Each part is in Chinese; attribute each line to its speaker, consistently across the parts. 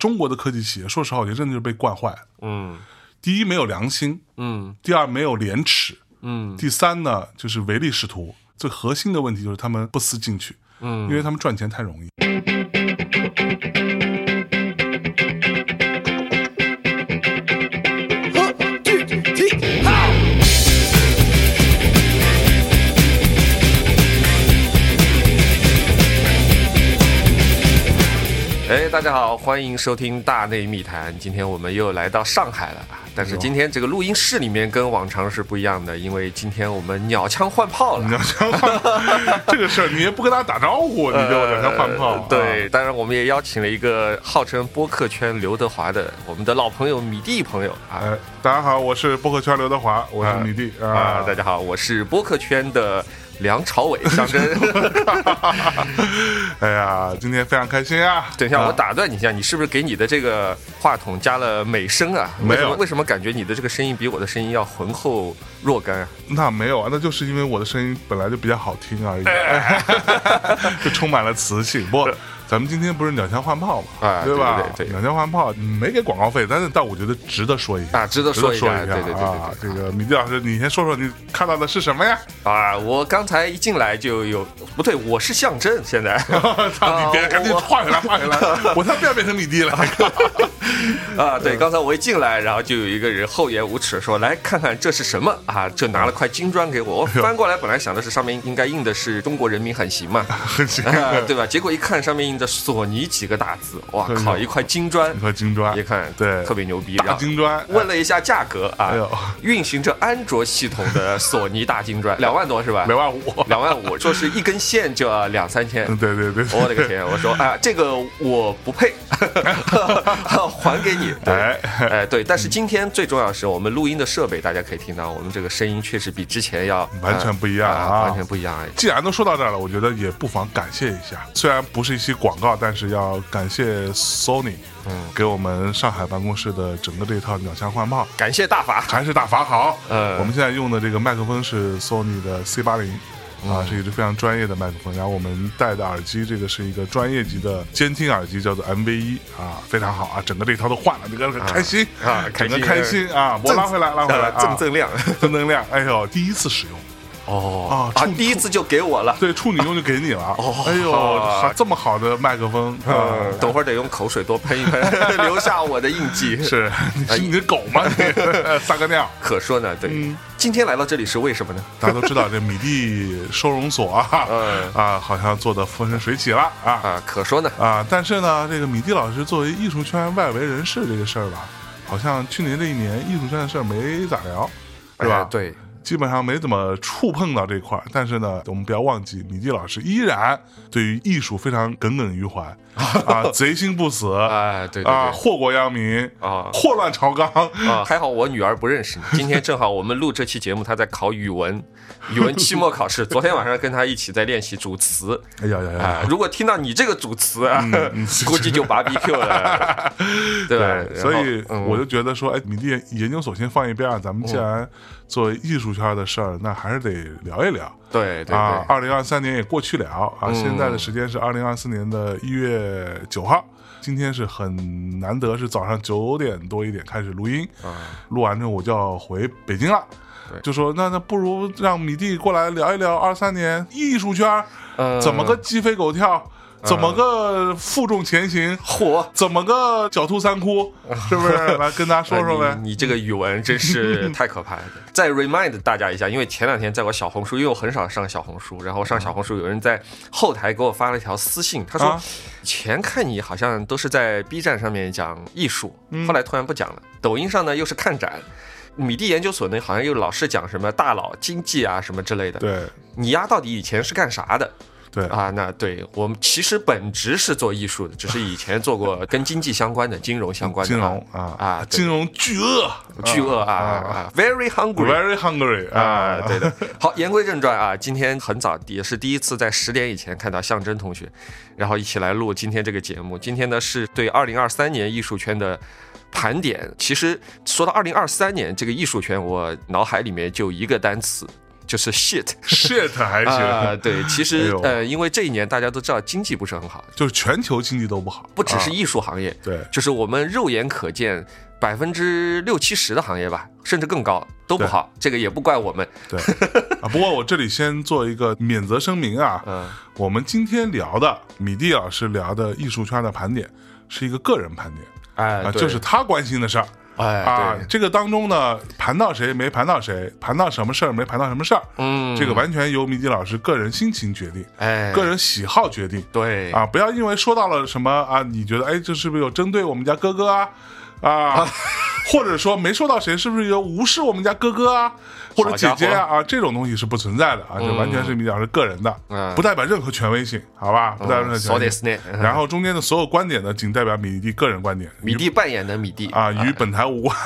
Speaker 1: 中国的科技企业，说实话，我觉得真的就是被惯坏了。
Speaker 2: 嗯
Speaker 1: 第一，没有良心；
Speaker 2: 嗯
Speaker 1: 第二，没有廉耻；
Speaker 2: 嗯
Speaker 1: 第三呢，就是唯利是图。最核心的问题就是他们不思进取，因
Speaker 2: 嗯，
Speaker 1: 为他们赚钱太容易。
Speaker 2: 哎，大家好，欢迎收听《大内密谈》。今天我们又来到上海了啊，但是今天这个录音室里面跟往常是不一样的，因为今天我们鸟枪换炮了
Speaker 1: 你。要想换这个事儿，你也不跟他打招呼，你就往他换炮、啊
Speaker 2: 呃对，，当然我们也邀请了一个号称播客圈刘德华的我们的老朋友米蒂朋友啊。
Speaker 1: 哎，大家好，我是播客圈刘德华，我是
Speaker 2: 啊
Speaker 1: 米蒂
Speaker 2: 啊
Speaker 1: 啊，，
Speaker 2: 大家好，我是播客圈的梁朝 伟，象征。
Speaker 1: 哎呀，今天非常开心啊！
Speaker 2: 等一下，
Speaker 1: 啊
Speaker 2: 我打断你一下，你是不是给你的这个话筒加了美声啊？
Speaker 1: 没有
Speaker 2: 为什么为什么感觉你的这个声音比我的声音要浑厚若干啊？
Speaker 1: 那没有啊，那就是因为我的声音本来就比较好听而已， 就充满了磁性。不，咱们今天不是鸟枪换炮嘛，
Speaker 2: 啊
Speaker 1: 对吧？
Speaker 2: 对对对
Speaker 1: 鸟枪换炮嗯没给广告费，但是但我觉得值得说一下。
Speaker 2: 啊值得
Speaker 1: 值得
Speaker 2: 说
Speaker 1: 说
Speaker 2: 一下
Speaker 1: 一
Speaker 2: 对对对对
Speaker 1: 啊
Speaker 2: 对
Speaker 1: 这个米蒂老师，你先说说你看到的是什么呀？
Speaker 2: 啊，我刚才一进来就有不对，我是象征现 在。
Speaker 1: 操，你别，赶紧
Speaker 2: 呃我
Speaker 1: 画回来，画回来！我才不要变成米蒂 了。
Speaker 2: 啊，对，刚才我一进来，然后就有一个人厚颜无耻说：“来看看这是什么啊！”就拿了块金砖给我，我
Speaker 1: 哎
Speaker 2: 翻过来，本来想的是上面应该印的是“中国人民很 行”嘛，
Speaker 1: 很行，
Speaker 2: 啊对吧？结果一看上面印着“索尼”几个大字，哇
Speaker 1: 对
Speaker 2: 靠，一块金砖
Speaker 1: 一，块金砖，
Speaker 2: 一看
Speaker 1: 哎对
Speaker 2: 特别牛逼，
Speaker 1: 大
Speaker 2: 然后
Speaker 1: 金砖，
Speaker 2: 问了一下价格啊
Speaker 1: 哎呦，
Speaker 2: 运行着安卓系统的索尼大金砖，两万多是吧？
Speaker 1: 两万五。
Speaker 2: 两万五，说是一根线就要两三千
Speaker 1: 嗯，。对对对，对
Speaker 2: 我的个！天！我说啊，这个我不配， 还给你。对
Speaker 1: 哎
Speaker 2: 哎，对，但是今天最重要的是，我们录音的设备，大家可以听到，我们这个声音确实比之前要呃
Speaker 1: 完全不一样啊
Speaker 2: 完全不一样哎。
Speaker 1: 既然都说到这儿了，我觉得也不妨感谢一下。虽然不是一期广告，但是要感谢 Sony，嗯，给我们上海办公室的整个这一套鸟枪换炮，
Speaker 2: 感谢大法，
Speaker 1: 还是大法好。
Speaker 2: 嗯
Speaker 1: 我们现在用的这个麦克风是 Sony 的 C 八零。
Speaker 2: 嗯
Speaker 1: 啊，是一支非常专业的麦克风，然后我们戴的耳机，这个是一个专业级的监听耳机，叫做 MV 一啊，非常好啊，整个这一套都换了，这个很开心
Speaker 2: 啊
Speaker 1: 整个
Speaker 2: 开
Speaker 1: 开
Speaker 2: 心
Speaker 1: 心啊，我拉回来，拉回来，
Speaker 2: 呃 正
Speaker 1: 啊
Speaker 2: 锃亮。
Speaker 1: 正能量，哎呦，第一次使用，
Speaker 2: 哦
Speaker 1: 啊
Speaker 2: 啊，
Speaker 1: 处
Speaker 2: 第一次就给我了。
Speaker 1: 对，处女用就给你了。
Speaker 2: 哦
Speaker 1: 哎呦，
Speaker 2: 好
Speaker 1: 还这么好的麦克风，啊
Speaker 2: 嗯，等会儿得用口水多喷一喷， 留下我的印记。
Speaker 1: 是你是你的狗吗？你撒个尿。
Speaker 2: 可说呢，对。今天来到这里是为什么呢？
Speaker 1: 大家都知道这米蒂收容所啊
Speaker 2: 嗯，
Speaker 1: 啊，好像做的风生水起了啊
Speaker 2: 啊，可说呢，
Speaker 1: 啊！但是呢，这个米蒂老师作为艺术圈外围人士这个事儿吧，好像去年这一年艺术圈的事儿没咋聊，对
Speaker 2: 哎
Speaker 1: 吧？，
Speaker 2: 对，
Speaker 1: 基本上没怎么触碰到这块儿。但是呢，我们不要忘记，米蒂老师依然对于艺术非常耿耿于怀 啊，贼心不死
Speaker 2: 啊，对对
Speaker 1: 啊，
Speaker 2: 对。
Speaker 1: 祸国殃民
Speaker 2: 啊
Speaker 1: 祸乱朝纲。
Speaker 2: 啊，还好我女儿不认识你。 今天正好我们录这期节目，她在考语文， 语文期末考试。昨天晚上跟她一起在练习组词
Speaker 1: 哎呀呀呀！
Speaker 2: 啊，如果听到你这个组词啊，
Speaker 1: 嗯
Speaker 2: 估计就 BBQ 了，对吧？然后
Speaker 1: 所以
Speaker 2: 嗯
Speaker 1: 我就觉得说，哎，米蒂研究所先放一边儿，咱们既然作为艺术圈的事儿，那还是得聊一聊
Speaker 2: 对对对嗯
Speaker 1: 啊。二零二三年也过去了啊，现在的时间是二零二四年的一月九号。今天是很难得，是早上九点多一点开始录音，
Speaker 2: 啊，
Speaker 1: 录完之后我就要回北京了
Speaker 2: 对。
Speaker 1: 就说那那不如让米蒂过来聊一聊二三年艺术圈儿
Speaker 2: 嗯
Speaker 1: 怎么个鸡飞狗跳，怎么个负重前行，
Speaker 2: 嚯！
Speaker 1: 怎么个狡兔三窟，是不是？来跟大家说说
Speaker 2: 啊
Speaker 1: 呗。
Speaker 2: 你你这个语文 真是太可怕了。再 remind 大家一下，因为前两天在我小红书，因为我很少上小红书，然后上小红书有人在后台给我发了一条私信，他说、
Speaker 1: 啊
Speaker 2: 以前看你好像都是在 B 站上面讲艺术，
Speaker 1: 嗯
Speaker 2: 后来突然不讲了，抖音上呢又是看展。米蒂研究所呢，好像又老是讲什么大佬经济啊什么之类的。
Speaker 1: 对
Speaker 2: 你丫到底以前是干啥的？
Speaker 1: 对，
Speaker 2: 啊，那对我们其实本职是做艺术的，只是以前做过跟经济相关的、金融相关的
Speaker 1: 金融啊
Speaker 2: 啊，对
Speaker 1: 金融巨鳄，
Speaker 2: 巨鳄啊
Speaker 1: 啊
Speaker 2: 啊，very hungry。
Speaker 1: ，very hungry
Speaker 2: 啊，
Speaker 1: 啊，
Speaker 2: 对的。好，言归正传啊，今天很早，也是第一次在十点以前看到象征同学，然后一起来录今天这个节目。今天呢是对二零二三年艺术圈的盘点。其实说到二零二三年这个艺术圈，我脑海里面就一个单词，就是 shit
Speaker 1: shit 还行、
Speaker 2: 啊。对，其
Speaker 1: 哎
Speaker 2: 实
Speaker 1: 呦
Speaker 2: 呃，因为这一年大家都知道经济不是很好，
Speaker 1: 就是全球经济都不好，
Speaker 2: 不只是
Speaker 1: 啊
Speaker 2: 艺术行业，
Speaker 1: 对
Speaker 2: 就是我们肉眼可见百分之六七十的行业吧，甚至更高都不
Speaker 1: 对
Speaker 2: 好。这个也不怪我们，
Speaker 1: 对 啊。不过我这里先做一个免责声明啊，
Speaker 2: 嗯
Speaker 1: 我们今天聊的米蒂老师聊的艺术圈的盘点是一个个人盘点
Speaker 2: 哎
Speaker 1: 啊，就是他关心的事儿。
Speaker 2: 哎
Speaker 1: 啊
Speaker 2: 对，
Speaker 1: 这个当中呢，盘到谁没盘到谁，盘到什么事儿没盘到什么事儿，
Speaker 2: 嗯，
Speaker 1: 这个完全由米蒂老师个人心情决定，
Speaker 2: 哎
Speaker 1: 个人喜好决定
Speaker 2: 对
Speaker 1: 啊！不要因为说到了什么啊，你觉得哎，这是不是有针对我们家哥哥啊 啊？或者说没说到谁，是不是有无视我们家哥哥啊，或者
Speaker 2: 好
Speaker 1: 姐
Speaker 2: 家
Speaker 1: 姐
Speaker 2: 伙
Speaker 1: 啊啊？这种东西是不存在的啊，这完全是米蒂老师个人的，
Speaker 2: 嗯
Speaker 1: 不代表任何权威性，好吧？不代表任何权
Speaker 2: そう
Speaker 1: 威
Speaker 2: で
Speaker 1: 性。
Speaker 2: すね。
Speaker 1: 然后中间的所有观点呢，仅代表米蒂个人观点，
Speaker 2: 米蒂扮演的米蒂，
Speaker 1: 啊，与本台无关。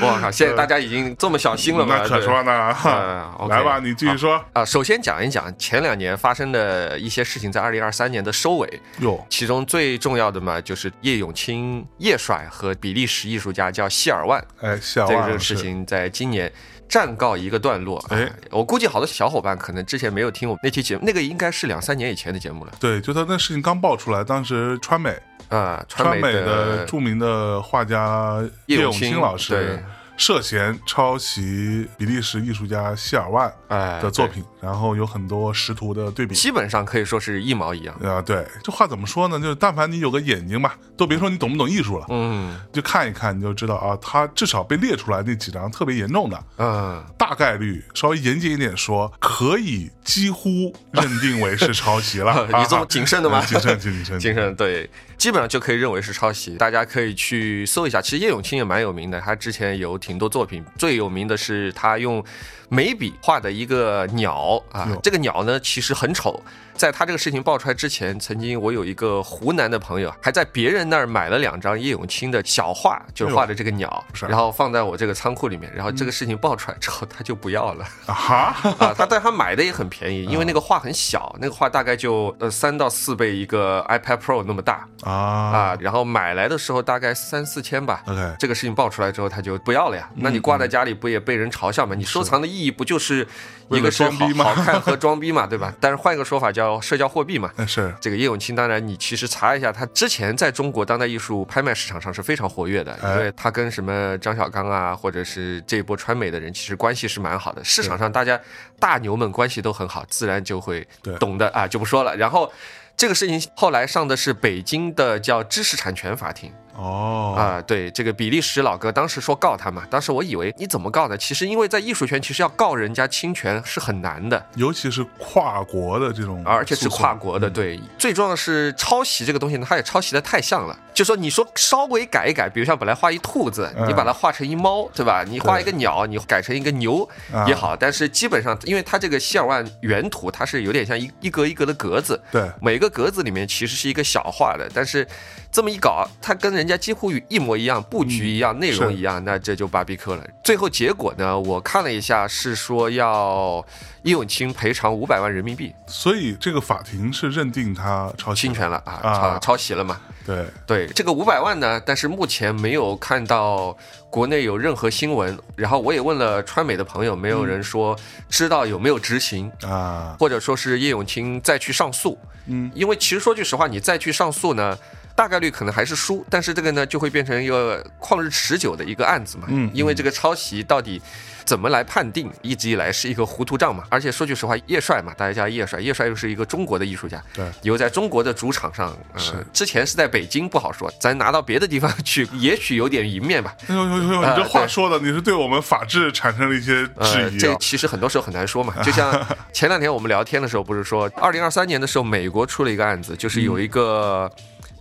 Speaker 2: 我靠！现在大家已经这么小心了吗？
Speaker 1: 那可
Speaker 2: 对
Speaker 1: 说呢，
Speaker 2: 嗯 OK
Speaker 1: 来吧，你继续说。
Speaker 2: 啊，首先讲一讲前两年发生的一些事情，在二零二三年的收尾，
Speaker 1: 哟，
Speaker 2: 其中最重要的嘛，就是叶永青、叶帅和比利时艺术家叫希尔万，
Speaker 1: 哎，小
Speaker 2: 这
Speaker 1: 万
Speaker 2: 个事情在今年暂告一个段落。
Speaker 1: 哎
Speaker 2: 啊我估计好多小伙伴可能之前没有听我们那期节目，那个应该是两三年以前的节目了
Speaker 1: 对，就他那事情刚爆出来，当时川美
Speaker 2: 啊。
Speaker 1: 川
Speaker 2: 美
Speaker 1: 的著名的画家
Speaker 2: 叶
Speaker 1: 叶
Speaker 2: 永
Speaker 1: 永
Speaker 2: 青
Speaker 1: 青老
Speaker 2: 对
Speaker 1: 师涉嫌抄袭比利时艺术家希尔万
Speaker 2: 哎
Speaker 1: 的作，品，然后有很多识图的对比
Speaker 2: 对。基本上可以说是一毛一样。
Speaker 1: 啊，对，这话怎么说呢？就是但凡你有个眼睛吧，都别说你懂不懂艺术了，
Speaker 2: 嗯
Speaker 1: 就看一看你就知道啊，他至少被列出来那几张特别严重的，
Speaker 2: 嗯，
Speaker 1: 大概率稍微严谨一点说，可以几乎认定为是抄袭了。 啊嗯
Speaker 2: 你这么谨慎的吗
Speaker 1: 谨慎，谨 慎，
Speaker 2: 精神对，基本上就可以认为是抄袭。大家可以去搜一下，其实叶永青也蛮有名的，他之前有挺多作品，最有名的是他用眉笔画的一个鸟啊
Speaker 1: 哟，
Speaker 2: 这个鸟呢其实很丑。在他这个事情爆出来之前，曾经我有一个湖南的朋友，还在别人那儿买了两张叶永青的小画，就是画的这个鸟，
Speaker 1: 哎是啊
Speaker 2: 然后放在我这个仓库里面。然后这个事情爆出来之后，他就不要了。
Speaker 1: 啊哈，
Speaker 2: 啊，他但他买的也很便宜，因为那个画很小，那个画大概就呃三到四倍一个 iPad Pro 那么大
Speaker 1: 啊
Speaker 2: 啊，然后买来的时候大概三四千吧。
Speaker 1: ，OK，
Speaker 2: 这个事情爆出来之后，他就不要了
Speaker 1: 嗯
Speaker 2: 呀。那你挂在家里不也被人嘲笑吗？你收藏的意义不就是一个说
Speaker 1: 为了装逼吗
Speaker 2: 好好看和装逼 嘛，对吧？但是换一个说法叫社交货币嘛。
Speaker 1: 那是
Speaker 2: 这个叶永青，当然你其实查一下，他之前在中国当代艺术拍卖市场上是非常活跃的，
Speaker 1: 哎
Speaker 2: 因为他跟什么张小刚啊，或者是这一波川美的人，其实关系是蛮好的。市场上大家大牛们关系都很好，自然就会
Speaker 1: 对
Speaker 2: 懂的啊，就不说了。然后。这个事情后来上的是北京的叫知识产权法庭
Speaker 1: 哦，
Speaker 2: 啊、对，这个比利时老哥当时说告他嘛，当时我以为你怎么告呢？其实因为在艺术圈，其实要告人家侵权是很难的，
Speaker 1: 尤其是跨国的这种，
Speaker 2: 啊而且是跨，国
Speaker 1: 嗯
Speaker 2: 的，对。最重要的是抄袭这个东西呢，它也抄袭的太像了。就说你说稍微改一改，比如像本来画一兔子，
Speaker 1: 嗯
Speaker 2: 你把它画成一猫，对吧？你画一个鸟，你改成一个牛
Speaker 1: 啊
Speaker 2: 也好，但是基本上，因为它这个希尔万原图，它是有点像一一格一格的格子，
Speaker 1: 对，
Speaker 2: 每个格子里面其实是一个小画的，但是这么一搞，它跟人家几乎一模一样，布局一样，内容
Speaker 1: 是
Speaker 2: 一样，那这就巴比克了。最后结果呢，我看了一下，是说要叶永青赔偿五百万人民币。
Speaker 1: 所以这个法庭是认定他抄袭
Speaker 2: 侵，权了啊，
Speaker 1: 啊
Speaker 2: 抄抄袭了嘛？
Speaker 1: 对，
Speaker 2: 对，这个五百万呢，但是目前没有看到国内有任何新闻。然后我也问了川美的朋友，没有人说知道有没有执行，
Speaker 1: 啊，
Speaker 2: 或者说是叶永青再去上诉。
Speaker 1: 嗯，
Speaker 2: 因为其实说句实话，你再去上诉呢。大概率可能还是输，但是这个呢就会变成一个旷日持久的一个案子嘛。
Speaker 1: 嗯
Speaker 2: 因为这个抄袭到底怎么来判定，一直以来是一个糊涂账嘛。而且说句实话，叶帅嘛，大家叫叶帅，叶帅又是一个中国的艺术家，
Speaker 1: 对，
Speaker 2: 有在中国的主场上，呃、
Speaker 1: 是
Speaker 2: 之前是在北京不好说，咱拿到别的地方去，也许有点赢面吧。
Speaker 1: 哎呦呦呦，你
Speaker 2: 啊
Speaker 1: 这话
Speaker 2: 对
Speaker 1: 说的，你是对我们法治产生了一些
Speaker 2: 呃，
Speaker 1: 质疑
Speaker 2: 这
Speaker 1: 啊，
Speaker 2: 其实很多时候很难 说嘛。就像前两天我们聊天的时候，不是说二零二三年的时候，美国出了一个案子，就是有一个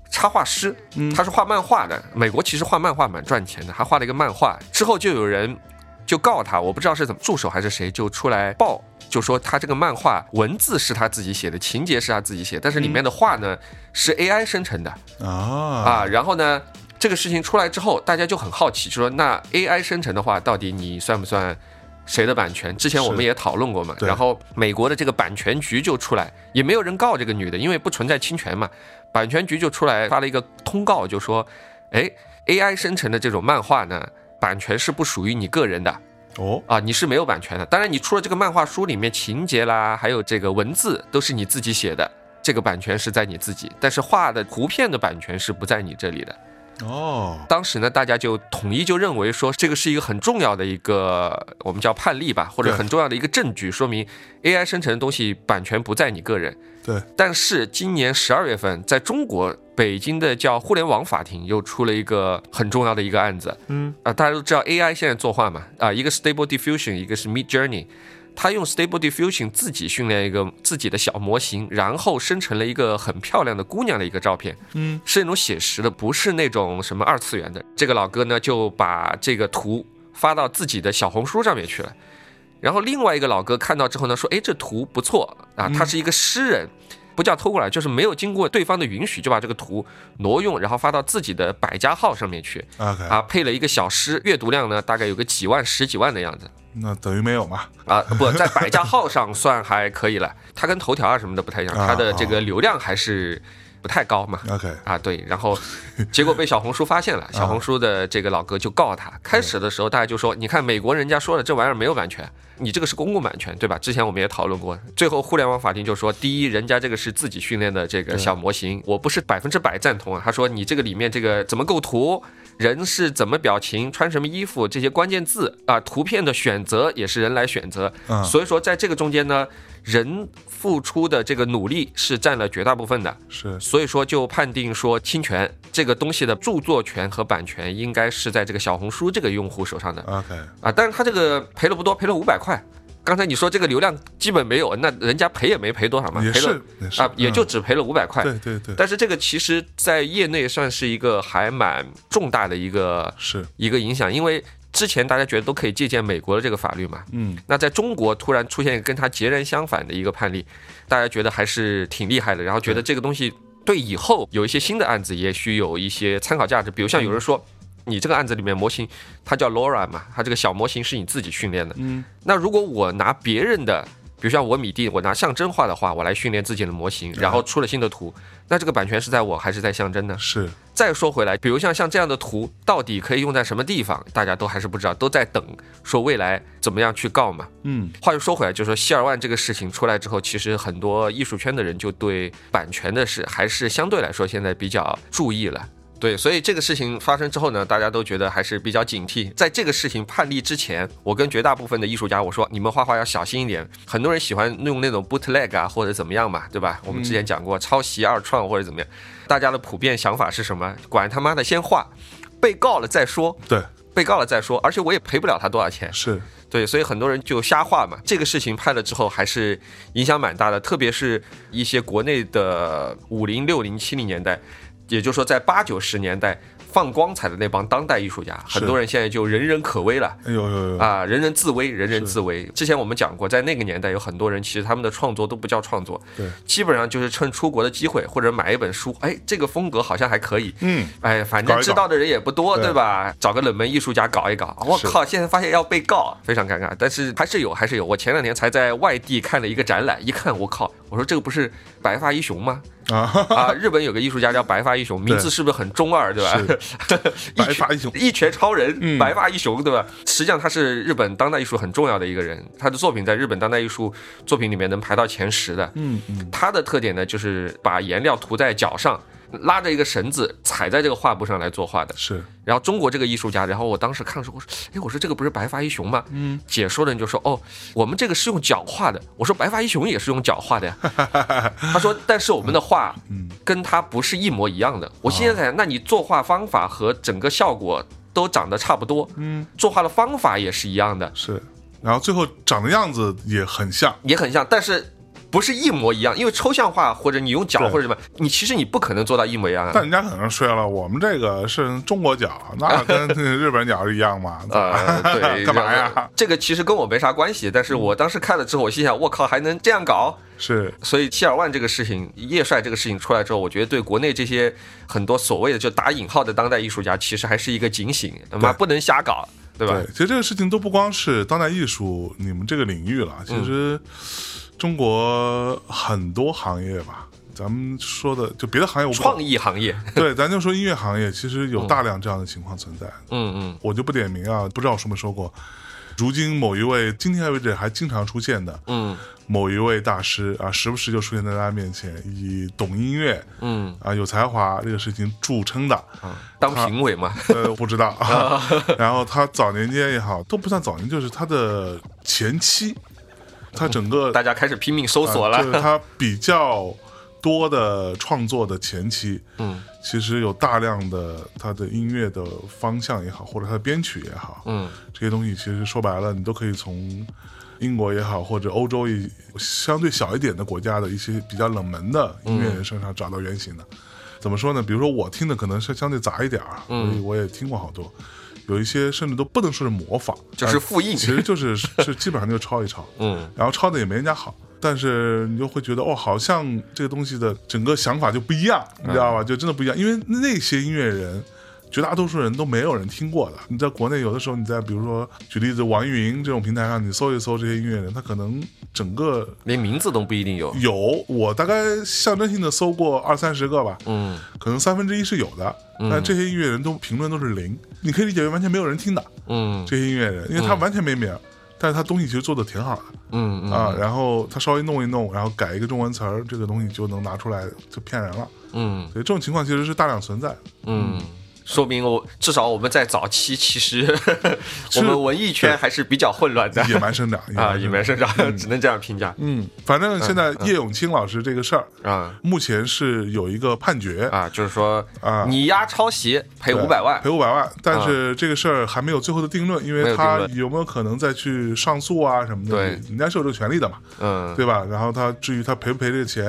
Speaker 2: 插画师，
Speaker 1: 嗯
Speaker 2: 他是画漫画的。美国其实画漫画蛮赚钱的，他画了一个漫画之后，就有人就告他，我不知道是怎么助手还是谁就出来报。就说他这个漫画文字是他自己写的，情节是他自己写的，但是里面的画呢是 AI 生成的，
Speaker 1: 啊，
Speaker 2: 啊，然后呢，这个事情出来之后，大家就很好奇，就说那 AI 生成的话，到底你算不算谁的版权？之前我们
Speaker 1: 是
Speaker 2: 也讨论过嘛。
Speaker 1: 对
Speaker 2: 然后美国的这个版权局就出来，也没有人告这个女的，因为不存在侵权嘛。版权局就出来发了一个通告，就说，哎，AI 生成的这种漫画呢，版权是不属于你个人的。
Speaker 1: 哦，
Speaker 2: 啊，你是没有版权的。当然，你出了这个漫画书里面情节啦，还有这个文字都是你自己写的，这个版权是在你自己，但是画的图片的版权是不在你这里的。
Speaker 1: 哦，
Speaker 2: 当时呢，大家就统一就认为说，这个是一个很重要的一个我们叫判例吧，或者
Speaker 1: 对
Speaker 2: 很重要的一个证据，说明 AI 生成的东西版权不在你个人。
Speaker 1: 对，
Speaker 2: 但是今年十二月份，在中国北京的叫互联网法庭又出了一个很重要的一个案子。
Speaker 1: 嗯，
Speaker 2: 啊，大家都知道 AI 现在作画嘛，啊，一个 Stable Diffusion，一个是 Mid Journey。他用 Stable Diffusion 自己训练一个自己的小模型，然后生成了一个很漂亮的姑娘的一个照片。
Speaker 1: 嗯，
Speaker 2: 是那种写实的，不是那种什么二次元的。这个老哥呢，就把这个图发到自己的小红书上面去了。然后另外一个老哥看到之后呢，说：“哎，这图不错啊，
Speaker 1: 嗯
Speaker 2: 他是一个诗人，不叫偷过来，就是没有经过对方的允许就把这个图挪用，然后发到自己的百家号上面去
Speaker 1: OK，
Speaker 2: 啊，配了一个小诗，阅读量呢大概有个几万、十几万的样子。”
Speaker 1: 那等于没有嘛？
Speaker 2: 啊，不在百家号上算还可以了，它跟头条啊什么的不太一样，
Speaker 1: 啊
Speaker 2: 它的这个流量还是不太高嘛。
Speaker 1: OK
Speaker 2: 啊，对，然后结果被小红书发现了，小红书的这个老哥就告他。开始的时候大家就说，你看美国人家说了，这玩意儿没有版权，你这个是公共版权，对吧？之前我们也讨论过。最后互联网法庭就说，第一，人家这个是自己训练的这个小模型，我不是百分之百赞同啊。他说你这个里面这个怎么构图，人是怎么表情、穿什么衣服这些关键字啊，图片的选择也是人来选择。
Speaker 1: 嗯
Speaker 2: 所以说在这个中间呢，人付出的这个努力是占了绝大部分的。
Speaker 1: 是
Speaker 2: 所以说就判定说侵权这个东西的著作权和版权应该是在这个小红书这个用户手上的
Speaker 1: OK，
Speaker 2: 啊，但是他这个赔了不多，赔了五百块。刚才你说这个流量基本没有，那人家赔也没赔多少嘛，
Speaker 1: 也
Speaker 2: 赔了
Speaker 1: 是也是
Speaker 2: 啊，也就
Speaker 1: 嗯
Speaker 2: 只赔了五百块。
Speaker 1: 对对对，
Speaker 2: 但是这个其实在业内算是一个还蛮重大的一个
Speaker 1: 是
Speaker 2: 一个影响，因为之前大家觉得都可以借鉴美国的这个法律嘛，
Speaker 1: 嗯
Speaker 2: 那在中国突然出现一个跟它截然相反的一个判例，大家觉得还是挺厉害的，然后觉得这个东西对以后有一些新的案子也许有一些参考价值。比如像有人说，你这个案子里面模型它叫 LoRa 嘛，它这个小模型是你自己训练的。
Speaker 1: 嗯
Speaker 2: 那如果我拿别人的，比如像我米蒂，我拿象征画的画，我来训练自己的模型，然后出了新的图，那这个版权是在我还是在象征呢？
Speaker 1: 是
Speaker 2: 再说回来，比如像像这样的图，到底可以用在什么地方，大家都还是不知道，都在等说未来怎么样去告嘛。
Speaker 1: 嗯
Speaker 2: 话又说回来，就是说希尔万这个事情出来之后，其实很多艺术圈的人就对版权的事还是相对来说现在比较注意了。对，所以这个事情发生之后呢，大家都觉得还是比较警惕。在这个事情判例之前，我跟绝大部分的艺术家我说，你们画画要小心一点。很多人喜欢用那种 bootleg 啊，或者怎么样嘛，对吧？我们之前讲过抄袭、二创或者怎么样，大家的普遍想法是什么？管他妈的，先画，被告了再说，
Speaker 1: 对
Speaker 2: 被告了再说。而且我也赔不了他多少钱，
Speaker 1: 是
Speaker 2: 对，所以很多人就瞎画嘛。这个事情拍了之后，还是影响蛮大的，特别是一些国内的五零、六零、七零年代，也就是说在八九十年代放光彩的那帮当代艺术家，
Speaker 1: 是
Speaker 2: 很多人现在就人人可危了。
Speaker 1: 哎呦呦呦
Speaker 2: 啊，人人自危，人人自危。之前我们讲过，在那个年代，有很多人其实他们的创作都不叫创作，
Speaker 1: 对，
Speaker 2: 基本上就是趁出国的机会或者买一本书，哎，这个风格好像还可以，
Speaker 1: 嗯
Speaker 2: 哎，反
Speaker 1: 搞一搞
Speaker 2: 正知道的人也不多，
Speaker 1: 对
Speaker 2: 对吧？找个冷门艺术家搞一搞。我
Speaker 1: 是
Speaker 2: 靠，现在发现要被告，非常尴尬。但是还是有，还是有。我前两年才在外地看了一个展览，一看，我靠，我说这个不是白发一雄吗？
Speaker 1: 啊
Speaker 2: 啊，日本有个艺术家叫白发一雄，名字是不是很中二， 对吧？
Speaker 1: 白发一雄
Speaker 2: 一拳超人，
Speaker 1: 嗯
Speaker 2: 白发一雄，对吧？实际上他是日本当代艺术很重要的一个人，他的作品在日本当代艺术作品里面能排到前十的。
Speaker 1: 嗯嗯
Speaker 2: 它的特点呢，就是把颜料涂在脚上，拉着一个绳子踩在这个画布上来作画的。
Speaker 1: 是
Speaker 2: 然后中国这个艺术家，然后我当时看的时候，我说，哎，我说这个不是白发一雄吗？嗯，解说的人就说，哦，我们这个是用脚画的。我说白发一雄也是用脚 画的呀。他说，但是我们的画，跟他不是一模一样的。我现在在，那你作画方法和整个效果都长得差不多，嗯，作画的方法也是一样的，
Speaker 1: 是，然后最后长的样子也很像，
Speaker 2: 也很像，但是不是一模一样，因为抽象化或者你用脚
Speaker 1: 对
Speaker 2: 或者什么，你其实你不可能做到一模一样啊。
Speaker 1: 但人家可能睡了，我们这个是中国脚，那 跟日本脚是一样嘛？
Speaker 2: 呃，对，
Speaker 1: 干嘛
Speaker 2: 然后
Speaker 1: 呀？嗯
Speaker 2: 这个其实跟我没啥关系，但是我当时看了之后，我心想，我靠，还能这样搞？
Speaker 1: 是
Speaker 2: 所以七尔万这个事情，叶帅这个事情出来之后，我觉得对国内这些很多所谓的就打引号的当代艺术家，其实还是一个警醒，他妈不能瞎搞，对吧
Speaker 1: 对？，其实这个事情都不光是当代艺术你们这个领域了，
Speaker 2: 嗯
Speaker 1: 其实中国很多行业吧，咱们说的就别的行业我不懂
Speaker 2: 创意行业，
Speaker 1: 对，咱就说音乐行业，其实有大量这样的情况存在。
Speaker 2: 嗯嗯，
Speaker 1: 我就不点名啊，不知道我说没说过。如今某一位今天为止还经常出现的，
Speaker 2: 嗯
Speaker 1: 某一位大师啊，时不时就出现在大家面前，以懂音乐
Speaker 2: 嗯，
Speaker 1: 啊、有才华这个事情著称的，
Speaker 2: 当评委 嘛，
Speaker 1: 呃，不知道。然后他早年间也好，都不算早年，就是他的前期，他整个
Speaker 2: 大家开始拼命搜索
Speaker 1: 啊就是
Speaker 2: 了。
Speaker 1: 他比较多的创作的前期，
Speaker 2: 嗯
Speaker 1: 其实有大量的他的音乐的方向也好，或者他的编曲也好，
Speaker 2: 嗯
Speaker 1: 这些东西其实说白了，你都可以从英国也好，或者欧洲一相对小一点的国家的一些比较冷门的音乐
Speaker 2: 嗯
Speaker 1: 人身上找到原型的。怎么说呢？比如说我听的可能是相对杂一点啊，所以
Speaker 2: 嗯
Speaker 1: 我也听过好多，有一些甚至都不能说是模仿，
Speaker 2: 就是复印
Speaker 1: 但其实就是 是基本上就抄一抄，
Speaker 2: 嗯
Speaker 1: 然后抄的也没人家好。但是你就会觉得哦，好像这个东西的整个想法就不一样，你知道吧？就真的不一样，因为那些音乐人，绝大多数人都没有人听过的。你在国内有的时候，你在比如说举例子网易云这种平台上，你搜一搜这些音乐人，他可能整个
Speaker 2: 连名字都不一定有。
Speaker 1: 有，我大概象征性的搜过二三十个吧，
Speaker 2: 嗯
Speaker 1: 可能三分之一是有的，但这些音乐人都评论都是零，你可以理解为完全没有人听的
Speaker 2: 嗯
Speaker 1: 这些音乐人，因为他完全没名儿，但是他东西其实做的挺好的。
Speaker 2: 嗯嗯
Speaker 1: 啊，然后他稍微弄一弄，然后改一个中文词儿，这个东西就能拿出来，就骗人了。
Speaker 2: 嗯
Speaker 1: 所以这种情况其实是大量存 在。
Speaker 2: 嗯，说明我至少我们在早期，其实我们文艺圈还是比较混乱的
Speaker 1: 野蛮生长
Speaker 2: 啊，野
Speaker 1: 野
Speaker 2: 蛮生长，只能这样评价
Speaker 1: 嗯，反正现在叶永青老师这个事儿，
Speaker 2: 啊
Speaker 1: 目前是有一个判决，
Speaker 2: 啊，就是说
Speaker 1: 啊
Speaker 2: 你丫抄袭赔五百万啊
Speaker 1: 赔，五百万，但是这个事儿还没有最后的定论，因
Speaker 2: 没
Speaker 1: 为
Speaker 2: 有定
Speaker 1: 他
Speaker 2: 论
Speaker 1: 有没有可能再去上诉啊什么的，
Speaker 2: 对
Speaker 1: 人家是有这个权利的嘛，
Speaker 2: 嗯
Speaker 1: 对吧？然后他至于他赔不赔这个钱，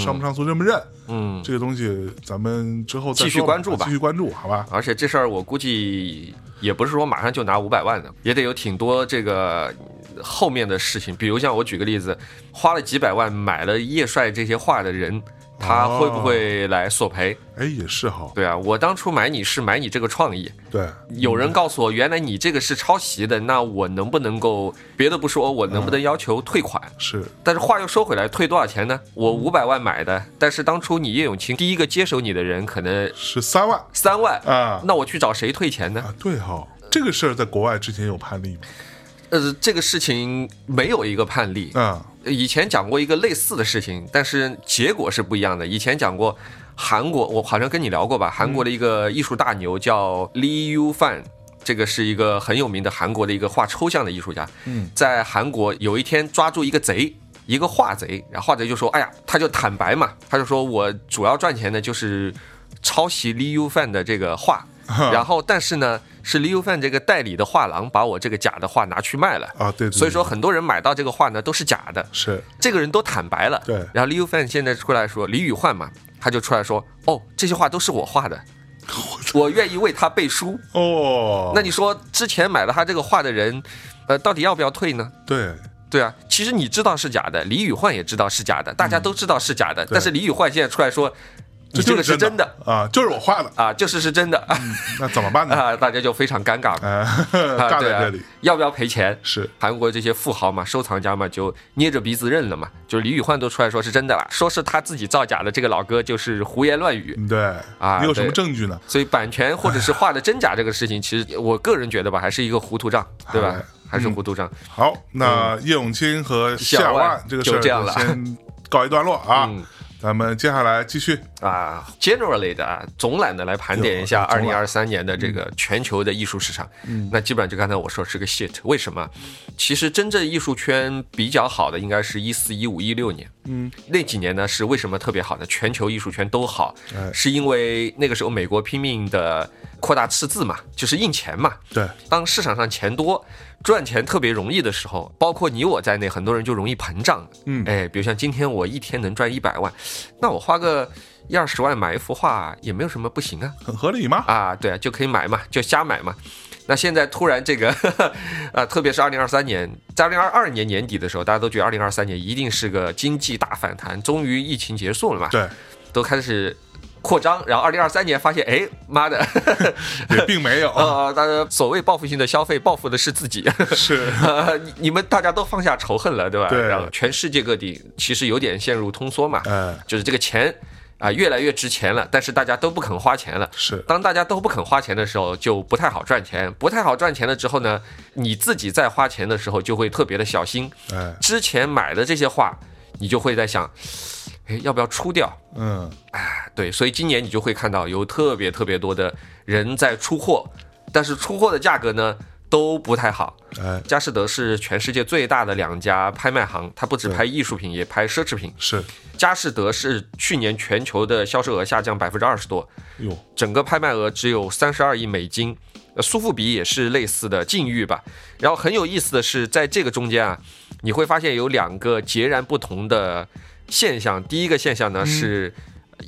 Speaker 1: 上不上诉，认不认，
Speaker 2: 嗯。
Speaker 1: 这个东西咱们之后再
Speaker 2: 继续
Speaker 1: 说
Speaker 2: 关注吧嗯
Speaker 1: 继续关注，好吧？
Speaker 2: 而且这事儿我估计也不是说马上就拿五百万的，也得有挺多这个嗯后面的事情。比如像我举个例子，花了几百万买了叶帅这些画的人，他会
Speaker 1: 哦
Speaker 2: 不会来索赔？
Speaker 1: 哎，也是哈，
Speaker 2: 对啊，我当初买你是买你这个创意。
Speaker 1: 对。
Speaker 2: 有人告诉我，原来你这个是抄袭的，那我能不能够别的不说，我能不能要求退款？
Speaker 1: 是
Speaker 2: 但是话又说回来，退多少钱呢？我五百万买的，但是当初你叶永青第一个接手你的人可能
Speaker 1: 是三万
Speaker 2: 三万，
Speaker 1: 啊
Speaker 2: 那我去找谁退钱呢？
Speaker 1: 啊，对哈、这个事儿在国外之前有判例吗？
Speaker 2: 呃，这个事情没有一个判例。
Speaker 1: 啊，
Speaker 2: 以前讲过一个类似的事情，但是结果是不一样的。以前讲过韩国，我好像跟你聊过吧？韩国的一个艺术大牛叫 Lee Yu Fan。这个是一个很有名的韩国的一个画抽象的艺术家，
Speaker 1: 嗯，
Speaker 2: 在韩国有一天抓住一个贼，一个画贼，然后画贼就说：“哎呀，他就坦白嘛，他就说我主要赚钱的就是抄袭 Lee Yu Fan 的这个 画，然后但是呢，是 Lee Yu Fan 这个代理的画廊把我这个假的画拿去卖了，
Speaker 1: 啊，对对对
Speaker 2: 所以说很多人买到这个画呢都是假的，
Speaker 1: 是
Speaker 2: 这个人都坦白了。
Speaker 1: 对
Speaker 2: 然后 Liu Fan 现在出来说，李宇焕嘛，他就出来说，哦，这些画都是我 画的，我愿意为他背书。
Speaker 1: 哦，
Speaker 2: 那你说之前买了他这个画的人，呃，到底要不要退呢？
Speaker 1: 对
Speaker 2: 对啊，其实你知道是假的，李宇焕也知道是假
Speaker 1: 嗯
Speaker 2: 的，大家都知道是假的，但是李宇焕现在出来说，你
Speaker 1: 就
Speaker 2: 这个是
Speaker 1: 真
Speaker 2: 真的
Speaker 1: 啊，就是我画的，
Speaker 2: 啊，就是是真的啊
Speaker 1: 那怎么办呢？
Speaker 2: 啊，大家就非常尴尬了
Speaker 1: 哎，
Speaker 2: 啊，
Speaker 1: 尬
Speaker 2: 对
Speaker 1: 在
Speaker 2: 啊
Speaker 1: 这里，
Speaker 2: 要不要赔钱？
Speaker 1: 是
Speaker 2: 韩国这些富豪嘛、收藏家嘛，就捏着鼻子认了嘛。就是李宇焕都出来说是真的啦，说是他自己造假的，这个老哥就是胡言乱语。
Speaker 1: 对
Speaker 2: 啊
Speaker 1: 你有什么
Speaker 2: 对
Speaker 1: 证据呢？
Speaker 2: 所以版权或者是画的真假这个事情，其实我个人觉得吧，还是一个糊涂账，对吧
Speaker 1: 哎？
Speaker 2: 还是糊涂账。
Speaker 1: 好，那叶永青和夏
Speaker 2: 小嗯万
Speaker 1: 这个事
Speaker 2: 就这样
Speaker 1: 儿
Speaker 2: 了
Speaker 1: 先告一段落啊
Speaker 2: 嗯，
Speaker 1: 咱们接下来继续。
Speaker 2: 啊，generally 的啊，总览的来盘点一下
Speaker 1: 总嗯
Speaker 2: 二零二三年的这个全球的艺术市场，那基本上就刚才我说是个 shit。为什么？其实真正艺术圈比较好的应该是一四、一五、一六年，
Speaker 1: 嗯，
Speaker 2: 那几年呢是为什么特别好呢？全球艺术圈都好
Speaker 1: 哎，
Speaker 2: 是因为那个时候美国拼命的扩大赤字嘛，就是印钱嘛。
Speaker 1: 对，
Speaker 2: 当市场上钱多，赚钱特别容易的时候，包括你我在内，很多人就容易膨胀。
Speaker 1: 嗯
Speaker 2: 哎，比如像今天我一天能赚一百万，那我花个一二十万买一幅画也没有什么不行啊。
Speaker 1: 很合理吗？
Speaker 2: 啊，对啊，就可以买嘛，就瞎买嘛。那现在突然这个， 啊，特别是二零二三年，在二零二二年年底的时候，大家都觉得二零二三年一定是个经济大反弹，终于疫情结束了嘛，
Speaker 1: 对，
Speaker 2: 都开始扩张。然后二零二三年发现，哎，妈的，
Speaker 1: 也并没有，
Speaker 2: 呃，大家所谓报复性的消费，报复的是自己。
Speaker 1: 是
Speaker 2: 呃， 你你们大家都放下仇恨了，对吧？
Speaker 1: 对
Speaker 2: 然后全世界各地其实有点陷入通缩嘛，
Speaker 1: 哎
Speaker 2: 就是这个钱啊、越来越值钱了，但是大家都不肯花钱了。
Speaker 1: 是
Speaker 2: 当大家都不肯花钱的时候，就不太好赚钱。不太好赚钱了之后呢，你自己在花钱的时候就会特别的小心。
Speaker 1: 哎
Speaker 2: 之前买的这些画，你就会在想，哎，要不要出掉？
Speaker 1: 嗯
Speaker 2: 对，所以今年你就会看到有特别特别多的人在出货，但是出货的价格呢都不太好。
Speaker 1: 哎
Speaker 2: 佳士得是全世界最大的两家拍卖行，它不只拍艺术品，也拍奢侈品。
Speaker 1: 是
Speaker 2: 佳士得是去年全球的销售额下降百分之二十多，
Speaker 1: 哟
Speaker 2: 整个拍卖额只有三十二亿美金。呃苏富比也是类似的境遇吧。然后很有意思的是，在这个中间啊，你会发现有两个截然不同的现象。第一个现象呢是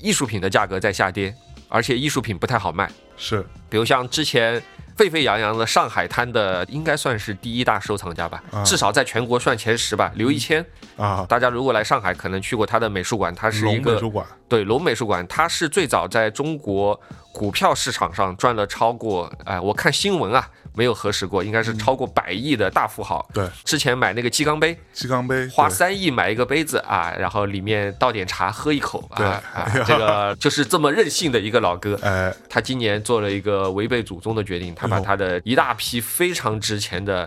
Speaker 2: 艺术品的价格在下跌，而且艺术品不太好卖。
Speaker 1: 是
Speaker 2: 比如像之前沸沸扬扬的上海滩的，应该算是第一大收藏家吧
Speaker 1: 啊，嗯
Speaker 2: 至少在全国算前十吧。刘一谦，
Speaker 1: 啊，
Speaker 2: 大家如果来上海，可能去过他的美术馆，他是一
Speaker 1: 龙美
Speaker 2: 个
Speaker 1: 术馆
Speaker 2: 对龙美术馆，它是最早在中国股票市场上赚了超过，哎，我看新闻啊，没有核实过，应该是超过百亿的大富豪。
Speaker 1: 嗯对
Speaker 2: 之前买那个鸡缸杯，
Speaker 1: 鸡缸杯
Speaker 2: 花
Speaker 1: 对
Speaker 2: 三亿买一个杯子啊，然后里面倒点茶喝一口
Speaker 1: 对
Speaker 2: 啊，啊这个就是这么任性的一个老哥。
Speaker 1: 哎
Speaker 2: 他今年做了一个违背祖宗的决定，他把他的一大批非常值钱的，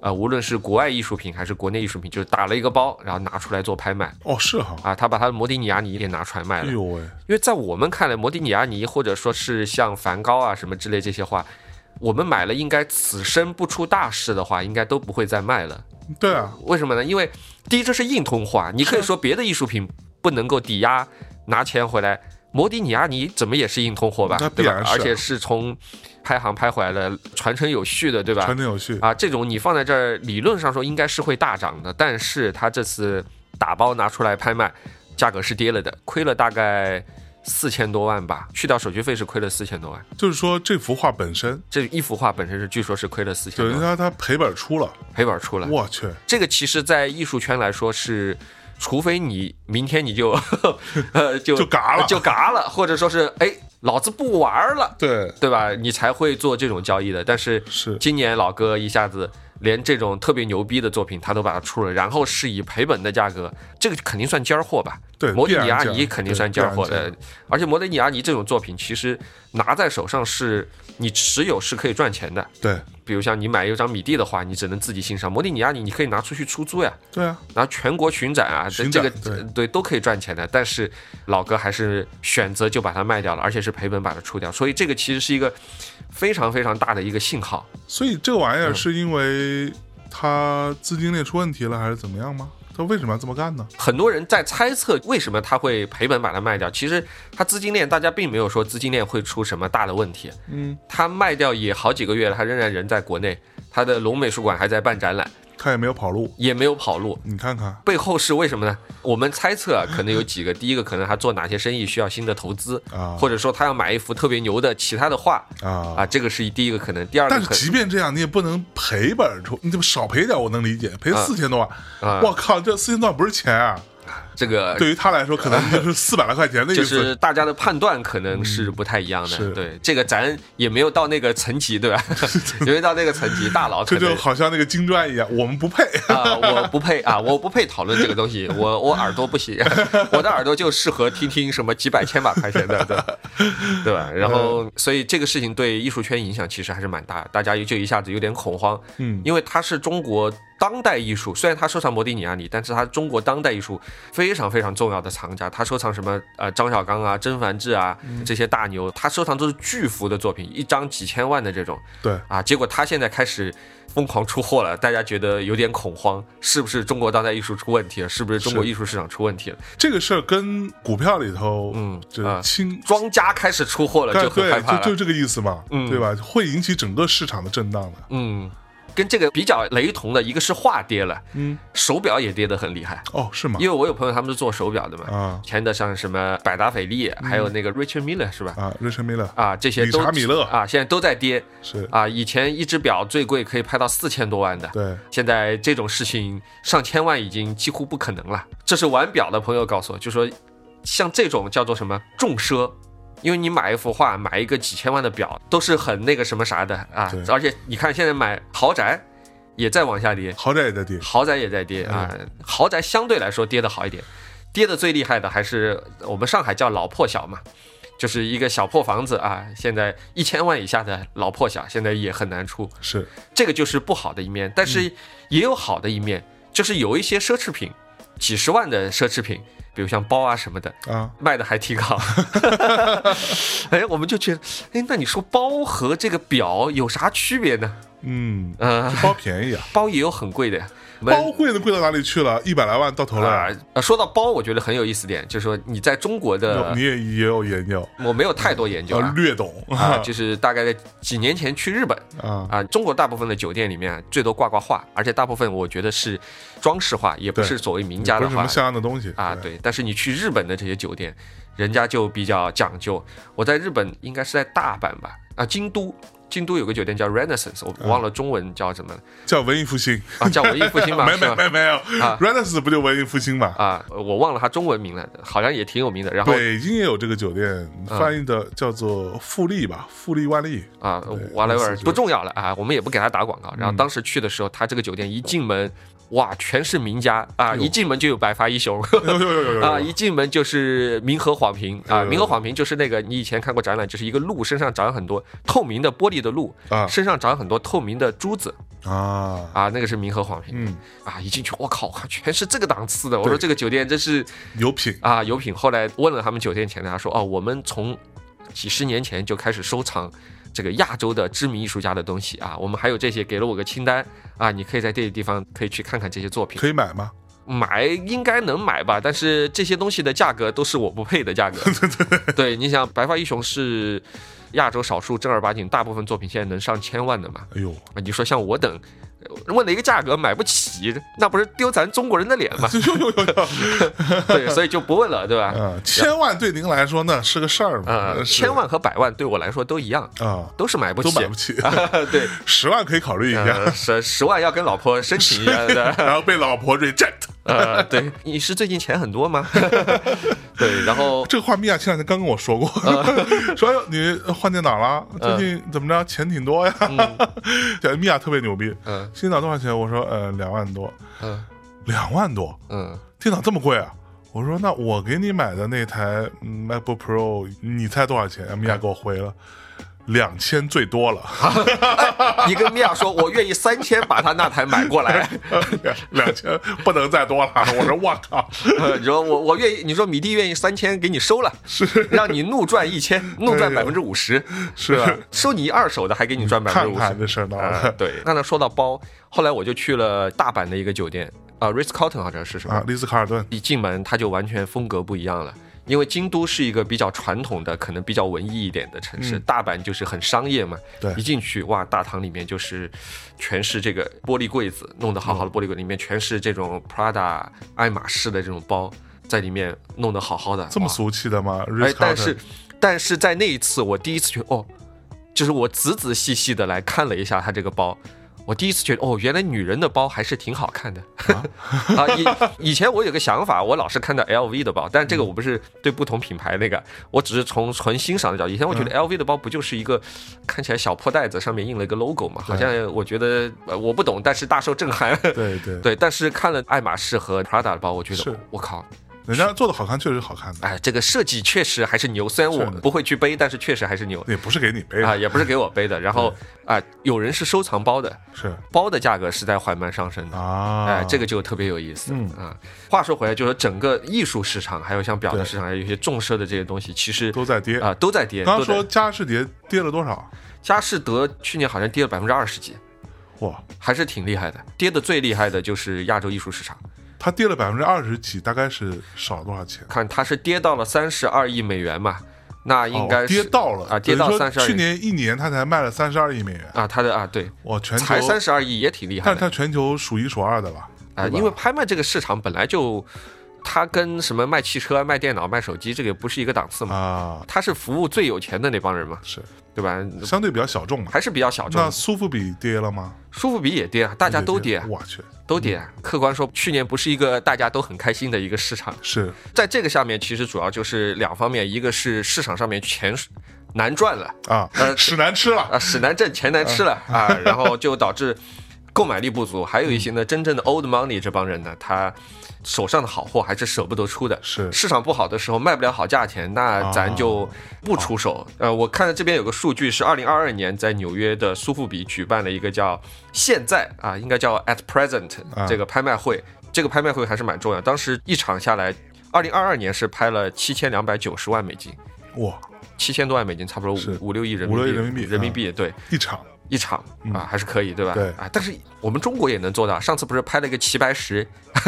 Speaker 2: 呃，无论是国外艺术品还是国内艺术品，就是打了一个包，然后拿出来做拍卖
Speaker 1: 哦是哈，
Speaker 2: 啊。他把他的摩迪尼亚尼也拿出来卖
Speaker 1: 哎
Speaker 2: 了，
Speaker 1: 呦喂
Speaker 2: 因为在我们看来，摩迪尼亚尼或者说是像梵高啊什么之类这些画，我们买了应该此生不出大事的话，应该都不会再卖了。
Speaker 1: 对啊
Speaker 2: 为什么呢？因为第一，这是硬通货啊，你可以说别的艺术品不能够抵押拿钱回来，摩迪尼亚尼怎么也是硬通货吧
Speaker 1: 那？必
Speaker 2: 对吧
Speaker 1: 然？是啊
Speaker 2: 而且是从拍行拍回来的，传承有序的，对吧
Speaker 1: 传？承有序
Speaker 2: 啊，这种你放在这儿，理论上说应该是会大涨的，但是它这次打包拿出来拍卖，价格是跌了的，亏了大概四千多万吧，去掉手续费是亏了四千多万，
Speaker 1: 就是说这幅画本身，
Speaker 2: 这一幅画本身是据说是亏了四千
Speaker 1: 就人
Speaker 2: 多万，
Speaker 1: 家他赔本出了，
Speaker 2: 赔本出来。
Speaker 1: 我去
Speaker 2: 这个其实，在艺术圈来说是，除非你明天你就， 呃，就
Speaker 1: 就嘎了
Speaker 2: 就嘎了，或者说是，哎，老子不玩了，
Speaker 1: 对
Speaker 2: 对吧？你才会做这种交易的。但是
Speaker 1: 是
Speaker 2: 今年老哥一下子连这种特别牛逼的作品他都把它出了，然后是以赔本的价格，这个肯定算尖儿货吧？
Speaker 1: 对
Speaker 2: 摩迪
Speaker 1: 必
Speaker 2: 尼
Speaker 1: 然
Speaker 2: 亚
Speaker 1: 这样
Speaker 2: 尼肯定
Speaker 1: 对
Speaker 2: 算尖儿
Speaker 1: 必然
Speaker 2: 货
Speaker 1: 这样
Speaker 2: 的，而且摩迪尼亚尼这种作品其实拿在手上是你持有是可以赚钱的。
Speaker 1: 对
Speaker 2: 比如像你买一张米蒂的话，你只能自己欣赏；摩迪尼亚尼你可以拿出去出租呀，
Speaker 1: 对啊
Speaker 2: 然后全国巡展啊，这
Speaker 1: 巡
Speaker 2: 这
Speaker 1: 展
Speaker 2: 个
Speaker 1: 对
Speaker 2: 对都可以赚钱的。但是老哥还是选择就把它卖掉了，而且是赔本把它出掉，所以这个其实是一个非常非常大的一个信号。
Speaker 1: 所以这玩意
Speaker 2: 嗯
Speaker 1: 儿是因为他资金链出问题了，还是怎么样吗？他为什么要这么干呢？
Speaker 2: 很多人在猜测为什么他会赔本把它卖掉，其实他资金链大家并没有说资金链会出什么大的问题。
Speaker 1: 嗯，
Speaker 2: 他卖掉也好几个月了，他仍然人在国内，他的龙美术馆还在办展览，
Speaker 1: 他也没有跑路，
Speaker 2: 也没有跑路。
Speaker 1: 你看看，
Speaker 2: 背后是为什么呢？我们猜测啊可能有几个，第一个可能他做哪些生意需要新的投资
Speaker 1: 啊
Speaker 2: 或者说他要买一幅特别牛的其他的画
Speaker 1: 啊
Speaker 2: 啊，这个是第一个可能。第二个
Speaker 1: 但是
Speaker 2: 可
Speaker 1: 即便这样，你也不能赔本出，你怎么少赔点？我能理解，赔四千多万，
Speaker 2: 啊
Speaker 1: 我靠，这四千多万不是钱啊！
Speaker 2: 这个
Speaker 1: 对于他来说，可能就是四百来块钱的意
Speaker 2: 哎就
Speaker 1: 思。
Speaker 2: 是大家的判断可能是不太一样
Speaker 1: 嗯
Speaker 2: 的。
Speaker 1: 是
Speaker 2: 对，这个咱也没有到那个层级，对吧？ 也没到那个层级，大佬可
Speaker 1: 这
Speaker 2: 能
Speaker 1: 就好像那个金砖一样，我们不 配。
Speaker 2: 啊、我不配啊，我不配讨论这个东西，我我耳朵不行，我的耳朵就适合听听什么几百千把块钱的，对吧对吧？然后，所以这个事情对艺术圈影响其实还是蛮大，大家就一下子有点恐慌，
Speaker 1: 嗯，
Speaker 2: 因为它是中国当代艺术，虽然它收藏摩迪尼亚尼，但是它中国当代艺术非常非常重要的藏家，他收藏什么呃张小刚啊、甄梵志啊这些大牛，他收藏都是巨幅的作品，一张几千万的这种，
Speaker 1: 对，
Speaker 2: 啊，结果他现在开始疯狂出货了，大家觉得有点恐慌，是不是中国当代艺术出问题了？是不是中国艺术市场出问题了？
Speaker 1: 这个事儿跟股票里头，
Speaker 2: 嗯
Speaker 1: 这
Speaker 2: 啊
Speaker 1: 清
Speaker 2: 庄家开始出货了，
Speaker 1: 对
Speaker 2: 就很害怕
Speaker 1: 对，就就
Speaker 2: 了。
Speaker 1: 这个意思嘛，
Speaker 2: 嗯
Speaker 1: 对吧？会引起整个市场的震荡的。
Speaker 2: 嗯，跟这个比较雷同的，一个是画跌了，
Speaker 1: 嗯，
Speaker 2: 手表也跌得很厉害。
Speaker 1: 哦，是吗
Speaker 2: 因？为我有朋友他们是做手表的嘛，
Speaker 1: 啊嗯
Speaker 2: 前的像什么百达翡丽，还有那个 Richard Miller 是吧？
Speaker 1: 啊，瑞士米勒
Speaker 2: 啊，这些
Speaker 1: 理
Speaker 2: 都
Speaker 1: 查米勒
Speaker 2: 啊，现在都在跌
Speaker 1: 是，
Speaker 2: 啊。以前一只表最贵可以拍到四千多万的，
Speaker 1: 对，
Speaker 2: 现在这种事情上千万已经几乎不可能了。这是玩表的朋友告诉我，就说像这种叫做什么重奢，因为你买一幅画，买一个几千万的表，都是很那个什么啥的啊
Speaker 1: 对。
Speaker 2: 而且你看现在买豪宅也在往下跌，
Speaker 1: 豪宅也在跌。
Speaker 2: 豪宅也在跌啊，豪宅相对来说跌得好一点。跌的最厉害的还是我们上海叫老破小嘛，就是一个小破房子啊，现在一千万以下的老破小现在也很难出，
Speaker 1: 是
Speaker 2: 这个就是不好的一面，
Speaker 1: 嗯
Speaker 2: 但是也有好的一面，就是有一些奢侈品，几十万的奢侈品，比如像包啊什么的，
Speaker 1: 啊，
Speaker 2: 卖的还 挺好。 哎，我们就觉得，哎，那你说包和这个表有啥区别呢？
Speaker 1: 嗯，
Speaker 2: 呃，
Speaker 1: 包便 宜啊，
Speaker 2: 包也有很贵的呀。我们
Speaker 1: 包贵的贵到哪里去了？一百来万到头了，
Speaker 2: 啊、呃，说到包，我觉得很有意思点，就是说你在中国的
Speaker 1: 你，也也有研究，
Speaker 2: 我没有太多研究
Speaker 1: 要
Speaker 2: 啊，
Speaker 1: 略懂
Speaker 2: 啊，就是大概在几年前去日本，
Speaker 1: 啊，
Speaker 2: 啊，中国大部分的酒店里面啊最多挂挂画，而且大部分我觉得是装饰画，也不
Speaker 1: 对
Speaker 2: 是所谓名家
Speaker 1: 不
Speaker 2: 的
Speaker 1: 是什么
Speaker 2: 画
Speaker 1: 像样的东西
Speaker 2: 啊。，对，但是你去日本的这些酒店，人家就比较讲究。我在日本应该是在大阪吧，啊，京都，京都有个酒店叫 Renaissance，我
Speaker 1: 嗯
Speaker 2: 忘了中文叫什么了
Speaker 1: 叫文艺复兴，
Speaker 2: 啊，叫 文艺复兴吧，
Speaker 1: 没
Speaker 2: 是
Speaker 1: 没
Speaker 2: 吧
Speaker 1: 没没有
Speaker 2: 啊
Speaker 1: ，Renaissance 不就文艺复兴嘛？
Speaker 2: 啊，我忘了它中文名了，好像也挺有名的。然后
Speaker 1: 北京也有这个酒店，翻译的叫做富丽吧，
Speaker 2: 嗯
Speaker 1: 富丽万 丽
Speaker 2: 啊
Speaker 1: 对
Speaker 2: ，whatever
Speaker 1: 类似
Speaker 2: 不重要了啊，我们也不给他打
Speaker 1: 嗯
Speaker 2: 广告。然后当时去的时候，他这个酒店一进门，哇，全是名家
Speaker 1: 哎
Speaker 2: 啊，一进门就有白发一雄。
Speaker 1: 有有有有有
Speaker 2: 啊，
Speaker 1: 有
Speaker 2: 一进门就是明和晃瓶啊，
Speaker 1: 嗯
Speaker 2: 明和晃瓶就是那个你以前看过展览，就是一个鹿身上长很多透明的玻璃的鹿，
Speaker 1: 啊
Speaker 2: 身上长很多透明的珠子
Speaker 1: 啊，
Speaker 2: 啊，那个是明和晃瓶
Speaker 1: 嗯，
Speaker 2: 啊。一进去，我靠，全是这个档次的。我说这个酒店真是
Speaker 1: 有品
Speaker 2: 啊有品。后来问了他们酒店前台，他说哦，我们从几十年前就开始收藏。这个亚洲的知名艺术家的东西啊，我们还有这些，给了我个清单啊，你可以在这些地方可以去看看这些作品。
Speaker 1: 可以买吗？
Speaker 2: 买应该能买吧，但是这些东西的价格都是我不配的 价格。对，你想，白发一雄是亚洲少数正儿八经，大部分作品现在能上千万的嘛？
Speaker 1: 哎呦，
Speaker 2: 啊你说像我等呃问了一个价格买不起，那不是丢咱中国人的脸 吗？
Speaker 1: 有有有有，
Speaker 2: 对，所以就不问了，对吧？
Speaker 1: 啊，千万对您来说那是个事儿嘛
Speaker 2: 呃，，
Speaker 1: 是
Speaker 2: 千万和百万对我来说都一样，
Speaker 1: 啊
Speaker 2: 都是买不
Speaker 1: 都
Speaker 2: 起。
Speaker 1: 买不起，
Speaker 2: 对，
Speaker 1: 十万可以考虑一下，
Speaker 2: 呃， 十十万要跟老婆申请 一下的。
Speaker 1: 然后被老婆 reject。
Speaker 2: 呃，对，你是最近钱很多吗？ 对，然后
Speaker 1: 这个话米娅前两天刚跟我说过，
Speaker 2: 啊
Speaker 1: 说哎呦你换电脑了，最近怎么着钱挺多呀？ 对米娅特别牛逼，
Speaker 2: 嗯
Speaker 1: 新电脑多少钱？我说呃两万多，
Speaker 2: 嗯
Speaker 1: 两万多，
Speaker 2: 嗯
Speaker 1: 电脑这么贵啊？我说那我给你买的那台嗯 MacBook Pro，你猜多少钱？哎米娅给我回了。两千最多了，
Speaker 2: 你跟米娅说，我愿意三千把他那台买过来。
Speaker 1: 两千不能再多了。我说我靠，
Speaker 2: 呃你说我我愿意，你说米蒂愿意三千给你收了，是让你怒赚 一千，怒赚百分之五十，
Speaker 1: 是啊
Speaker 2: 吧？收你一二手的还给你赚百分之
Speaker 1: 看
Speaker 2: 五
Speaker 1: 看
Speaker 2: 十。
Speaker 1: 这事儿闹
Speaker 2: 啊
Speaker 1: 的
Speaker 2: 对，刚才说到包，后来我就去了大阪的一个酒店啊，Ritz Carlton 好像是什么
Speaker 1: 啊，，丽兹卡尔顿
Speaker 2: 一进门它就完全风格不一样了。因为京都是一个比较传统的，可能比较文艺一点的城市，大阪就是很商业嘛。
Speaker 1: 嗯对
Speaker 2: 一进去哇，大堂里面就是全是这个玻璃柜子，弄得好
Speaker 1: 嗯
Speaker 2: 好的玻璃柜，里面全是这种 Prada、爱马仕的这种包，在里面弄得好好的。
Speaker 1: 这么
Speaker 2: 哇
Speaker 1: 俗气的吗？
Speaker 2: 哎
Speaker 1: Ritz，
Speaker 2: 但是但是在那一次，我第一次觉得哦，就是我仔仔细细的来看了一下他这个包，我第一次觉得哦，原来女人的包还是挺好看的 啊！以以前我有个想法，我老是看到 LV 的包，但这个我不是对不同品牌那个，我只是从纯欣赏的角度。以前我
Speaker 1: 嗯
Speaker 2: 觉得 LV 的包不就是一个看起来小破袋子，上面印了一个 logo 嘛？好像我觉得呃我不懂，但是大受震撼。
Speaker 1: 对对，
Speaker 2: 对，但是看了爱马仕和 Prada 的包，我觉
Speaker 1: 是
Speaker 2: 得我靠，
Speaker 1: 人家做的好看确实好看的，
Speaker 2: 哎，这个设计确实还是牛，虽然我
Speaker 1: 是的
Speaker 2: 不会去背，但是确实还是牛
Speaker 1: 也不是给你背
Speaker 2: 啊，
Speaker 1: 的，
Speaker 2: 也不是给我背的。然后啊，有人是收藏包的，
Speaker 1: 是
Speaker 2: 包的价格是在缓慢上升的。
Speaker 1: 啊，嗯
Speaker 2: 哎，这个就特别有意思、啊。话说回来，就是整个艺术市场，还有像表达市场，还有一些重奢的这些东西，其实
Speaker 1: 都在跌
Speaker 2: 啊、。都在跌。
Speaker 1: 刚
Speaker 2: 都
Speaker 1: 刚
Speaker 2: 在
Speaker 1: 说佳士得跌了多少？
Speaker 2: 佳士得去年好像跌了百分之二十几，
Speaker 1: 哇，
Speaker 2: 还是挺厉害的。跌的最厉害的就是亚洲艺术市场，
Speaker 1: 它跌了百分之二十几，大概是少了多少钱？
Speaker 2: 看它是跌到了三十二亿美元嘛，那应该
Speaker 1: 哦、
Speaker 2: 是、
Speaker 1: 跌到了
Speaker 2: 啊，跌到
Speaker 1: 等于说
Speaker 2: 三十二
Speaker 1: 去
Speaker 2: 亿
Speaker 1: 年一年它才卖了三十二亿美元，
Speaker 2: 啊，它的啊对。
Speaker 1: 哇，全球
Speaker 2: 才三，十二亿也挺厉害
Speaker 1: 但是
Speaker 2: 的
Speaker 1: 它全球数一数二的了
Speaker 2: 啊，
Speaker 1: 对吧
Speaker 2: 因为拍卖这个市场本来就，它跟什么卖汽车、卖电脑、卖手机这个不是一个档次嘛，
Speaker 1: 啊，
Speaker 2: 它是服务最有钱的那帮人嘛，
Speaker 1: 是
Speaker 2: 对吧？
Speaker 1: 相对比较小众嘛。
Speaker 2: 还是比较小众
Speaker 1: 那，苏富比跌了吗？
Speaker 2: 舒富比也跌啊，大家都跌啊，
Speaker 1: 我去，
Speaker 2: 都跌啊。客观说，去年不是一个大家都很开心的一个市场，
Speaker 1: 是
Speaker 2: 在这个下面其实主要就是两方面，一个是市场上面钱难赚了呃
Speaker 1: 啊，屎难吃了
Speaker 2: 啊，屎难挣，钱难吃了啊，然后就导致。购买力不足，还有一
Speaker 1: 嗯
Speaker 2: 些呢，真正的 old money 这帮人呢，他手上的好货还是舍不得出的。
Speaker 1: 是
Speaker 2: 市场不好的时候卖不了好价钱，
Speaker 1: 啊
Speaker 2: 那咱就不出手。呃，我看这边有个数据是，二零二二年在纽约的苏富比举办了一个叫“现在”啊，应该叫 “at present”
Speaker 1: 啊
Speaker 2: 这个拍卖会。这个拍卖会还是蛮重要，当时一场下来，二零二二年是拍了七千两百九十万美金，
Speaker 1: 哇，
Speaker 2: 七千多万美金，差不多
Speaker 1: 是
Speaker 2: 五五六亿人
Speaker 1: 五
Speaker 2: 民币，
Speaker 1: 六亿人民币
Speaker 2: 人民币对。
Speaker 1: 一场
Speaker 2: 一场啊，还是可以，对吧？
Speaker 1: 对
Speaker 2: 啊，但是我们中国也能做到。上次不是拍了一个齐 白石，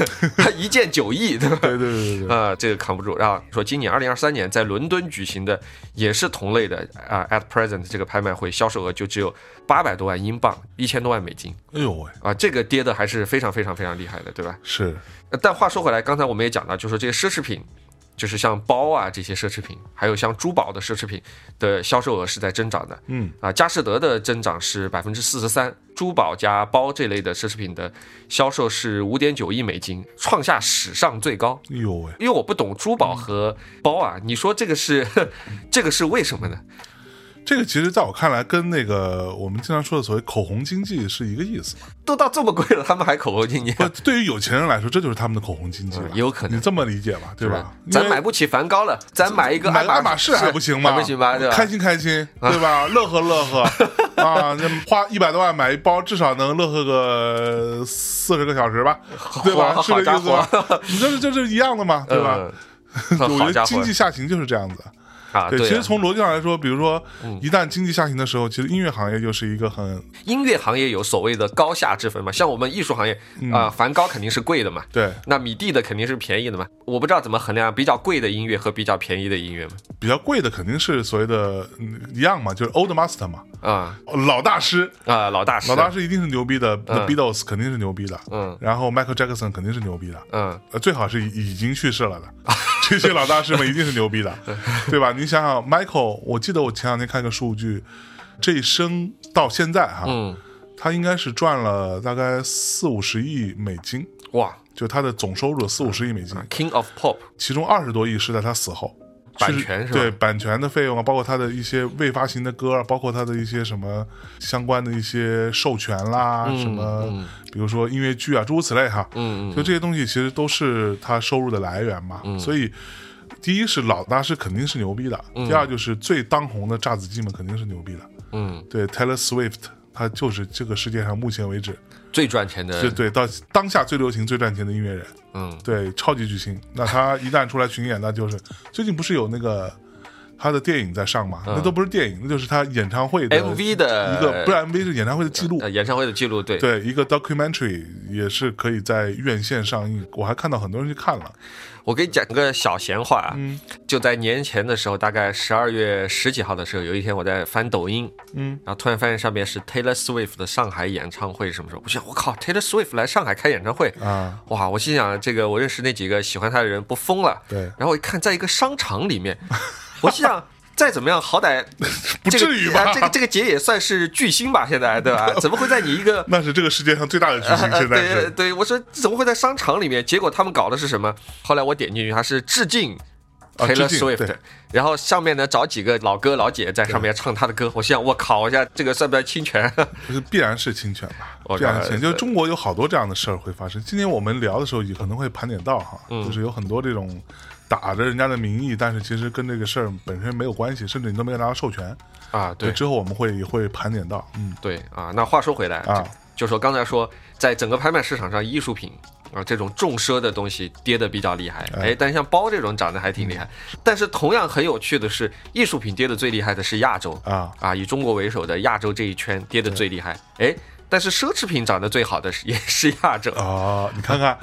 Speaker 2: 一见九亿， 对吧？
Speaker 1: 对对对对对，
Speaker 2: 呃，这个扛不住。然后说，今年二零二三年在伦敦举行的也是同类的啊、a t present 这个拍卖会，销售额就只有八百多万英镑，一千多万美金
Speaker 1: 哎呦喂，
Speaker 2: 啊、这个跌的还是非常非常非常厉害的，对吧？
Speaker 1: 是
Speaker 2: 呃但话说回来，刚才我们也讲到，就是这个奢侈品，就是像包啊这些奢侈品，还有像珠宝的奢侈品的销售额是在增长的。
Speaker 1: 嗯，
Speaker 2: 啊，佳士得的增长是百分之四十三，珠宝加包这类的奢侈品的销售是五点九亿美金，创下史上最高。
Speaker 1: 哎呦喂，
Speaker 2: 因为我不懂珠
Speaker 1: 嗯
Speaker 2: 宝和包啊，你说这个是这个是为什么呢？
Speaker 1: 这个其实在我看来跟那个我们经常说的所谓口红经济是一个意思嘛。
Speaker 2: 都到这么贵了，他们还口红经济？
Speaker 1: 不，对于有钱人来说，这就是他们的口红经济了
Speaker 2: 嗯，也呃有可能啊
Speaker 1: 你这么理解吧，对吧？因
Speaker 2: 咱
Speaker 1: 为
Speaker 2: 买不起梵高了，咱买一个
Speaker 1: 买
Speaker 2: 爱
Speaker 1: 个爱马仕还不行吗？
Speaker 2: 还不行吧？对吧？嗯啊
Speaker 1: 开心开心，对吧？乐呵乐 呵啊！那花一百多万买一包，至少能乐呵个四十个小时吧，对吧？
Speaker 2: 好
Speaker 1: 是这
Speaker 2: 家
Speaker 1: 意思吧
Speaker 2: 伙？
Speaker 1: 你这是这是一样的嘛，对吧？
Speaker 2: 嗯？
Speaker 1: 我
Speaker 2: 好
Speaker 1: 觉得
Speaker 2: 家
Speaker 1: 经
Speaker 2: 伙
Speaker 1: 济下行就是这样子。
Speaker 2: 啊！
Speaker 1: 对，
Speaker 2: 对啊，嗯
Speaker 1: 其实从逻辑上来说，比如说，一旦经济下行的时候，其实音乐行业就是一个很
Speaker 2: 音乐行业有所谓的高下之分嘛，像我们艺术行业
Speaker 1: 嗯
Speaker 2: 啊，梵高肯定是贵的嘛，
Speaker 1: 对
Speaker 2: 那米蒂的肯定是便宜的嘛。我不知道怎么衡量比较贵的音乐和比较便宜的音乐嘛。
Speaker 1: 比较贵的，肯定是所谓的嗯一样嘛，就是 old master 嘛，
Speaker 2: 啊
Speaker 1: 老大师，
Speaker 2: 啊，老大师，
Speaker 1: 老大师一定是牛逼的，The
Speaker 2: 嗯
Speaker 1: Beatles 肯定是牛逼的，
Speaker 2: 嗯
Speaker 1: 然后 Michael Jackson 肯定是牛逼的，
Speaker 2: 嗯，
Speaker 1: 呃，最好是已已经去世了的， 这些老大师们一定是牛 逼的，对吧？你想想，Michael，我记得我前两天看个数据，这一生到现在哈，
Speaker 2: 嗯
Speaker 1: 他应该是赚了大概四五十亿美金，
Speaker 2: 哇
Speaker 1: 就他的总收入四五十亿美金，
Speaker 2: ，King of Pop，
Speaker 1: 其中二十多亿是在他死后。
Speaker 2: 版权是吧
Speaker 1: 对版权的费用啊，包括他的一些未发行的歌啊，包括他的一些什么相关的一些授权啦，什么、比如说音乐剧啊，诸如此类哈。
Speaker 2: 嗯
Speaker 1: 就这些东西其实都是他收入的来源嘛。所以，第一是老大是肯定是牛逼的，第二就是最当红的炸子鸡们肯定是牛逼的。
Speaker 2: 嗯，
Speaker 1: 对，Taylor Swift，他就是这个世界上目前为止，
Speaker 2: 最赚钱
Speaker 1: 对
Speaker 2: 的，
Speaker 1: 对，到当下最流行、最赚钱的音乐人，
Speaker 2: 嗯
Speaker 1: 对，超级巨星。那他一旦出来巡演，那就是最近不是有那个他的电影在上嘛？
Speaker 2: 嗯
Speaker 1: 那都不是电影，那就是他演唱会的
Speaker 2: ，MV 的
Speaker 1: 一个，不是 MV 是演唱会的记录。
Speaker 2: 呃演唱会的记录，对，
Speaker 1: 对，一个 documentary 也是可以在院线上映，我还看到很多人去看了。
Speaker 2: 我给你讲个小闲话啊，
Speaker 1: 嗯
Speaker 2: 就在年前的时候，大概十二月十几号的时候，有一天我在翻抖音，
Speaker 1: 嗯，
Speaker 2: 然后突然发现上面是 Taylor Swift 的上海演唱会什么时候？我想，我靠，Taylor Swift 来上海开演唱会
Speaker 1: 啊！
Speaker 2: 哇，我心想，这个我认识那几个喜欢他的人不疯了？
Speaker 1: 对
Speaker 2: 然后我一看，在一个商场里面， 我心想。再怎么样，好歹
Speaker 1: 不
Speaker 2: 这个
Speaker 1: 至于吧
Speaker 2: 啊这个这个姐也算是巨星吧，现在对吧？怎么会在你一 个
Speaker 1: 那是这个世界上最大的 巨 星，现在
Speaker 2: 对
Speaker 1: 是
Speaker 2: 对，我说怎么会在商场里面？结果他们搞的是什么？后来我点进去，它是致敬。
Speaker 1: 啊
Speaker 2: Taylor
Speaker 1: 致敬
Speaker 2: Swift，
Speaker 1: 对
Speaker 2: 然后上面呢找几个老哥老姐在上面唱他的歌，我想我靠一下，这个算不算侵权？
Speaker 1: 不是必然是侵权吧？
Speaker 2: 我
Speaker 1: 必然
Speaker 2: 看
Speaker 1: 是侵权，就是中国有好多这样的事儿会发生。今天我们聊的时候也可能会盘点到哈，
Speaker 2: 嗯
Speaker 1: 就是有很多这种打着人家的名义，但是其实跟这个事儿本身没有关系，甚至你都没有拿到授权。
Speaker 2: 啊，
Speaker 1: 就之后我们会也会盘点到，嗯
Speaker 2: 对啊，那话说回来
Speaker 1: 啊，
Speaker 2: 就就说刚才说，在整个拍卖市场上，艺术品啊这种重奢的东西跌得比较厉害，哎，但是像包这种涨得还挺厉害。
Speaker 1: 嗯
Speaker 2: 但是同样很有趣的是，艺术品跌得最厉害的是亚洲
Speaker 1: 啊，
Speaker 2: 啊，以中国为首的亚洲这一圈跌得最厉害，哎，但是奢侈品涨得最好的是也是亚洲
Speaker 1: 啊，你看 看，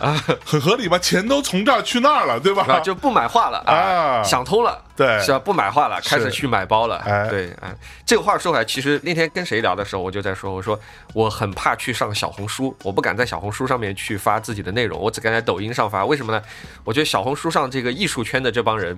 Speaker 1: 很合理吧？钱都从这儿去那儿了，对
Speaker 2: 啊，
Speaker 1: 吧？
Speaker 2: 就不买画了
Speaker 1: 哦啊
Speaker 2: 想通了，
Speaker 1: 对
Speaker 2: 是吧？啊不买画了，开始去买包了，
Speaker 1: 哎
Speaker 2: 对，哎，这个话说回来，其实那天跟谁聊的时候，我就在说，我说我很怕去上小红书，我不敢在小红书上面去发自己的内容，我只敢在抖音上发，为什么呢？我觉得小红书上这个艺术圈的这帮人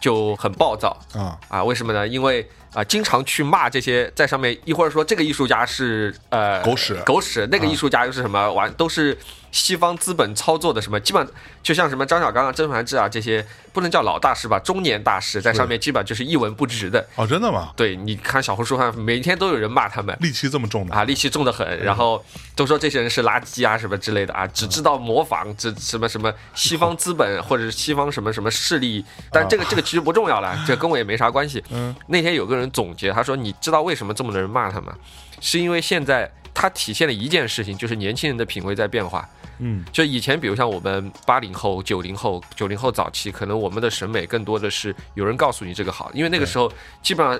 Speaker 2: 就很暴躁，
Speaker 1: 啊，
Speaker 2: 啊，为什么呢？因为啊、经常去骂这些在上面一会儿说这个艺术家是呃
Speaker 1: 狗屎啊
Speaker 2: 狗屎，那个艺术家又是什么玩，都是西方资本操作的什么，基本就像什么张小刚啊、甄嬛志啊这些，不能叫老大师吧，中年大师在上面基本就是一文不值的。
Speaker 1: 哦，真的吗？
Speaker 2: 对，你看小红书上每天都有人骂他们。
Speaker 1: 戾气这么重的
Speaker 2: 啊，戾气重得很，然后都说这些人是垃圾啊什么之类的啊，只知道模仿，只什么什么西方资本或者是西方什么什么势力，但这个这个其实不重要了，这跟我也没啥关系。
Speaker 1: 啊嗯，
Speaker 2: 那天有个人总结，他说你知道为什么这么多人骂他吗？是因为现在它体现了一件事情，就是年轻人的品味在变化。
Speaker 1: 嗯，
Speaker 2: 就以前，比如像我们八零后、九零后、九零后早期，可能我们的审美更多的是有人告诉你这个好，因为那个时候基本上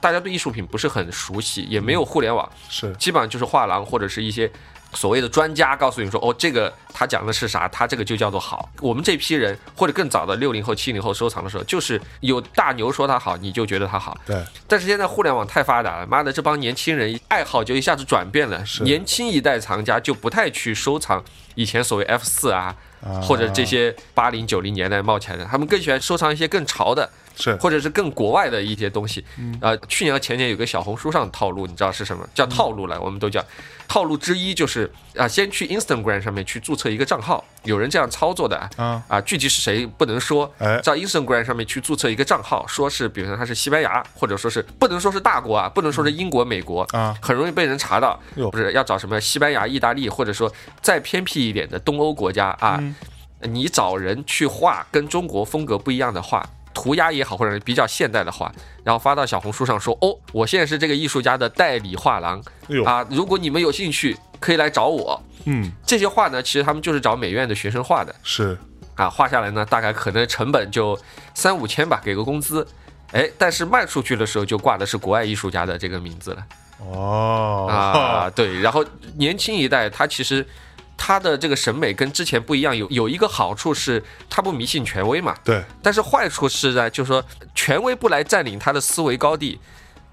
Speaker 2: 大家对艺术品不是很熟悉，也没有互联网，
Speaker 1: 是
Speaker 2: 基本上就是画廊或者是一些所谓的专家告诉你说，哦，这个他讲的是啥，他这个就叫做好。我们这批人或者更早的六零后、七零后收藏的时候，就是有大牛说他好，你就觉得他好。
Speaker 1: 对，
Speaker 2: 但是现在互联网太发达了，妈的，这帮年轻人爱好就一下子转变了
Speaker 1: 是，
Speaker 2: 年轻一代藏家就不太去收藏以前所谓 F 四啊，
Speaker 1: 啊
Speaker 2: 或者这些八零九零年代冒起来的，他们更喜欢收藏一些更潮的，
Speaker 1: 是
Speaker 2: 或者是更国外的一些东西。呃，去年和前年有个小红书上套路，你知道是什么？叫套路了，我们都叫套路之一就是啊、先去 Instagram 上面去注册一个账号，有人这样操作的啊。
Speaker 1: 啊，
Speaker 2: 啊，具体是谁不能说
Speaker 1: 哎，
Speaker 2: 在 Instagram 上面去注册一个账号，说是，比如说他是西班牙，或者说是不能说是大国啊，不能说是英国、美国
Speaker 1: 啊哎
Speaker 2: 很容易被人查到
Speaker 1: 哟。
Speaker 2: 不是要找什么西班牙、意大利，或者说再偏僻一点的东欧国家啊，
Speaker 1: 嗯
Speaker 2: 你找人去画跟中国风格不一样的画。涂鸦也好，或者是比较现代的画，然后发到小红书上说：“哦，我现在是这个艺术家的代理画廊
Speaker 1: 哎呦，
Speaker 2: 啊，如果你们有兴趣，可以来找我。
Speaker 1: 嗯，”
Speaker 2: 这些画呢，其实他们就是找美院的学生画的，
Speaker 1: 是
Speaker 2: 啊，画下来呢，大概可能成本就三五千吧，给个工资。哎，但是卖出去的时候就挂的是国外艺术家的这个名字了
Speaker 1: 哦
Speaker 2: 啊，，对。然后年轻一代他其实他的这个审美跟之前不一样，有有一个好处是他不迷信权威嘛，
Speaker 1: 对，
Speaker 2: 但是坏处是呢，就是说权威不来占领他的思维高地，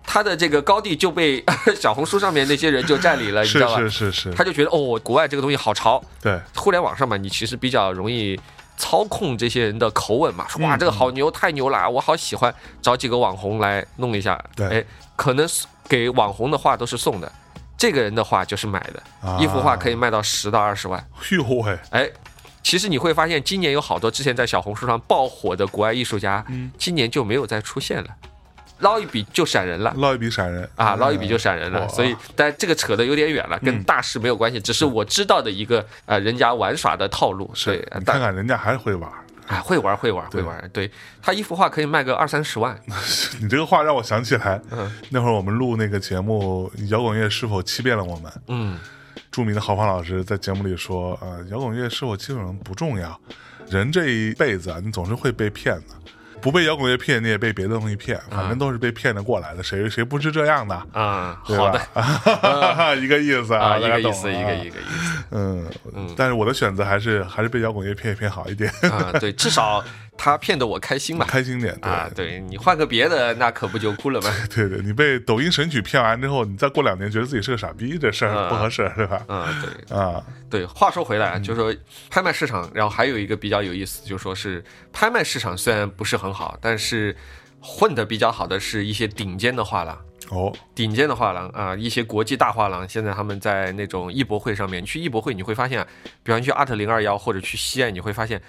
Speaker 2: 他的这个高地就被 小红书上面那些人就占领了，你知
Speaker 1: 是
Speaker 2: 道吧？
Speaker 1: 是是是，
Speaker 2: 他就觉得哦，国外这个东西好潮，
Speaker 1: 对，
Speaker 2: 互联网上嘛，你其实比较容易操控这些人的口吻嘛，
Speaker 1: 嗯
Speaker 2: 说哇这个好牛，太牛了，我好喜欢，找几个网红来弄一下，
Speaker 1: 对
Speaker 2: 哎，可能是给网红的话都是送的，这个人的话就是买的，
Speaker 1: 啊
Speaker 2: 一幅画可以卖到十到二十万，
Speaker 1: 哟喂，
Speaker 2: 哎。其实你会发现，今年有好多之前在小红书上爆火的国外艺术家，
Speaker 1: 嗯
Speaker 2: 今年就没有再出现了，捞一笔就闪人了。
Speaker 1: 捞一笔闪人
Speaker 2: 啊，捞一笔就闪人
Speaker 1: 嗯哇嗯
Speaker 2: 了。所以，但这个扯得有点远了，跟大师没有关系，只是我知道的一个呃人家玩耍的套路。
Speaker 1: 是，，
Speaker 2: 对
Speaker 1: 你看
Speaker 2: 但
Speaker 1: 看人家还是会玩儿。
Speaker 2: 啊，会玩会玩会玩，对他一幅画可以卖个二三十万，
Speaker 1: 你这个话让我想起来，
Speaker 2: 嗯
Speaker 1: 那会儿我们录那个节目《摇滚乐是否欺骗了我们》，
Speaker 2: 嗯，
Speaker 1: 著名的郝芳老师在节目里说，呃，摇滚乐是否欺骗了我们不重要，人这一辈子啊，你总是会被骗的。不被摇滚乐骗，你也被别的东西骗，反正都是被骗着过来的。谁谁不是这样的？
Speaker 2: 啊，
Speaker 1: 对
Speaker 2: 好的
Speaker 1: 吧？ 一个意思
Speaker 2: 啊，
Speaker 1: 啊，
Speaker 2: 一
Speaker 1: 大家
Speaker 2: 个
Speaker 1: 懂
Speaker 2: 意思，
Speaker 1: 了
Speaker 2: 一
Speaker 1: 啊
Speaker 2: 个一个意思
Speaker 1: 嗯，但是我的选择还是还是被摇滚乐骗一骗好一点，
Speaker 2: 啊，对，至少他骗得我开心吧。
Speaker 1: 开心点。 对、
Speaker 2: 啊，对你换个别的，那可不就哭了吗？
Speaker 1: 对对，你被抖音神曲骗完之后，你再过两年觉得自己是个傻逼，这事儿
Speaker 2: 嗯
Speaker 1: 不合适，对吧？
Speaker 2: 啊，对，
Speaker 1: 啊，
Speaker 2: 对，话说回来啊，就是说拍卖市场，然后还有一个比较有意思，就是说是拍卖市场虽然不是很好，但是混得比较好的是一些顶尖的画廊。
Speaker 1: 哦，
Speaker 2: 顶尖的画廊啊、一些国际大画廊，现在他们在那种艺博会上面，你去艺博会你会发现、啊，比方去阿特零二幺或者去西安，你会发现，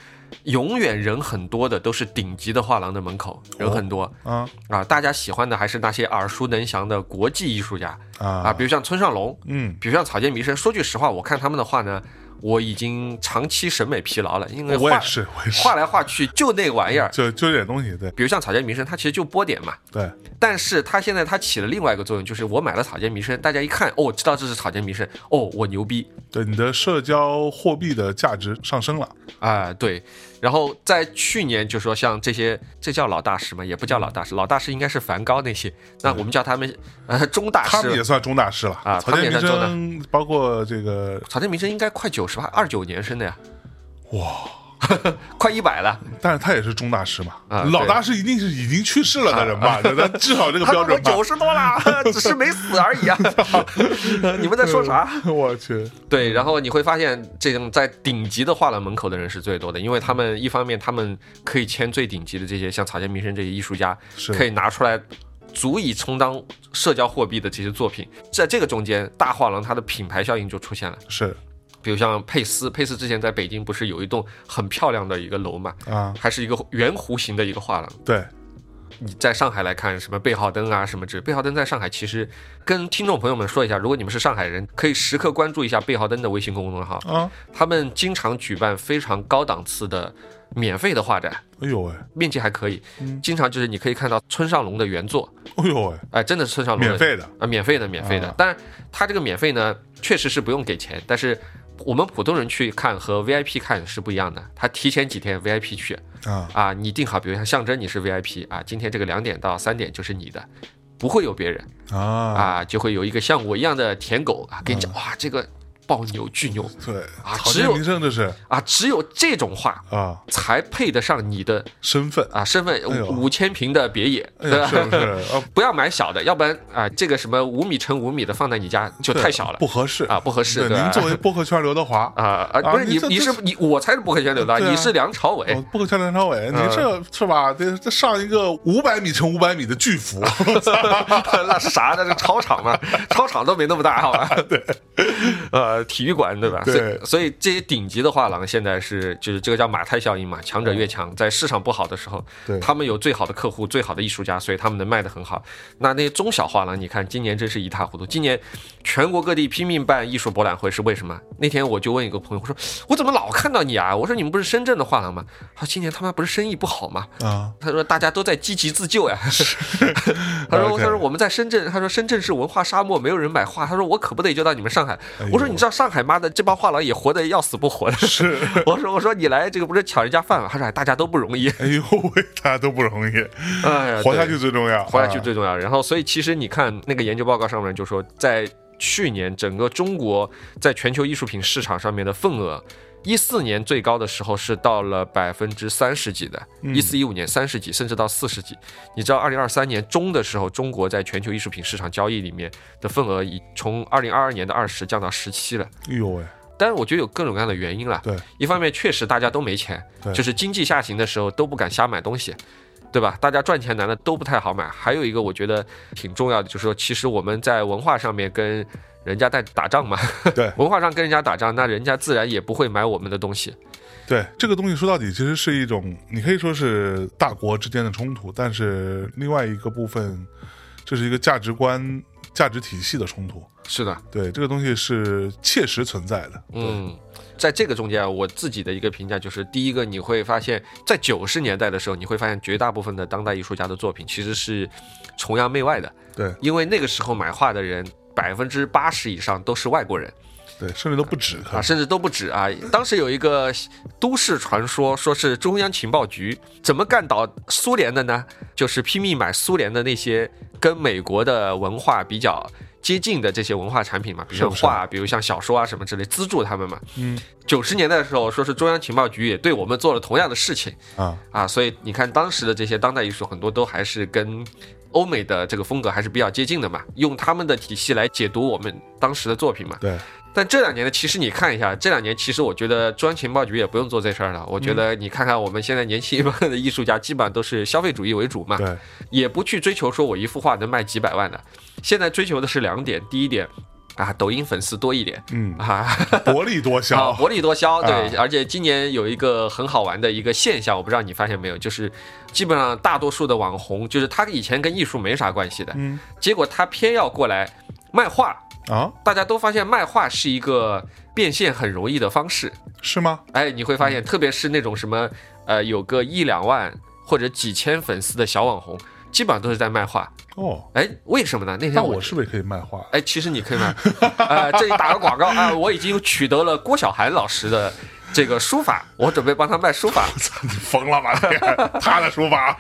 Speaker 2: 永远人很多的都是顶级的画廊的门口，人很多
Speaker 1: 啊
Speaker 2: 啊、大家喜欢的还是那些耳熟能详的国际艺术家啊，
Speaker 1: 啊，
Speaker 2: 比如像村上隆，
Speaker 1: 嗯，
Speaker 2: 比如像草间弥生。说句实话，我看他们的画呢，我已经长期审美疲劳了，因为
Speaker 1: 我也
Speaker 2: 画
Speaker 1: 是，我也是，
Speaker 2: 画来画去就那玩意儿。
Speaker 1: 就就这点东西，对
Speaker 2: 比如像草间弥生，他其实就波点嘛，
Speaker 1: 对，
Speaker 2: 但是它现在它起了另外一个作用，就是我买了草间弥生，大家一看，哦，知道这是草间弥生，哦，我牛逼
Speaker 1: 对，你的社交货币的价值上升了，
Speaker 2: 啊、对。然后在去年就说像这些，这叫老大师吗？也不叫老大师，老大师应该是梵高那些，那我们叫他们呃中大
Speaker 1: 他们也
Speaker 2: 师。
Speaker 1: 算中大师了
Speaker 2: 啊
Speaker 1: 曹建
Speaker 2: 他
Speaker 1: 明
Speaker 2: 们也算
Speaker 1: 生，包括这个
Speaker 2: 草间弥生应该快九十吧，二九年生的呀，哇， 快一百了。
Speaker 1: 但是他也是中大师嘛，
Speaker 2: 啊
Speaker 1: 老
Speaker 2: 对啊
Speaker 1: 大师一定是已经去世了的人吧？那至少这个
Speaker 2: 他
Speaker 1: 标
Speaker 2: 说我
Speaker 1: 准吧。
Speaker 2: 九十多了， 只是没死而 已啊！你们在说啥？
Speaker 1: 我去，
Speaker 2: 对，然后你会发现，这种在顶级的画廊门口的人是最多的，因为他们一方面他们可以签最顶级的这些像草间弥生这些艺术家，
Speaker 1: 是
Speaker 2: 可以拿出来足以充当社交货币的这些作品，在这个中间，大画廊它的品牌效应就出现了。
Speaker 1: 是
Speaker 2: 比如像佩斯，佩斯之前在北京不是有一栋很漂亮的一个楼嘛，
Speaker 1: 啊，
Speaker 2: 还是一个圆弧形的一个画廊。
Speaker 1: 对，
Speaker 2: 你在上海来看什么贝浩登啊什么之类，贝浩登在上海其实跟听众朋友们说一下，如果你们是上海人，可以时刻关注一下贝浩登的微信公众号，
Speaker 1: 啊，
Speaker 2: 他们经常举办非常高档次的免费的画展，
Speaker 1: 哎呦喂，
Speaker 2: 面积还可以，经常就是你可以看到村上龙的原作，
Speaker 1: 哎呦喂，
Speaker 2: 哎，真的是村上龙的
Speaker 1: 免费的
Speaker 2: 啊，免费的，免费的
Speaker 1: 啊。
Speaker 2: 当然，它这个免费呢，确实是不用给钱，但是我们普通人去看和 VIP 看是不一样的。他提前几天 VIP 去
Speaker 1: 啊，
Speaker 2: 啊，你定好，比如像象征你是 VIP 啊，今天这个两点到三点就是你的。不会有别人
Speaker 1: 啊，嗯
Speaker 2: 啊，就会有一个像我一样的舔狗啊，跟你讲哇，这个爆牛巨牛
Speaker 1: 对，
Speaker 2: 啊
Speaker 1: 草
Speaker 2: 只
Speaker 1: 间
Speaker 2: 有
Speaker 1: 弥生这是
Speaker 2: 啊，只有这种话
Speaker 1: 啊，
Speaker 2: 才配得上你的
Speaker 1: 身份，
Speaker 2: 啊身份
Speaker 1: 哎呦
Speaker 2: 五千平的别野，
Speaker 1: 哎
Speaker 2: 对
Speaker 1: 呀，
Speaker 2: 吧？
Speaker 1: 是不是？啊，
Speaker 2: 不要买小的，要不然啊，这个什么五米乘五米的放在你家就
Speaker 1: 对
Speaker 2: 太小了
Speaker 1: 不合适
Speaker 2: 啊，不合适。
Speaker 1: 对，
Speaker 2: 对吧
Speaker 1: 您作为播客圈刘德华
Speaker 2: 啊啊，不是
Speaker 1: 啊
Speaker 2: 你
Speaker 1: 这，
Speaker 2: 你是
Speaker 1: 这
Speaker 2: 你，我才是不可圈流的，
Speaker 1: 对啊
Speaker 2: 你是梁朝
Speaker 1: 哦
Speaker 2: 伟，，
Speaker 1: 不可圈梁朝伟，你
Speaker 2: 嗯
Speaker 1: 这是吧？得这上一个五百米乘五百米的巨幅，
Speaker 2: 啊 那是啥？那是操场嘛，操场都没那么大，好吧？对，呃，体育馆对吧？
Speaker 1: 对
Speaker 2: 所以所以这些顶级的画廊现在是就是这个叫马太效应嘛，强者越强，在市场不好的时候
Speaker 1: 嗯对，
Speaker 2: 他们有最好的客户、最好的艺术家，所以他们能卖得很好。那那些中小画廊，你看今年真是一塌糊涂。今年全国各地拼命办艺术博览会是为什么？那天我就问一个朋友，我说我怎么老看到你啊？我说你们不是深圳的画廊吗？他说今年他妈不是生意不好吗？
Speaker 1: 啊，
Speaker 2: 他说大家都在积极自救 呀。他说
Speaker 1: OK
Speaker 2: 他说我们在深圳，他说深圳是文化沙漠，没有人买画。他说我可不得就到你们上海
Speaker 1: 哎呦。
Speaker 2: 我说你知道上海妈的这帮画廊也活得要死不活的。是， 我说我说你来这个不是抢人家饭碗？他说哎大家都不 容易。
Speaker 1: 哎呦喂，大家都不容易，
Speaker 2: 哎呀，
Speaker 1: 活下
Speaker 2: 对
Speaker 1: 去最重要，
Speaker 2: 活下去
Speaker 1: 啊
Speaker 2: 最重要。然后，所以其实你看那个研究报告上面就说，在去年整个中国在全球艺术品市场上面的份额，一四年最高的时候是到了百分之三十几的，
Speaker 1: 嗯
Speaker 2: 一四一五年三十几，甚至到四十几。你知道，二零二三年中的时候，中国在全球艺术品市场交易里面的份额已从二零二二年的二十降到十七了。
Speaker 1: 哎呦喂，
Speaker 2: 但是我觉得有各种各样的原因啦。
Speaker 1: 对，
Speaker 2: 一方面确实大家都没钱
Speaker 1: 对，
Speaker 2: 就是经济下行的时候都不敢瞎买东西，对吧？大家赚钱难的都不太好买。还有一个我觉得挺重要的，就是说其实我们在文化上面跟人家在打仗嘛，
Speaker 1: 对
Speaker 2: 文化上跟人家打仗，那人家自然也不会买我们的东西。
Speaker 1: 对这个东西说到底，其实是一种，你可以说是大国之间的冲突，但是另外一个部分，这是一个价值观、价值体系的冲突。
Speaker 2: 是的，
Speaker 1: 对，这个东西是切实存在的。
Speaker 2: 嗯。在这个中间，啊我自己的一个评价就是：第一个，你会发现，在九十年代的时候，你会发现绝大部分的当代艺术家的作品其实是崇洋媚外的，
Speaker 1: 对
Speaker 2: 因为那个时候买画的人百分之八十以上都是外国人
Speaker 1: 对，甚至都不止，可
Speaker 2: 啊，甚至都不止啊。当时有一个都市传说，说是中央情报局怎么干倒苏联的呢？就是拼命买苏联的那些跟美国的文化比较。接近的这些文化产品嘛，比如像
Speaker 1: 是不是
Speaker 2: 画，比如像小说啊什么之类，资助他们嘛。
Speaker 1: 嗯，
Speaker 2: 九十年代的时候，说是中央情报局也对我们做了同样的事情，
Speaker 1: 啊，
Speaker 2: 啊，所以你看当时的这些当代艺术，很多都还是跟欧美的这个风格还是比较接近的嘛，用他们的体系来解读我们当时的作品嘛。
Speaker 1: 对，
Speaker 2: 但这两年呢，其实你看一下，这两年其实我觉得中央情报局也不用做这事儿了。我觉
Speaker 1: 嗯
Speaker 2: 得你看看我们现在年轻一辈的艺术家，基本上都是消费主义为主嘛，
Speaker 1: 对，
Speaker 2: 也不去追求说我一幅画能卖几百万的。现在追求的是两点，第一点啊，抖音粉丝多一点
Speaker 1: 嗯，
Speaker 2: 啊，
Speaker 1: 薄利多
Speaker 2: 啊，
Speaker 1: 销，
Speaker 2: 薄利多销，对
Speaker 1: 啊，
Speaker 2: 而且今年有一个很好玩的一个现象，我不知道你发现没有，就是基本上大多数的网红，就是他以前跟艺术没啥关系的，
Speaker 1: 嗯
Speaker 2: 结果他偏要过来卖画，
Speaker 1: 啊，
Speaker 2: 大家都发现卖画是一个变现很容易的方式，
Speaker 1: 是吗？
Speaker 2: 哎，你会发
Speaker 1: 嗯
Speaker 2: 现，特别是那种什么呃有个一两万或者几千粉丝的小网红，基本上都是在卖画，
Speaker 1: 哦，
Speaker 2: 哎，为什么呢？那
Speaker 1: 那
Speaker 2: 天
Speaker 1: 我是不是也可以卖画？
Speaker 2: 哎，其实你可以买， 呃，这里打个广告啊、我已经取得了郭晓涵老师的这个书法，我准备帮他卖书 法。
Speaker 1: 我 操，你疯了吧？这个 他的书 法，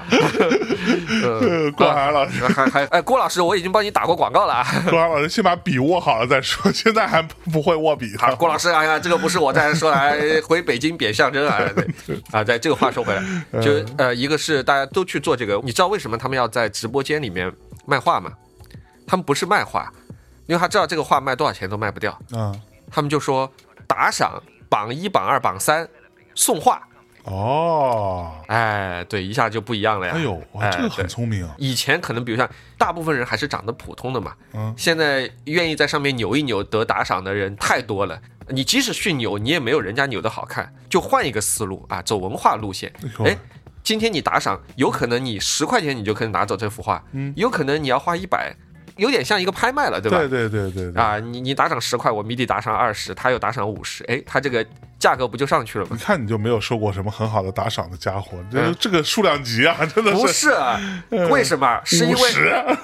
Speaker 1: 呃郭涵老师，
Speaker 2: 还还哎，郭老师，我已经帮你打过广告了啊！
Speaker 1: 郭涵老师先把笔握好了再说， 现在还不会握笔呢。
Speaker 2: 郭老师，哎呀，这个不是我在说来回北京贬象 征啊！对啊，在这个话说回来，就
Speaker 1: 嗯
Speaker 2: 呃，一个是大家都去做这个，你知道为什么他们要在直播间里面卖画吗？他们不是卖画，因为他知道这个画卖多少钱都卖不掉，
Speaker 1: 嗯，
Speaker 2: 他们就说打赏榜一、榜二、榜三送画。
Speaker 1: 哦，
Speaker 2: 哎，对，一下就不一样了呀。
Speaker 1: 哎呦，哇，
Speaker 2: 哎
Speaker 1: 这个很
Speaker 2: 对
Speaker 1: 聪明啊，
Speaker 2: 以前可能比如像大部分人还是长得普通的嘛，
Speaker 1: 嗯
Speaker 2: 现在愿意在上面扭一扭得打赏的人太多了。你即使去扭，你也没有人家扭的好看，就换一个思路啊，走文化路线。
Speaker 1: 哎
Speaker 2: 哎，今天你打赏，有可能你十块钱你就可以拿走这幅画，
Speaker 1: 嗯
Speaker 2: 有可能你要花一百，有点像一个拍卖了，对吧？
Speaker 1: 对对对对对，
Speaker 2: 啊，你你打赏十块，我谜底打赏二十，他又打赏五十，哎，他这个价格不就上去了吗
Speaker 1: 你？看你就没有受过什么很好的打赏的家伙，这这个数量级啊，真的
Speaker 2: 嗯 不
Speaker 1: 是嗯
Speaker 2: 是 啊，为什么？是因为
Speaker 1: 50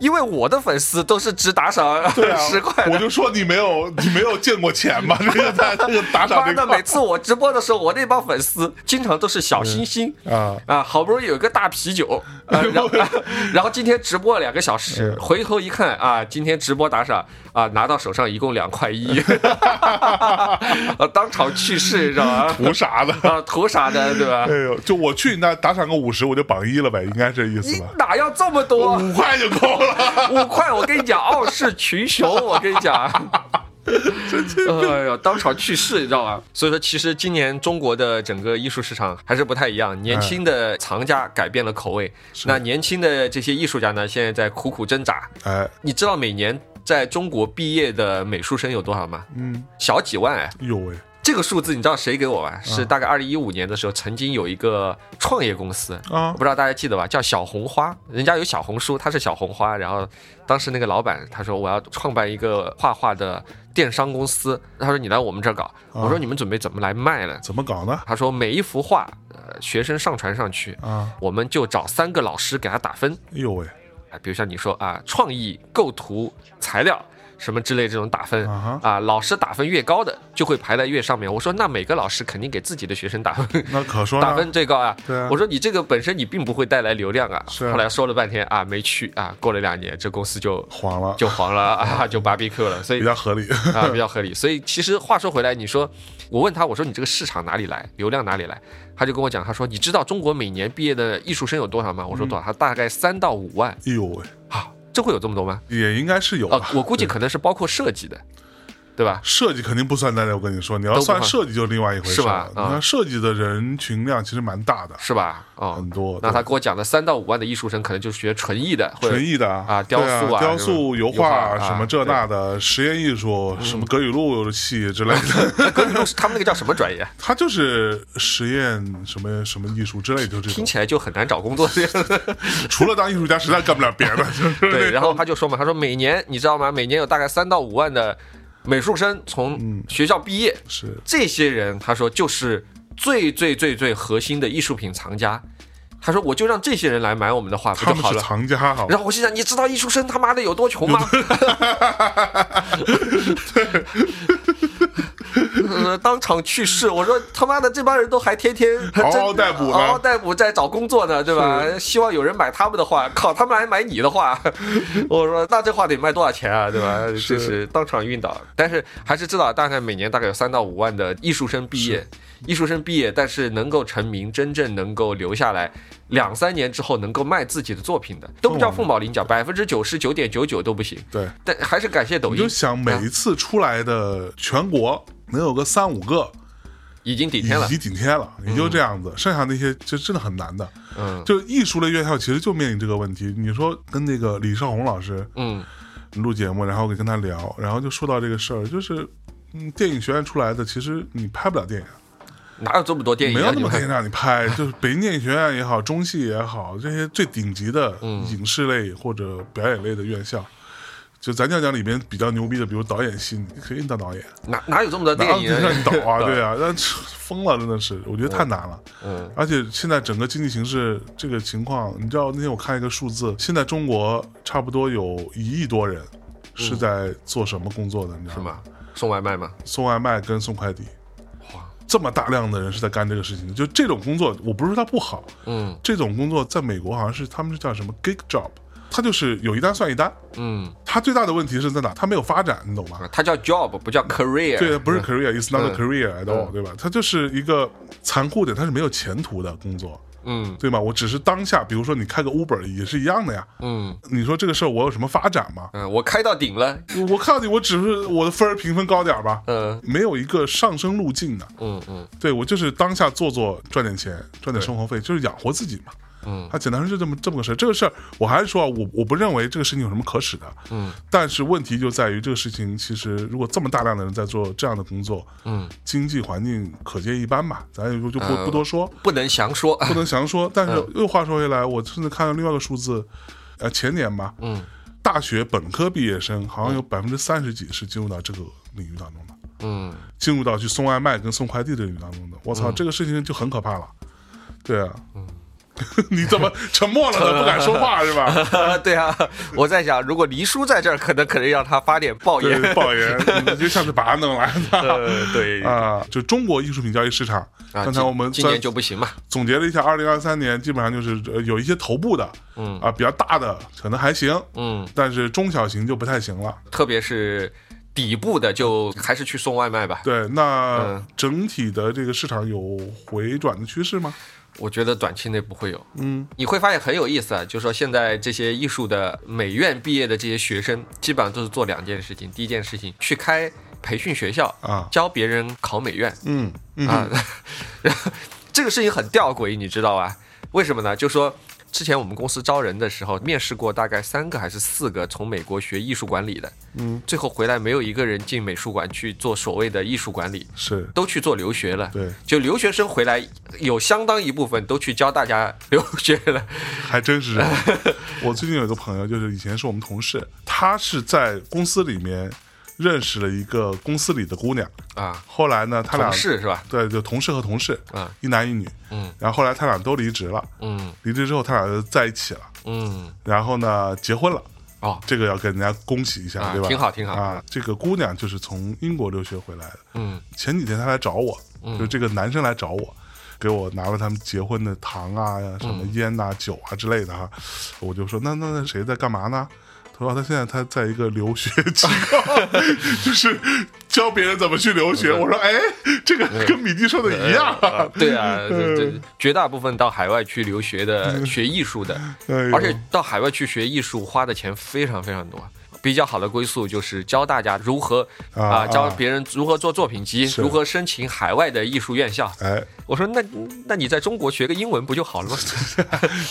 Speaker 2: 因为我的粉丝都是只打赏
Speaker 1: 对啊
Speaker 2: 十块
Speaker 1: 我
Speaker 2: 的。
Speaker 1: 就说你没有你没有见过钱 吧？这个在这个 打赏
Speaker 2: 妈
Speaker 1: 这
Speaker 2: 的，
Speaker 1: 块
Speaker 2: 每次我直播的时候，我那帮粉丝 经常都是小星星。
Speaker 1: 啊，
Speaker 2: 啊，好不容易有一个大啤酒，啊，然后、 然后今天直播了两个小时，回头一看啊，今天直播打赏啊，拿到手上一共两块一， 啊，当场去世，你知道吗？
Speaker 1: 图啥的？
Speaker 2: 啊，图啥的，对吧
Speaker 1: 哎？呦，就我去你那打赏个五十，我就榜一了呗，应该这意思
Speaker 2: 你
Speaker 1: 吧？
Speaker 2: 哪要这么多？
Speaker 1: 五块就够了，
Speaker 2: 五块，我跟你讲，傲视群雄，我跟你讲。哎呀，当场去世，你知道吧？所以说，其实今年中国的整个艺术市场还是不太一样。年轻的藏家改变了口味，那年轻的这些艺术家呢，现在在苦苦挣扎。
Speaker 1: 哎，
Speaker 2: 你知道每年在中国毕业的美术生有多少吗？
Speaker 1: 嗯，
Speaker 2: 小几万哎！
Speaker 1: 哎呦喂，
Speaker 2: 这个数字你知道谁给我吗？是大概二零一五年的时候，曾经有一个创业公司，
Speaker 1: 啊
Speaker 2: 不知道大家记得吧？叫小红花，人家有小红书，他是小红花。然后当时那个老板他说我要创办一个画画的电商公司，他说你来我们这儿搞，
Speaker 1: 啊
Speaker 2: 我说你们准备怎么来卖呢？
Speaker 1: 怎么搞呢？
Speaker 2: 他说每一幅画，呃，学生上传上去，
Speaker 1: 啊，
Speaker 2: 我们就找三个老师给他打分
Speaker 1: 哎呦喂，
Speaker 2: 啊，比如像你说啊，创意、构图、材料。什么之类这种打分
Speaker 1: 啊
Speaker 2: 啊，老师打分越高的就会排在越上面。我说那每个老师肯定给自己的学生打分，
Speaker 1: 那可说
Speaker 2: 打
Speaker 1: 呢，
Speaker 2: 分最高啊！
Speaker 1: 对啊
Speaker 2: 我说你这个本身你并不会带来流量啊。
Speaker 1: 是啊
Speaker 2: 后来说了半天啊，没去啊。过了两年，这公司就
Speaker 1: 黄了，
Speaker 2: 就黄了 啊，就 barbecue 了，所
Speaker 1: 比
Speaker 2: 以
Speaker 1: 较合理。 哎
Speaker 2: 啊比较合理。所以其实话说回来，你说我问他，我说你这个市场哪里来，流量哪里来？他就跟我讲，他说你知道中国每年毕业的艺术生有多少吗？我
Speaker 1: 嗯
Speaker 2: 说多少？他大概三到五万
Speaker 1: 哎呦喂，
Speaker 2: 啊，这会有这么多吗？
Speaker 1: 也应该是有
Speaker 2: 啊
Speaker 1: 吧，？
Speaker 2: 我估计可能是包括 设计的，对吧？
Speaker 1: 设计肯定不算在内，我跟你说，你要
Speaker 2: 都不
Speaker 1: 算
Speaker 2: 算
Speaker 1: 设计就另外一回事
Speaker 2: 是
Speaker 1: 了
Speaker 2: 吧。
Speaker 1: 你
Speaker 2: 啊
Speaker 1: 看设计的人群量其实蛮大的，
Speaker 2: 是吧？哦，
Speaker 1: 很多
Speaker 2: 那
Speaker 1: 对
Speaker 2: 他给我讲的三到五万的艺术生，可能就是学纯艺的，或者
Speaker 1: 纯艺的
Speaker 2: 啊雕塑
Speaker 1: 对
Speaker 2: 啊
Speaker 1: 啊雕塑、
Speaker 2: 什
Speaker 1: 油
Speaker 2: 么油画
Speaker 1: 画
Speaker 2: 啊嗯
Speaker 1: 什么这那的实验艺术，什么格语录系之类 的，
Speaker 2: 那格鲁 是他们那个叫什么专业？
Speaker 1: 它就是实验什么什么艺术之类，就这
Speaker 2: 听
Speaker 1: 种。
Speaker 2: 起来就很难找工作的样 子。
Speaker 1: 除了当艺术家，实在干不了别的， 就是
Speaker 2: 对，然后他就说嘛，他说每年你知道吗？每年有大概三到五万的美术生从
Speaker 1: 嗯
Speaker 2: 学校毕业，
Speaker 1: 是
Speaker 2: 这些人他说就是最最最最核心的艺术品藏家。他说我就让这些人来买我们的画不
Speaker 1: 他
Speaker 2: 就
Speaker 1: 们
Speaker 2: 好
Speaker 1: 是
Speaker 2: 了？
Speaker 1: 藏家好吧
Speaker 2: 然后我心想，你知道艺术生他妈的有多穷吗？呃当场去世。我说他妈的，这帮人都还天天
Speaker 1: 嗷嗷待哺呢
Speaker 2: 嗷嗷待哺在找工作呢，对吧？希望有人买他们的画，靠，他们还买你的画。 我说那这画得卖多少钱啊，对吧？就是当场晕倒。但是还是知道，大概每年大概有三到五万的艺术生毕业，艺术生毕业，但是能够成名，真正能够留下来两三年之后能够卖自己的作品的，都不叫凤毛麟角，百分之九十九点九九都不行。
Speaker 1: 对，
Speaker 2: 但还是感谢抖
Speaker 1: 你
Speaker 2: 音
Speaker 1: 就，想每
Speaker 2: 嗯
Speaker 1: 一次出来的全国能有个三五个，
Speaker 2: 已经顶天
Speaker 1: 已
Speaker 2: 了。
Speaker 1: 经顶天了，也就这样子，剩下那些就真的很难的。
Speaker 2: 嗯
Speaker 1: 就艺术类院校其实就面临这个问题。你说跟那个李少红老师
Speaker 2: 嗯，
Speaker 1: 录节目，然后跟他聊，然后就说到这个事儿，就是。嗯，电影学院出来的，其实你拍不了电影，
Speaker 2: 哪有这么多电影
Speaker 1: 没
Speaker 2: 啊？
Speaker 1: 有
Speaker 2: 你
Speaker 1: 那么
Speaker 2: 们
Speaker 1: 多电影让你拍。就是北京电影学院也好，中戏也好，这些最顶级的影视类或者表演类的院校，就咱讲讲里面比较牛逼的，比如导演系，你可以当导演，
Speaker 2: 哪哪有这么多
Speaker 1: 哪
Speaker 2: 电
Speaker 1: 有
Speaker 2: 影啊？
Speaker 1: 让你导 啊？ 对啊，那疯了，真的是，我觉得太难了。
Speaker 2: 嗯，
Speaker 1: 而且现在整个经济形势这个情况，你知道那天我看一个数字，现在中国差不多有一亿多人是在做什么工作的？你知
Speaker 2: 是
Speaker 1: 道吗？
Speaker 2: 吗？送外卖吗？
Speaker 1: 送外卖跟送快递
Speaker 2: 哇。
Speaker 1: 这么大量的人是在干这个事情的，就这种工作，我不是说它不好，
Speaker 2: 嗯
Speaker 1: 这种工作在美国好像是他们是叫什么 gig job，它就是有一单算一单。
Speaker 2: 嗯，
Speaker 1: 它最大的问题是在哪？它没有发展，你懂吗？
Speaker 2: 啊它叫 job，不叫 career。
Speaker 1: 对，哎不是 career，it's not a
Speaker 2: 嗯
Speaker 1: career at all，对吧？它就是一个残酷点，它是没有前途的工作。
Speaker 2: 嗯
Speaker 1: 对吗？我只是当下，比如说你开个 Uber 也是一样的呀。
Speaker 2: 嗯
Speaker 1: 你说这个事儿我有什么发展吗？
Speaker 2: 嗯，我开到顶了。
Speaker 1: 我看到你，我只是我的分儿评分高点儿吧，
Speaker 2: 嗯
Speaker 1: 没有一个上升路径的。
Speaker 2: 嗯嗯，
Speaker 1: 对我就是当下做做赚点钱，赚点生活费，就是养活自己嘛。嗯，它简单说就这么这么个事儿。这个事儿我还是说啊，我我不认为这个事情有什么可耻的，嗯，但是问题就在于这个事情其实如果这么大量的人在做这样的工作，嗯，经济环境可见一斑吧，咱也就就不、
Speaker 2: 呃
Speaker 1: 不多说，
Speaker 2: 不能详说。
Speaker 1: 不能详说。但
Speaker 2: 嗯
Speaker 1: 是又话说回来，我甚至看到另外一个数字，呃，前年吧，嗯，大学本科毕业生好像有百分之三十几是进入到这个领域当中的，
Speaker 2: 嗯，
Speaker 1: 进入到去送外卖跟送快递这个领域当中的。我操，这个事情就很可怕了。对啊，
Speaker 2: 嗯
Speaker 1: 你怎么沉默了呢？不敢说话是 吧？
Speaker 2: 对啊，我在想，如果黎叔在这儿，可能可能让他发点抱怨。
Speaker 1: 对，抱怨，你就下次把他弄来。
Speaker 2: 呃，对
Speaker 1: 啊，就中国艺术品交易市场，
Speaker 2: 啊
Speaker 1: 刚才
Speaker 2: 今
Speaker 1: 我们
Speaker 2: 今
Speaker 1: 在
Speaker 2: 年就不行嘛，
Speaker 1: 总结了一下，二零二三年基本上就是呃有一些头部的，嗯啊比较大的可能还行，
Speaker 2: 嗯，
Speaker 1: 但是中小型就不太行了。
Speaker 2: 特别是底部的，就还是去送外卖吧。
Speaker 1: 对，那
Speaker 2: 嗯
Speaker 1: 整体的这个市场有回转的趋势吗？
Speaker 2: 我觉得短期内不会有。嗯，你会发现很有意思啊，就是说现在这些艺术的美院毕业的这些学生，基本上都是做两件事情：第一件事情去开培训学校
Speaker 1: 啊
Speaker 2: 教别人考美院
Speaker 1: 嗯嗯
Speaker 2: 啊， 这个事情很吊诡，你知道吧？为什么呢？就说。之前我们公司招人的时候，面试过大概三个还是四个从美国学艺术管理的，嗯，最后回来没有一个人进美术馆去做所谓的艺术管理，
Speaker 1: 是
Speaker 2: 都去做留学了。
Speaker 1: 对，
Speaker 2: 就留学生回来，有相当一部分都去教大家留学了。
Speaker 1: 还真是这 样。我最近有一个朋友，就是以前是我们同事，他是在公司里面认识了一个公司里的姑娘，
Speaker 2: 啊，
Speaker 1: 后来呢，他俩
Speaker 2: 同事是吧？
Speaker 1: 对，就同事和同事，
Speaker 2: 嗯
Speaker 1: 一男一女，
Speaker 2: 嗯，
Speaker 1: 然后后来他俩都离职了，
Speaker 2: 嗯
Speaker 1: 离职之后他俩就在一起了，
Speaker 2: 嗯，
Speaker 1: 然后呢结婚了，
Speaker 2: 哦，
Speaker 1: 这个要给人家恭喜一下，
Speaker 2: 啊
Speaker 1: 对吧？
Speaker 2: 挺好挺好
Speaker 1: 啊！这个姑娘就是从英国留学回来的，
Speaker 2: 嗯
Speaker 1: 前几天她来找我，就是这个男生来找我。给我拿了他们结婚的糖啊、什
Speaker 2: 嗯
Speaker 1: 么烟呐、酒啊之类的哈，我就说那那那谁在干嘛呢？他说啊他现在他在一个留学机 构，就是教别人怎么去留
Speaker 2: 嗯
Speaker 1: 学。我说哎，这个跟米基说的一样嗯啊，
Speaker 2: 对啊，这这绝大部分到海外去留学的，学艺术的，
Speaker 1: 嗯 哎呦
Speaker 2: 嗯而且到海外去学艺术花的钱非常非常多。比较好的归宿就是教大家如何
Speaker 1: 啊
Speaker 2: 啊、
Speaker 1: 啊
Speaker 2: 教别人如何做作品集，如何申请海外的艺术院校。
Speaker 1: 哎，
Speaker 2: 我说那那你在中国学个英文不就好了吗？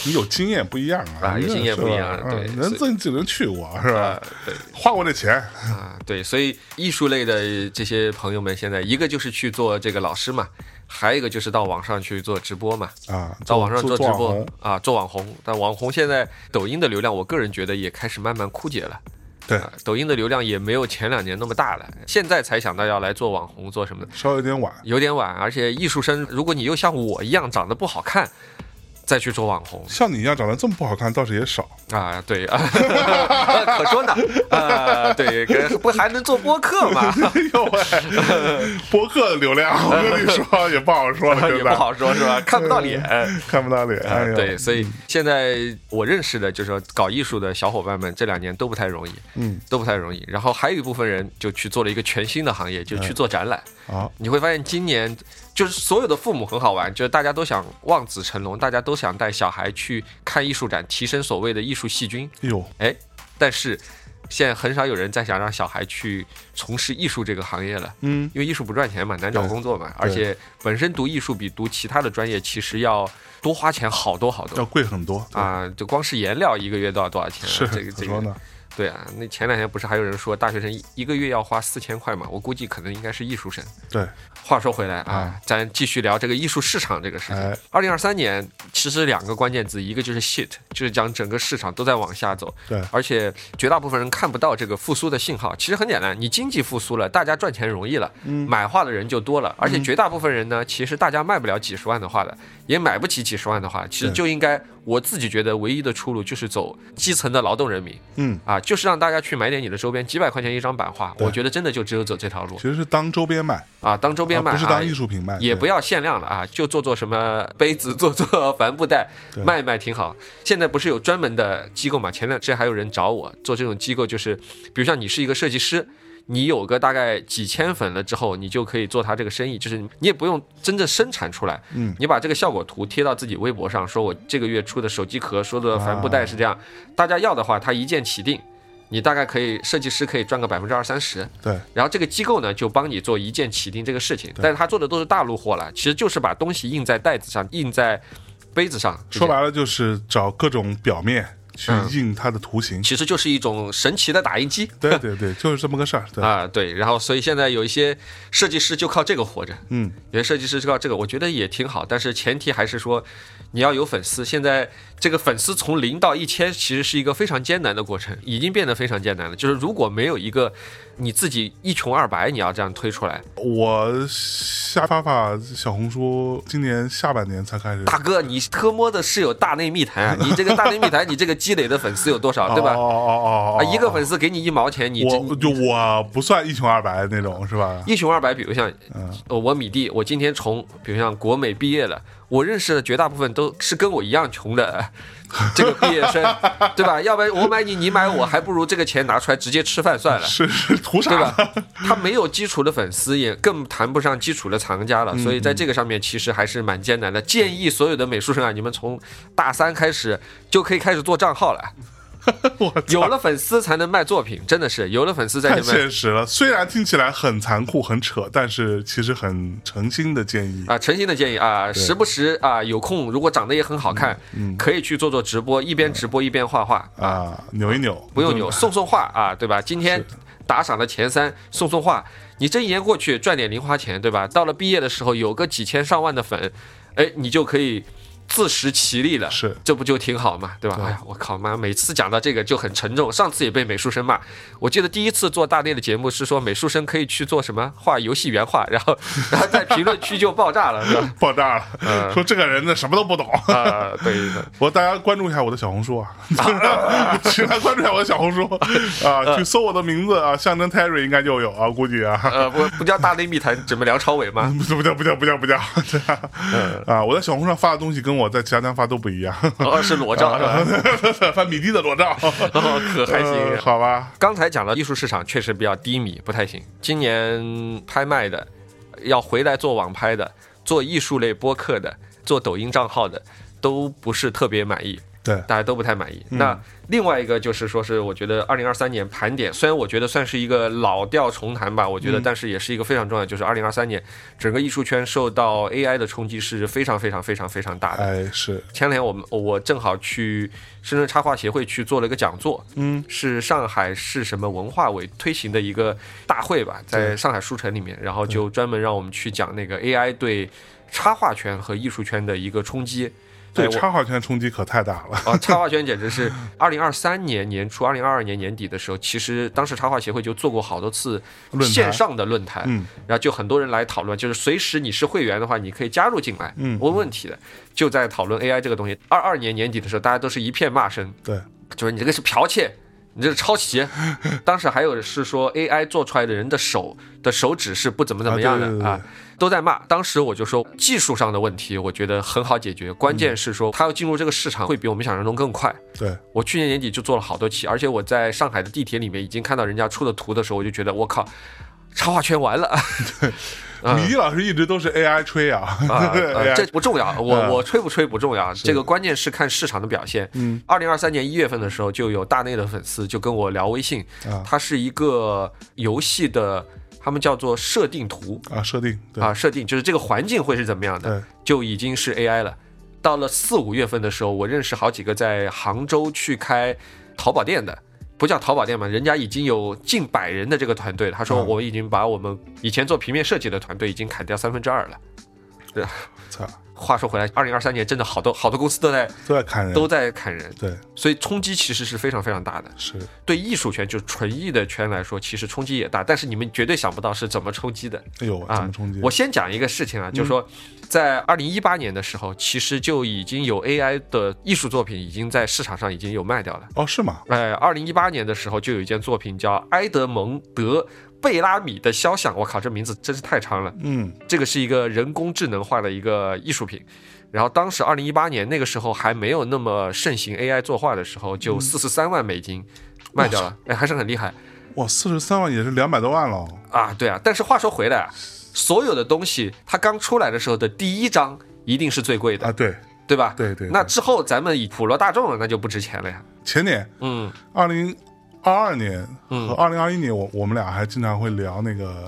Speaker 1: 你有经验不一样啊，
Speaker 2: 啊有经验不一样
Speaker 1: 是吧
Speaker 2: 对
Speaker 1: 嗯
Speaker 2: 所
Speaker 1: 人
Speaker 2: 以
Speaker 1: 自己人去过是吧
Speaker 2: 啊？对
Speaker 1: 花过这钱，
Speaker 2: 啊，对，所以艺术类的这些朋友们，现在一个就是去做这个老师嘛，还有一个就是到网上去做直播嘛，
Speaker 1: 啊，
Speaker 2: 到网上
Speaker 1: 做
Speaker 2: 直
Speaker 1: 做网
Speaker 2: 播
Speaker 1: 红
Speaker 2: 啊，做网红。但网红现在抖音的流量，我个人觉得也开始慢慢枯竭了。
Speaker 1: 对，
Speaker 2: 啊抖音的流量也没有前两年那么大了，现在才想到要来做网红做什么的，
Speaker 1: 稍微有点晚，
Speaker 2: 有点晚。而且艺术生，如果你又像我一样长得不好看，再去做网红
Speaker 1: 像你一样长得这么不好看，倒是也少。
Speaker 2: 啊，对 啊，可说呢啊，对，可不还能做播客吗？
Speaker 1: 哎呦喂，博客的 流量，我跟你说也不好说了，
Speaker 2: 也
Speaker 1: 真
Speaker 2: 不
Speaker 1: 的
Speaker 2: 好说， 是吧？看不到脸。
Speaker 1: 看不到脸。哎呦，
Speaker 2: 对，，嗯所以现在我认识的，就是说搞艺术的小伙伴们，这两年都不太容易，
Speaker 1: 嗯，
Speaker 2: 都不太容易。然后还有一部分人就去做了一个全新的行业，就去做展览。
Speaker 1: 好，
Speaker 2: 你会发现，今年就是所有的父母很好玩，就是大家都想望子成龙，大家都想带小孩去看艺术展，提升所谓的艺术细菌。
Speaker 1: 哎呦，
Speaker 2: 哎，但是现在很少有人再想让小孩去从事艺术这个行业了。
Speaker 1: 嗯，
Speaker 2: 因为艺术不赚钱嘛，难找
Speaker 1: 对
Speaker 2: 工作嘛，而且本身读艺术比读其他的专业其实要多花钱好多好
Speaker 1: 要
Speaker 2: 多
Speaker 1: 贵很多。
Speaker 2: 啊！就光是颜料一个月都要多少钱、啊？
Speaker 1: 是
Speaker 2: 这个这
Speaker 1: 怎么说
Speaker 2: 个，
Speaker 1: 呢？
Speaker 2: 对啊，那前两天不是还有人说大学生一一个月要花四千块嘛？我估计可能应该是艺术生。
Speaker 1: 对，
Speaker 2: 话说回来啊，咱继续聊这个艺术市场这个事
Speaker 1: 哎
Speaker 2: 情。二零二三年其实两个关键字，一个就是 shit，就是讲整个市场都在往下走，
Speaker 1: 对
Speaker 2: 而且绝大部分人看不到这个复苏的信号。其实很简单，你经济复苏了，大家赚钱容易了，
Speaker 1: 嗯
Speaker 2: 买画的人就多了，而且绝大部分人呢，其实大家卖不了几十万的画的，也买不起几十万的画，其实
Speaker 1: 对
Speaker 2: 就应该我自己觉得唯一的出路就是走基层的劳动人民
Speaker 1: 嗯，
Speaker 2: 啊，就是让大家去买点你的周边，几百块钱一张版画，我觉得真的就只有走这条路
Speaker 1: 其实是当周边卖，
Speaker 2: 啊，当周边卖
Speaker 1: 啊不是
Speaker 2: 啊
Speaker 1: 当艺术品卖，
Speaker 2: 也
Speaker 1: 对
Speaker 2: 不要限量了啊，就做做什么杯子，做做 帆布袋，
Speaker 1: 对
Speaker 2: 卖一卖挺好。现在不是有专门的机构嘛？前两之前还有人找我做这种机构，就是比如像你是一个设计师，你有个大概几千粉了之后，你就可以做他这个生意，就是你也不用真正生产出来，
Speaker 1: 嗯，
Speaker 2: 你把这个效果图贴到自己微博上，说我这个月出的手机壳，说的帆布袋是这样，大家要的话，它一键起订。你大概可以，设计师可以赚个百分之二三十，
Speaker 1: 对，
Speaker 2: 然后这个机构呢就帮你做一键起订这个事情，但是他做的都是大陆货了，其实就是把东西印在袋子上，印在杯子上。
Speaker 1: 说白了就是找各种表面去
Speaker 2: 嗯
Speaker 1: 印它的图形。
Speaker 2: 其实就是一种神奇的打印机。
Speaker 1: 对对对，就是这么个事儿。对，
Speaker 2: 啊，对，然后所以现在有一些设计师就靠这个活着，
Speaker 1: 嗯，
Speaker 2: 有些设计师就靠这个，我觉得也挺好，但是前提还是说你要有粉丝。现在这个粉丝从零到一千，其实是一个非常艰难的过程，已经变得非常艰难了。就是如果没有一个你自己一穷二白，你要这样推出来，
Speaker 1: 我瞎发发小红书，今年下半年才开始。
Speaker 2: 大哥，你特么的是有大内密谈啊，你这个大内密谈，你这个积累的粉丝有多少，对 吧？
Speaker 1: 哦哦哦哦
Speaker 2: 啊，
Speaker 1: 哦，
Speaker 2: 一个粉丝给你一毛钱，你
Speaker 1: 我
Speaker 2: 这
Speaker 1: 就我不算一穷二白那种，是吧？
Speaker 2: 一穷二白，比如像，
Speaker 1: 嗯
Speaker 2: 呃，我米弟，我今天从，比如像国美毕业了，我认识的绝大部分都是跟我一样穷的呃这个毕业生，对吧？要不然我买你，你买我，还不如这个钱拿出来直接吃饭算了。
Speaker 1: 是是图啥
Speaker 2: 对
Speaker 1: 呢？
Speaker 2: 吧？他没有基础的粉丝，也更谈不上基础的藏家
Speaker 1: 嗯
Speaker 2: 了，所以在这个上面其实还是蛮艰难的。建议所有的美术生啊，你们从大三开始就可以开始做账号了，
Speaker 1: 我操
Speaker 2: 有了粉丝才能卖作品，真的是有了粉丝在
Speaker 1: 太
Speaker 2: 前面。
Speaker 1: 现实了，虽然听起来很残酷、很扯，但是其实很诚心的建议。
Speaker 2: 啊，诚心的建议啊，时不时啊有空，如果长得也很好看，可以去做做直播，一边直播一边画画，
Speaker 1: 啊，扭一扭，
Speaker 2: 不用扭，送送画啊，对吧？今天打赏的前三送送画，你这一年过去赚点零花钱，对吧？到了毕业的时候有个几千上万的粉，哎，你就可以自食其力了，
Speaker 1: 是
Speaker 2: 这不就挺好嘛，对吧？哎呀，我靠妈，每次讲到这个就很沉重。上次也被美术生骂，我记得第一次做大内的节目是说美术生可以去做什么画游戏原画，然后然后在评论区就爆炸了，是吧？
Speaker 1: 爆炸了。 说这个人呢什么都不懂。
Speaker 2: 嗯 啊、对的。
Speaker 1: 我大家关注一下我的小红书啊， 请来关注一下我的小红书
Speaker 2: 嗯
Speaker 1: 啊，去搜我的名字啊，象征 Terry 应该就有啊，估计啊。
Speaker 2: 呃，不不叫大内密谈，准备梁朝伟吗？
Speaker 1: 不叫不叫不叫不叫， 这样
Speaker 2: 嗯
Speaker 1: 啊！我在小红书上发的东西跟我在其他地方发都不一样，
Speaker 2: 哦，是裸照是吧？
Speaker 1: 发米蒂的裸照，
Speaker 2: 哦，可还行。
Speaker 1: 呃好吧？
Speaker 2: 刚才讲了，艺术市场确实比较低迷，不太行。今年拍卖的，要回来做网拍的，做艺术类播客的，做抖音账号的，都不是特别满意，
Speaker 1: 对，
Speaker 2: 大家都不太满意。那另外一个就是说是，我觉得二零二三年盘点，虽然我觉得算是一个老调重弹吧，我觉得，但是也是一个非常重要，就是二零二三年整个艺术圈受到 AI 的冲击是非常非常非常非常大的。
Speaker 1: 哎是，
Speaker 2: 前两天我们我正好去深圳插画协会去做了一个讲座，
Speaker 1: 嗯，
Speaker 2: 是上海市什么文化委推行的一个大会吧，在上海书城里面，然后就专门让我们去讲那个 AI 对插画圈和艺术圈的一个冲击。
Speaker 1: 对
Speaker 2: 哎我
Speaker 1: 插画圈冲击可太大了，
Speaker 2: 啊，插画圈简直是二零二三年年初、二零二二年年底的时候，其实当时插画协会就做过好多次
Speaker 1: 论坛
Speaker 2: 线上的论坛，
Speaker 1: 嗯
Speaker 2: 然后就很多人来讨论，就是随时你是会员的话，你可以加入进来，
Speaker 1: 嗯
Speaker 2: 问问题的，就在讨论 AI 这个东西。二二年年底的时候，大家都是一片骂声，
Speaker 1: 对，
Speaker 2: 就是你这个是剽窃，你这是 抄袭。当时还有是说 AI 做出来的人的手的手指是不怎么怎么样的
Speaker 1: 啊
Speaker 2: 啊
Speaker 1: 对对对
Speaker 2: 都在骂。当时我就说，技术上的问题我觉得很好解决，关键是说它要进入这个市场会比我们想象中更快。
Speaker 1: 对，
Speaker 2: 我去年年底就做了好多期，而且我在上海的地铁里面已经看到人家出的图的时候，我就觉得我靠，插画圈完了。嗯
Speaker 1: 米蒂老师一直都是 AI 吹啊，
Speaker 2: 啊、
Speaker 1: 对
Speaker 2: 呃
Speaker 1: AI
Speaker 2: 这不重要，
Speaker 1: 嗯
Speaker 2: 我我吹不吹不重要，这个关键是看市场的表现。
Speaker 1: 嗯，
Speaker 2: 二零二三年一月份的时候，就有大内的粉丝就跟我聊微信
Speaker 1: 啊，
Speaker 2: 它是一个游戏的，他们叫做设定图
Speaker 1: 啊设定对
Speaker 2: 啊，设定就是这个环境会是怎么样的
Speaker 1: 对，
Speaker 2: 就已经是 AI 了。到了四五月份的时候，我认识好几个在杭州去开淘宝店的。不叫淘宝店嘛，人家已经有近百人的这个团队了。他说，
Speaker 1: 嗯
Speaker 2: 我已经把我们以前做平面设计的团队已经砍掉三分之二了。
Speaker 1: 操
Speaker 2: 话说回来，二零二三年真的好多好多公司都在
Speaker 1: 都在砍人，
Speaker 2: 都在砍人，
Speaker 1: 对
Speaker 2: 所以冲击其实是非常非常大的。
Speaker 1: 是
Speaker 2: 对艺术圈，就是纯艺的圈来说，其实冲击也大，但是你们绝对想不到是怎么冲击的
Speaker 1: 哎呦怎
Speaker 2: 啊
Speaker 1: 么冲击！！嗯
Speaker 2: 我先讲一个事情啊，就是说，在二零一八年的时候，其实就已经有 AI 的艺术作品已经在市场上已经有卖掉了。
Speaker 1: 哦是吗？
Speaker 2: 哎，二零一八年的时候就有一件作品叫《埃德蒙德·贝拉米的肖像》，我靠，这名字真是太长了。
Speaker 1: 嗯
Speaker 2: 这个是一个人工智能化的一个艺术品。然后当时二零一八年那个时候还没有那么盛行 AI 作画的时候，
Speaker 1: 嗯
Speaker 2: 就四十三万美金卖掉了，哎，还是很厉害
Speaker 1: 哇四十三万也是两百多万了，哦
Speaker 2: 啊。对啊，但是话说回来啊，所有的东西它刚出来的时候的第一张一定是最贵的，
Speaker 1: 啊对
Speaker 2: 对吧？
Speaker 1: 对对，
Speaker 2: 那
Speaker 1: 对
Speaker 2: 之后咱们以普罗大众了，那就不值钱了呀。
Speaker 1: 前年
Speaker 2: 嗯，
Speaker 1: 二零二二年
Speaker 2: 嗯
Speaker 1: 和二零二一年，我我们俩还经常会聊那个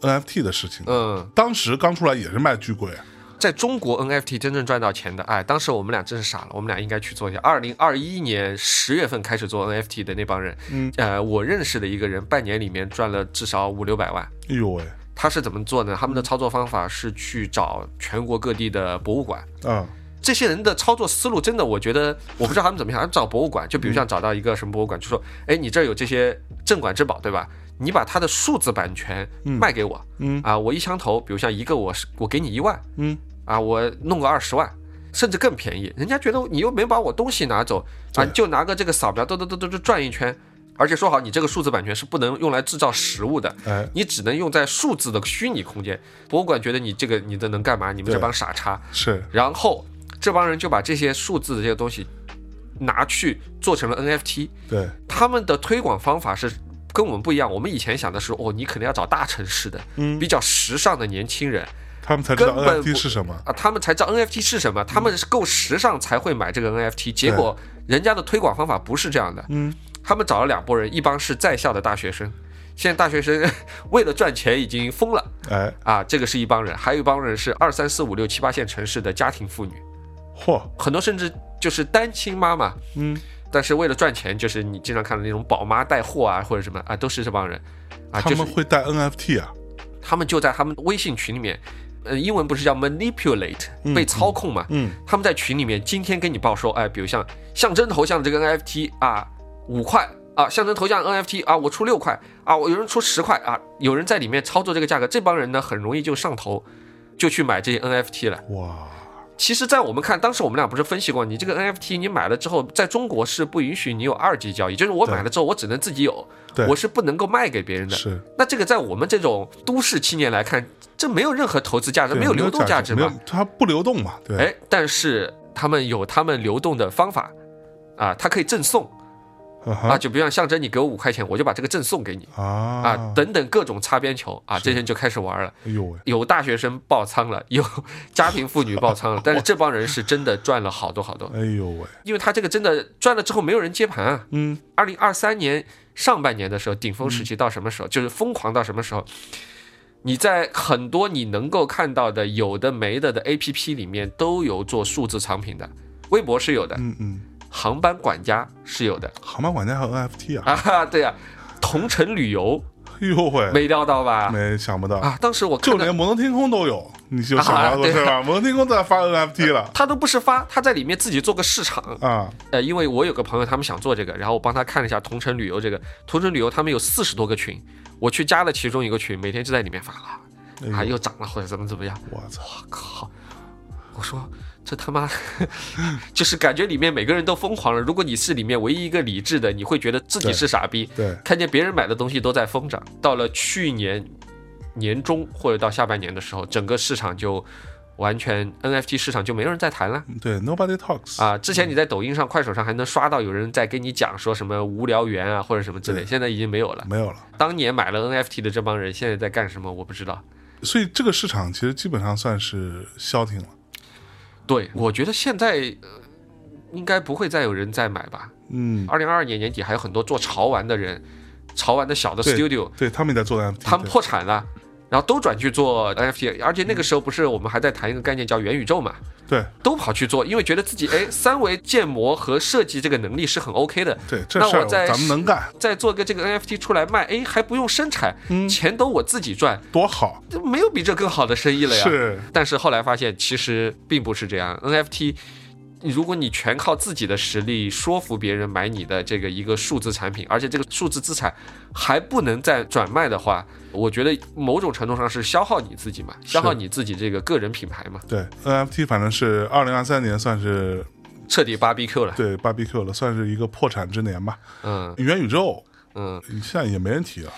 Speaker 1: NFT 的事情。
Speaker 2: 嗯，
Speaker 1: 当时刚出来也是卖巨贵，啊
Speaker 2: 在中国 NFT 真正赚到钱的，哎，当时我们俩真是傻了，我们俩应该去做一下。二零二一年十月份开始做 NFT 的那帮人，
Speaker 1: 嗯，
Speaker 2: 呃，我认识的一个人，半年里面赚了至少五六百万。
Speaker 1: 哎呦喂，
Speaker 2: 他是怎么做呢？他们的操作方法是去找全国各地的博物馆，
Speaker 1: 啊，
Speaker 2: 这些人的操作思路真的，我觉得我不知道他们怎么想，他们找博物馆，就
Speaker 1: 嗯
Speaker 2: 比如像找到一个什么博物馆，就说，哎，你这儿有这些镇馆之宝，对吧？你把它的数字版权卖给我，
Speaker 1: 嗯
Speaker 2: 啊，我一枪头，比如像一个我是我给你一万，
Speaker 1: 嗯，
Speaker 2: 啊，我弄个二十万，甚至更便宜，人家觉得你又没把我东西拿走啊，你就拿个这个扫描，嘟嘟嘟嘟嘟转一圈，而且说好你这个数字版权是不能用来制造实物的，
Speaker 1: 哎，
Speaker 2: 你只能用在数字的虚拟空间。博物馆觉得你这个你这能干嘛？你们这
Speaker 1: 对
Speaker 2: 帮傻叉。
Speaker 1: 是，
Speaker 2: 然后这帮人就把这些数字的这些东西拿去做成了 NFT，
Speaker 1: 对，
Speaker 2: 他们的推广方法是跟我们不一样。我们以前想的是，哦，你可能要找大城市的、
Speaker 1: 嗯
Speaker 2: 比较时尚的年轻人
Speaker 1: 他们才知道
Speaker 2: 根本
Speaker 1: NFT
Speaker 2: 不
Speaker 1: 是什么，
Speaker 2: 啊，他们才知道 NFT 是什
Speaker 1: 嗯
Speaker 2: 么，他们是够时尚才会买这个 NFT。结果人家的推广方法不是这样的，
Speaker 1: 嗯，
Speaker 2: 他们找了两拨人，一帮是在校的大学生。现在大学生 为了赚钱已经疯了
Speaker 1: 哎，
Speaker 2: 啊！这个是一帮人，还有一帮人是二三四五六七八线城市的家庭妇女，
Speaker 1: 嚯，
Speaker 2: 很多甚至就是单亲妈妈，
Speaker 1: 嗯，
Speaker 2: 但是为了赚钱，就是你经常看到那种宝妈带货啊，或者什么啊，都是这帮人
Speaker 1: 他
Speaker 2: 啊，就是
Speaker 1: 们会带 NFT 啊，
Speaker 2: 他们就在他们微信群里面，呃，英文不是叫 manipulate
Speaker 1: 嗯
Speaker 2: 被操控嘛？
Speaker 1: 嗯，
Speaker 2: 他们在群里面今天跟你报说，哎，比如像象征头像的这个 NFT 啊，五块啊，象征头像 NFT 啊，我出六块啊，我有人出十块啊，有人在里面操作这个价格，这帮人呢很容易就上头，就去买这些 NFT 了。
Speaker 1: 哇，
Speaker 2: 其实，在我们看，当时我们俩不是分析过，你
Speaker 1: 嗯
Speaker 2: 这个 NFT 你买了之后，在中国是不允许你有二级交易，就是我
Speaker 1: 对
Speaker 2: 买了之后，我只能自己有
Speaker 1: 对，
Speaker 2: 我是不能够卖给别人的。
Speaker 1: 是，
Speaker 2: 那这个在我们这种都市青年来看，这没有任何投资价值，
Speaker 1: 对
Speaker 2: 没有流动价值
Speaker 1: 没有
Speaker 2: 嘛？，
Speaker 1: 它不流动嘛，对，
Speaker 2: 哎，但是他们有他们流动的方法啊，它可以赠送
Speaker 1: 嗯
Speaker 2: 啊，
Speaker 1: 哼
Speaker 2: 就比如像象征，你给我五块钱，我就把这个赠送给你啊
Speaker 1: 啊，，
Speaker 2: 等等各种擦边球啊，这些人就开始玩了。
Speaker 1: 哎呦喂，
Speaker 2: 有大学生爆仓了，有家庭妇女 爆仓了，但是这帮人是真的赚了好多好多，
Speaker 1: 哎呦喂，
Speaker 2: 因为他这个真的赚了之后没有人接盘啊。
Speaker 1: 嗯，
Speaker 2: 二零二三年上半年的时候，顶峰时期到什么
Speaker 1: 嗯
Speaker 2: 时候？就是疯狂到什么时候？你在很多你能够看到的有的没的的 APP 里面都有做数字藏品的，微博是有的，
Speaker 1: 嗯嗯，
Speaker 2: 航班管家是有的
Speaker 1: 航班管家还有 NFT 啊，
Speaker 2: 啊， 哈，对啊，同城旅游
Speaker 1: 哎呦喂，
Speaker 2: 没料到吧？
Speaker 1: 没想不到，
Speaker 2: 啊，当时我看
Speaker 1: 就
Speaker 2: 到
Speaker 1: 连摩登天空都有，你就想到
Speaker 2: 啊对
Speaker 1: 是吧？摩登天空都在发 NFT 了
Speaker 2: 他都不是发，他在里面自己做个市场，
Speaker 1: 啊，
Speaker 2: 呃，因为我有个朋友他们想做这个，然后我帮他看了一下同城旅游这个，同城旅游他们有四十多个群，我去加了其中一个群，每天就在里面发啊，啊又涨了或者怎么怎么样，
Speaker 1: 我操，
Speaker 2: 我靠！我说这他妈 就是感觉里面每个人都疯狂了。如果你是里面唯一一个理智的，你会觉得自己
Speaker 1: 对
Speaker 2: 是傻逼，
Speaker 1: 对，
Speaker 2: 看见别人买的东西都在疯涨。到了去年年中或者到下半年的时候，整个市场就完全 NFT 市场就没有人在谈了。
Speaker 1: 对，Nobody Talks
Speaker 2: 啊，之前你在抖音上、快手上还能刷到有人在跟你讲说什么无聊猿啊或者什么之类，
Speaker 1: 对
Speaker 2: 现在已经没有了。
Speaker 1: 没有了，
Speaker 2: 当年买了 NFT 的这帮人现在在干什么？我不知道。
Speaker 1: 所以这个市场其实基本上算是消停了。
Speaker 2: 对，我觉得现在、呃、应该不会再有人再买吧。
Speaker 1: 嗯，
Speaker 2: 二零二二年年底还有很多做潮玩的人，潮玩的小的
Speaker 1: 对
Speaker 2: studio，
Speaker 1: 对他们也在做 NFT，
Speaker 2: 他们破产了。然后都转去做 NFT，而且那个时候不是我们还在谈一个概念叫元宇宙嘛，
Speaker 1: 对
Speaker 2: 都跑去做，因为觉得自己哎三维建模和设计这个能力是很 OK 的，
Speaker 1: 对，这
Speaker 2: 那
Speaker 1: 事
Speaker 2: 我
Speaker 1: 儿
Speaker 2: 在
Speaker 1: 咱们能干，
Speaker 2: 再做个这个 NFT 出来卖，哎，还不用生产，
Speaker 1: 嗯
Speaker 2: 钱都我自己赚，
Speaker 1: 多好，
Speaker 2: 这没有比这更好的生意了呀。。
Speaker 1: 是，
Speaker 2: 但是后来发现，其实并不是这样。NFT，如果你全靠自己的实力说服别人买你的这个一个数字产品，而且这个数字资产还不能再转卖的话，我觉得某种程度上是消耗你自己嘛，消耗你自己这个个人品牌嘛，
Speaker 1: 对 NFT 反正是二零二三年算是
Speaker 2: 彻底 BBQ 了。
Speaker 1: 对 BBQ 了，算是一个破产之年吧。
Speaker 2: 嗯
Speaker 1: 元宇宙
Speaker 2: 嗯。
Speaker 1: 现在也没人提了，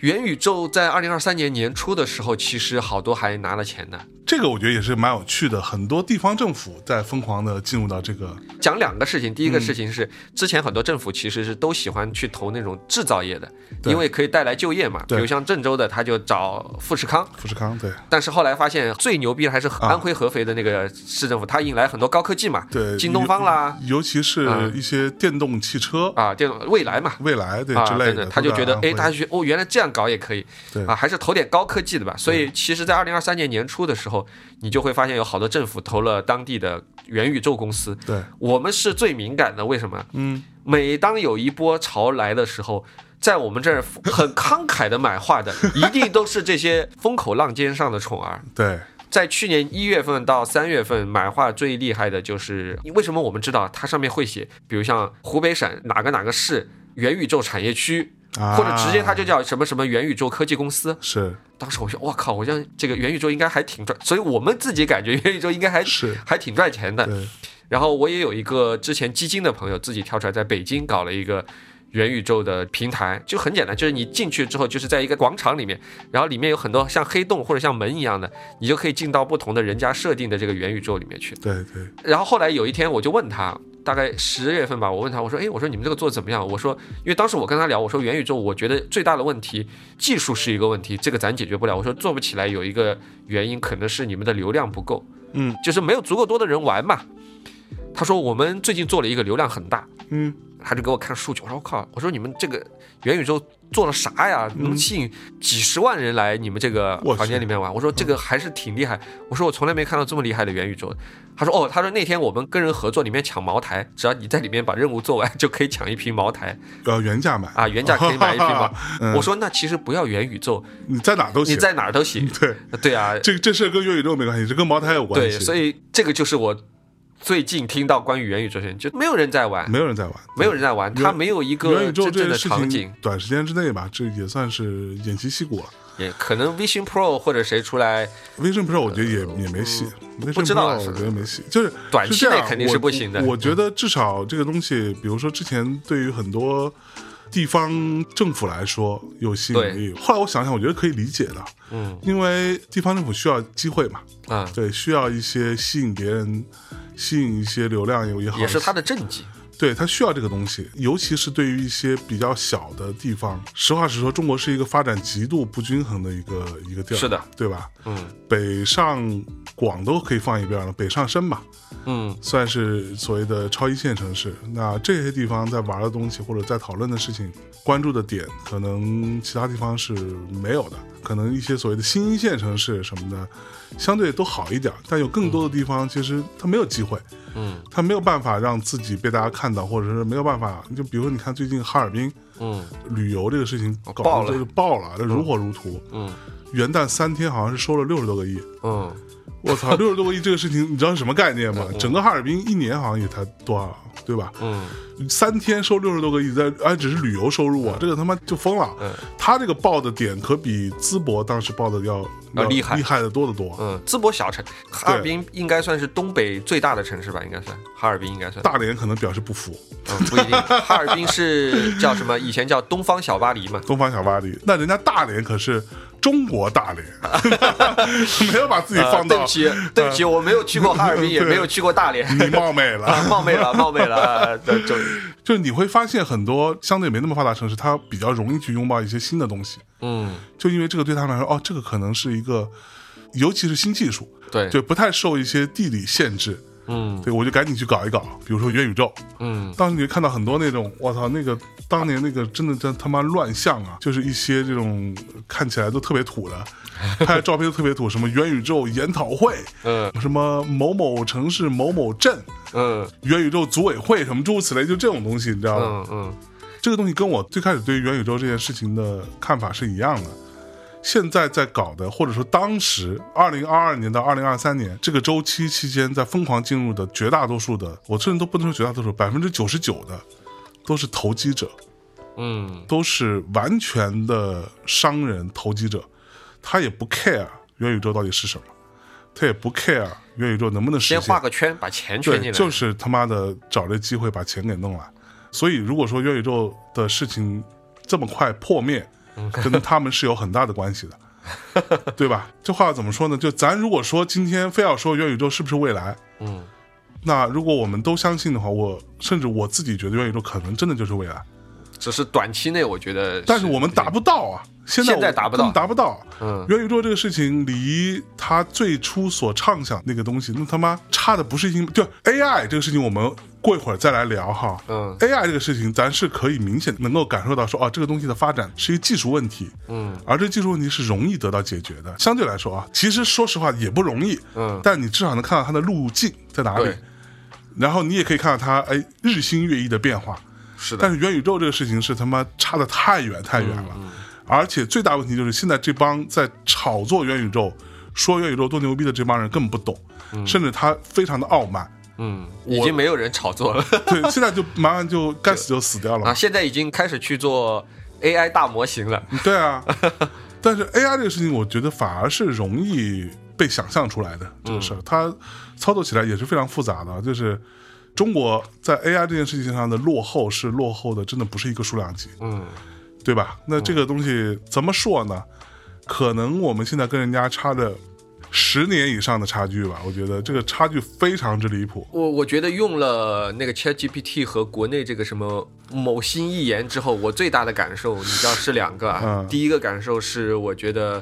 Speaker 2: 元宇宙在二零二三年年初的时候，其实好多还拿了钱的。
Speaker 1: 这个我觉得也是蛮有趣的，很多地方政府在疯狂的进入到这个，
Speaker 2: 讲两个事情，第一个
Speaker 1: 嗯
Speaker 2: 事情是，之前很多政府其实是都喜欢去投那种制造业的，
Speaker 1: 对
Speaker 2: 因为可以带来就业嘛。比
Speaker 1: 对
Speaker 2: 如像郑州的，他就找富士康，
Speaker 1: 富士康对。
Speaker 2: 但是后来发现最牛逼的还是安徽合肥的那个市政府，它引来很多高科技嘛，
Speaker 1: 对，
Speaker 2: 京东方啦，
Speaker 1: 尤，尤其是一些电动汽车、
Speaker 2: 啊，这种未来嘛。
Speaker 1: 未来对、
Speaker 2: 啊，
Speaker 1: 之类
Speaker 2: 等
Speaker 1: 的，
Speaker 2: 等，他就觉得，
Speaker 1: 哎，
Speaker 2: 哎，大家觉得哦，原来这样搞也可以
Speaker 1: 对，
Speaker 2: 啊，还是投点高科技的吧。所以，其实，在二零二三年年初的时后，你就会发现有好多政府投了当地的元宇宙公司。
Speaker 1: 对，
Speaker 2: 我们是最敏感的，为什么？
Speaker 1: 嗯，
Speaker 2: 每当有一波潮来的时候，在我们这儿很慷慨的买画的，一定都是这些风口浪尖上的宠儿。
Speaker 1: 对，
Speaker 2: 在去年一月份到三月份，买画最厉害的就是为什么我们知道它上面会写，比如像湖北省哪个哪个市元宇宙产业区，
Speaker 1: 啊
Speaker 2: 或者直接它就叫什么什么元宇宙科技公司。
Speaker 1: 是
Speaker 2: 当时我说，我靠，我像这个元宇宙应该还挺赚，所以我们自己感觉元宇宙应该还
Speaker 1: 是
Speaker 2: 还挺赚钱的。
Speaker 1: 对，
Speaker 2: 然后我也有一个之前基金的朋友自己跳出来，在北京搞了一个元宇宙的平台，就很简单，就是你进去之后，就是在一个广场里面，然后里面有很多像黑洞或者像门一样的，你就可以进到不同的人家设定的这个元宇宙里面去。
Speaker 1: 对对，
Speaker 2: 然后后来有一天，我就问他，大概十月份吧，我问他，我说，诶，我说你们这个做得怎么样？我说，因为当时我跟他聊，我说元宇宙，我觉得最大的问题，技术是一个问题，这个咱解决不了。我说做不起来有一个原因，可能是你们的流量不够，
Speaker 1: 嗯
Speaker 2: 就是没有足够多的人玩嘛。他说我们最近做了一个流量很大，
Speaker 1: 嗯，
Speaker 2: 他就给我看数据，我说我靠，我说你们这个元宇宙做了啥呀？能吸引几十万人来你们这个
Speaker 1: 嗯我去
Speaker 2: 房间里面玩？我说这个还是挺厉害，我说我从来没看到这么厉害的元宇宙。他说哦，他说那天我们跟人合作，里面抢茅台，只要你在里面把任务做完，就可以抢一瓶茅台
Speaker 1: 要原价买，
Speaker 2: 啊，原价可以买一瓶茅
Speaker 1: 嗯
Speaker 2: 我说那其实不要元宇宙，
Speaker 1: 你在哪都
Speaker 2: 你
Speaker 1: 行。
Speaker 2: 在哪儿都行。
Speaker 1: 对，
Speaker 2: 对啊，
Speaker 1: 这这事儿跟元宇宙没关系，这跟茅台有关
Speaker 2: 对，
Speaker 1: 系。
Speaker 2: 所以这个就是我最近听到关于元宇宙的事情，就没有人在玩，
Speaker 1: 没有人在玩，
Speaker 2: 没有人在玩，它没有一
Speaker 1: 嗯元
Speaker 2: 个
Speaker 1: 宇宙
Speaker 2: 真
Speaker 1: 这
Speaker 2: 正
Speaker 1: 个
Speaker 2: 的
Speaker 1: 事
Speaker 2: 场景
Speaker 1: 情。，短时间之内吧，这也算是偃旗息鼓了。
Speaker 2: 也可能 Vision Pro 或者谁出来，
Speaker 1: Vision Pro 我觉得也也没戏，Vision
Speaker 2: 嗯知
Speaker 1: Pro
Speaker 2: 道啊
Speaker 1: 我
Speaker 2: 是的
Speaker 1: 觉得没戏，就是
Speaker 2: 短期
Speaker 1: 是这样
Speaker 2: 内肯定是不行的嗯
Speaker 1: 我我觉得至少这个东西，比如说之前对于很多地方政府来说有吸引力，后来我想想，我觉得可以理解的，
Speaker 2: 嗯
Speaker 1: 因为地方政府需要机会嘛，
Speaker 2: 啊，
Speaker 1: 对，需要一些吸引别人、吸引一些流量也好，
Speaker 2: 也是他的政绩。
Speaker 1: 对他需要这个东西，尤其是对于一些比较小的地方。实话实说，中国是一个发展极度不均衡的一个一个地儿，
Speaker 2: 是的，
Speaker 1: 对吧？
Speaker 2: 嗯
Speaker 1: 北上广都可以放一边了，北上深吧，
Speaker 2: 嗯，
Speaker 1: 算是所谓的超一线城市。那这些地方在玩的东西或者在讨论的事情、关注的点，可能其他地方是没有的。可能一些所谓的新一线城市什么的，相对都好一点，但有更多的地方其实它没有机会。
Speaker 2: 嗯，
Speaker 1: 它没有办法让自己被大家看到，或者是没有办法。就比如说，你看最近哈尔滨
Speaker 2: 嗯
Speaker 1: 旅游这个事情搞
Speaker 2: 爆
Speaker 1: 得就是爆了，这如火如荼。
Speaker 2: 嗯
Speaker 1: 元旦三天好像是收了六十多个亿，
Speaker 2: 嗯，
Speaker 1: 我 操，六十多个亿这个事情，你知道是什么概念吗？整个哈尔滨一年好像也才多少，对吧？
Speaker 2: 嗯，
Speaker 1: 三天收六十多个亿，在哎，只是旅游收入啊，这个他妈就疯了。
Speaker 2: 嗯
Speaker 1: 他这个报的点可比淄博当时报的要
Speaker 2: 要厉害
Speaker 1: 厉害的多得多。
Speaker 2: 嗯，淄博小城，哈尔滨应该算是东北最大的城市吧，应该算，哈尔滨应 该算，
Speaker 1: 大连可能表示不服，
Speaker 2: 嗯，不一定，哈尔滨是叫什么？以前叫东方小巴黎嘛，
Speaker 1: 东方小巴黎，那人家大连可是中国大 连，没有把自己
Speaker 2: 呃
Speaker 1: 放
Speaker 2: 对不
Speaker 1: 到呃
Speaker 2: 起，对不起，我没有去过哈 尔滨，也没有去过大连，
Speaker 1: 你冒昧了
Speaker 2: 啊，。冒昧了，冒昧了，啊对就
Speaker 1: 就是你会发现很多相对没那么发达城市，它比较容易去拥抱一些新的东西，
Speaker 2: 嗯，
Speaker 1: 就因为这个对他们来说，哦，这个可能是一个，尤其是新技术，
Speaker 2: 对，
Speaker 1: 对，不太受一些地理限制。
Speaker 2: 嗯
Speaker 1: 对，我就赶紧去搞一搞，比如说元宇宙。
Speaker 2: 嗯，
Speaker 1: 当时你就看到很多那种，我操，那个当年那个真的真他妈乱象啊，就是一些这种看起来都特别土的，拍的照片都特别土，什么元宇宙研讨会，
Speaker 2: 嗯
Speaker 1: 什么某某城市某某镇
Speaker 2: 嗯
Speaker 1: 元宇宙组委会什么诸如此类，就这种东西，你知道吗？
Speaker 2: 嗯嗯，
Speaker 1: 这个东西跟我最开始对于元宇宙这件事情的看法是一样的。现在在搞的，或者说当时二零二二年到二零二三年这个周期期间，在疯狂进入的绝大多数的，我甚至都不能说绝大多数，百分之九十九的都是投机者，
Speaker 2: 嗯
Speaker 1: 都是完全的商人投机者，他也不 care 元宇宙到底是什么，他也不 care 元宇宙能不能实
Speaker 2: 先
Speaker 1: 现，
Speaker 2: 画个圈，把钱
Speaker 1: 对，
Speaker 2: 圈进来，
Speaker 1: 就是他妈的找这机会把钱给弄来。所以如果说元宇宙的事情这么快破灭，
Speaker 2: 嗯
Speaker 1: 跟他们是有很大的关系的，对吧？这话怎么说呢？就咱如果说今天非要说元宇宙是不是未来，
Speaker 2: 嗯。
Speaker 1: 那如果我们都相信的话，我甚至我自己觉得元宇宙可能真的就是未来，
Speaker 2: 只是短期内，我觉得。
Speaker 1: 但是我们达不到啊。现在
Speaker 2: 现在
Speaker 1: 我
Speaker 2: 达不
Speaker 1: 根
Speaker 2: 到
Speaker 1: 本达不到。啊
Speaker 2: 嗯
Speaker 1: 元宇宙这个事情离他最初所畅想那个东西，那他妈差的不是一就 AI 这个事情，我们过一会儿再来聊哈。
Speaker 2: 嗯
Speaker 1: AI 这个事情，咱是可以明显能够感受到说，哦，这个东西的发展是一个技术问题，
Speaker 2: 嗯，
Speaker 1: 而这技术问题是容易得到解决的。相对来说啊，其实说实话也不容易，
Speaker 2: 嗯
Speaker 1: 但你至少能看到它的路径在哪里
Speaker 2: 对，
Speaker 1: 然后你也可以看到它哎日新月异的变化。
Speaker 2: 是
Speaker 1: 但
Speaker 2: 的，
Speaker 1: 是元宇宙这个事情是他妈差的太远太远了，而且最大问题就是现在这帮在炒作元宇宙、说元宇宙多牛逼的这帮人根本不懂，甚至他非常的傲慢。
Speaker 2: 嗯，已经没有人炒作了
Speaker 1: 对，现在就慢慢就该死就死掉 了
Speaker 2: 啊，。现在已经开始去做 AI 大模型了。
Speaker 1: 对啊， 但是 AI 这个事情，我觉得反而是容易被想象出来的这个事儿，它操作起来也是非常复杂的。就是中国在 AI 这件事情上的落后是落后的，真的不是一个数量级。
Speaker 2: 嗯，
Speaker 1: 对吧？那这个东西怎么说呢？可能我们现在跟人家差着十年以上的差距吧，我觉得这个差距非常之离谱。
Speaker 2: 我我觉得用了那个 ChatGPT 和国内这个什么某新一言之后，我最大的感受，你知道是两个啊。
Speaker 1: 嗯
Speaker 2: 第一个感受是，我觉得，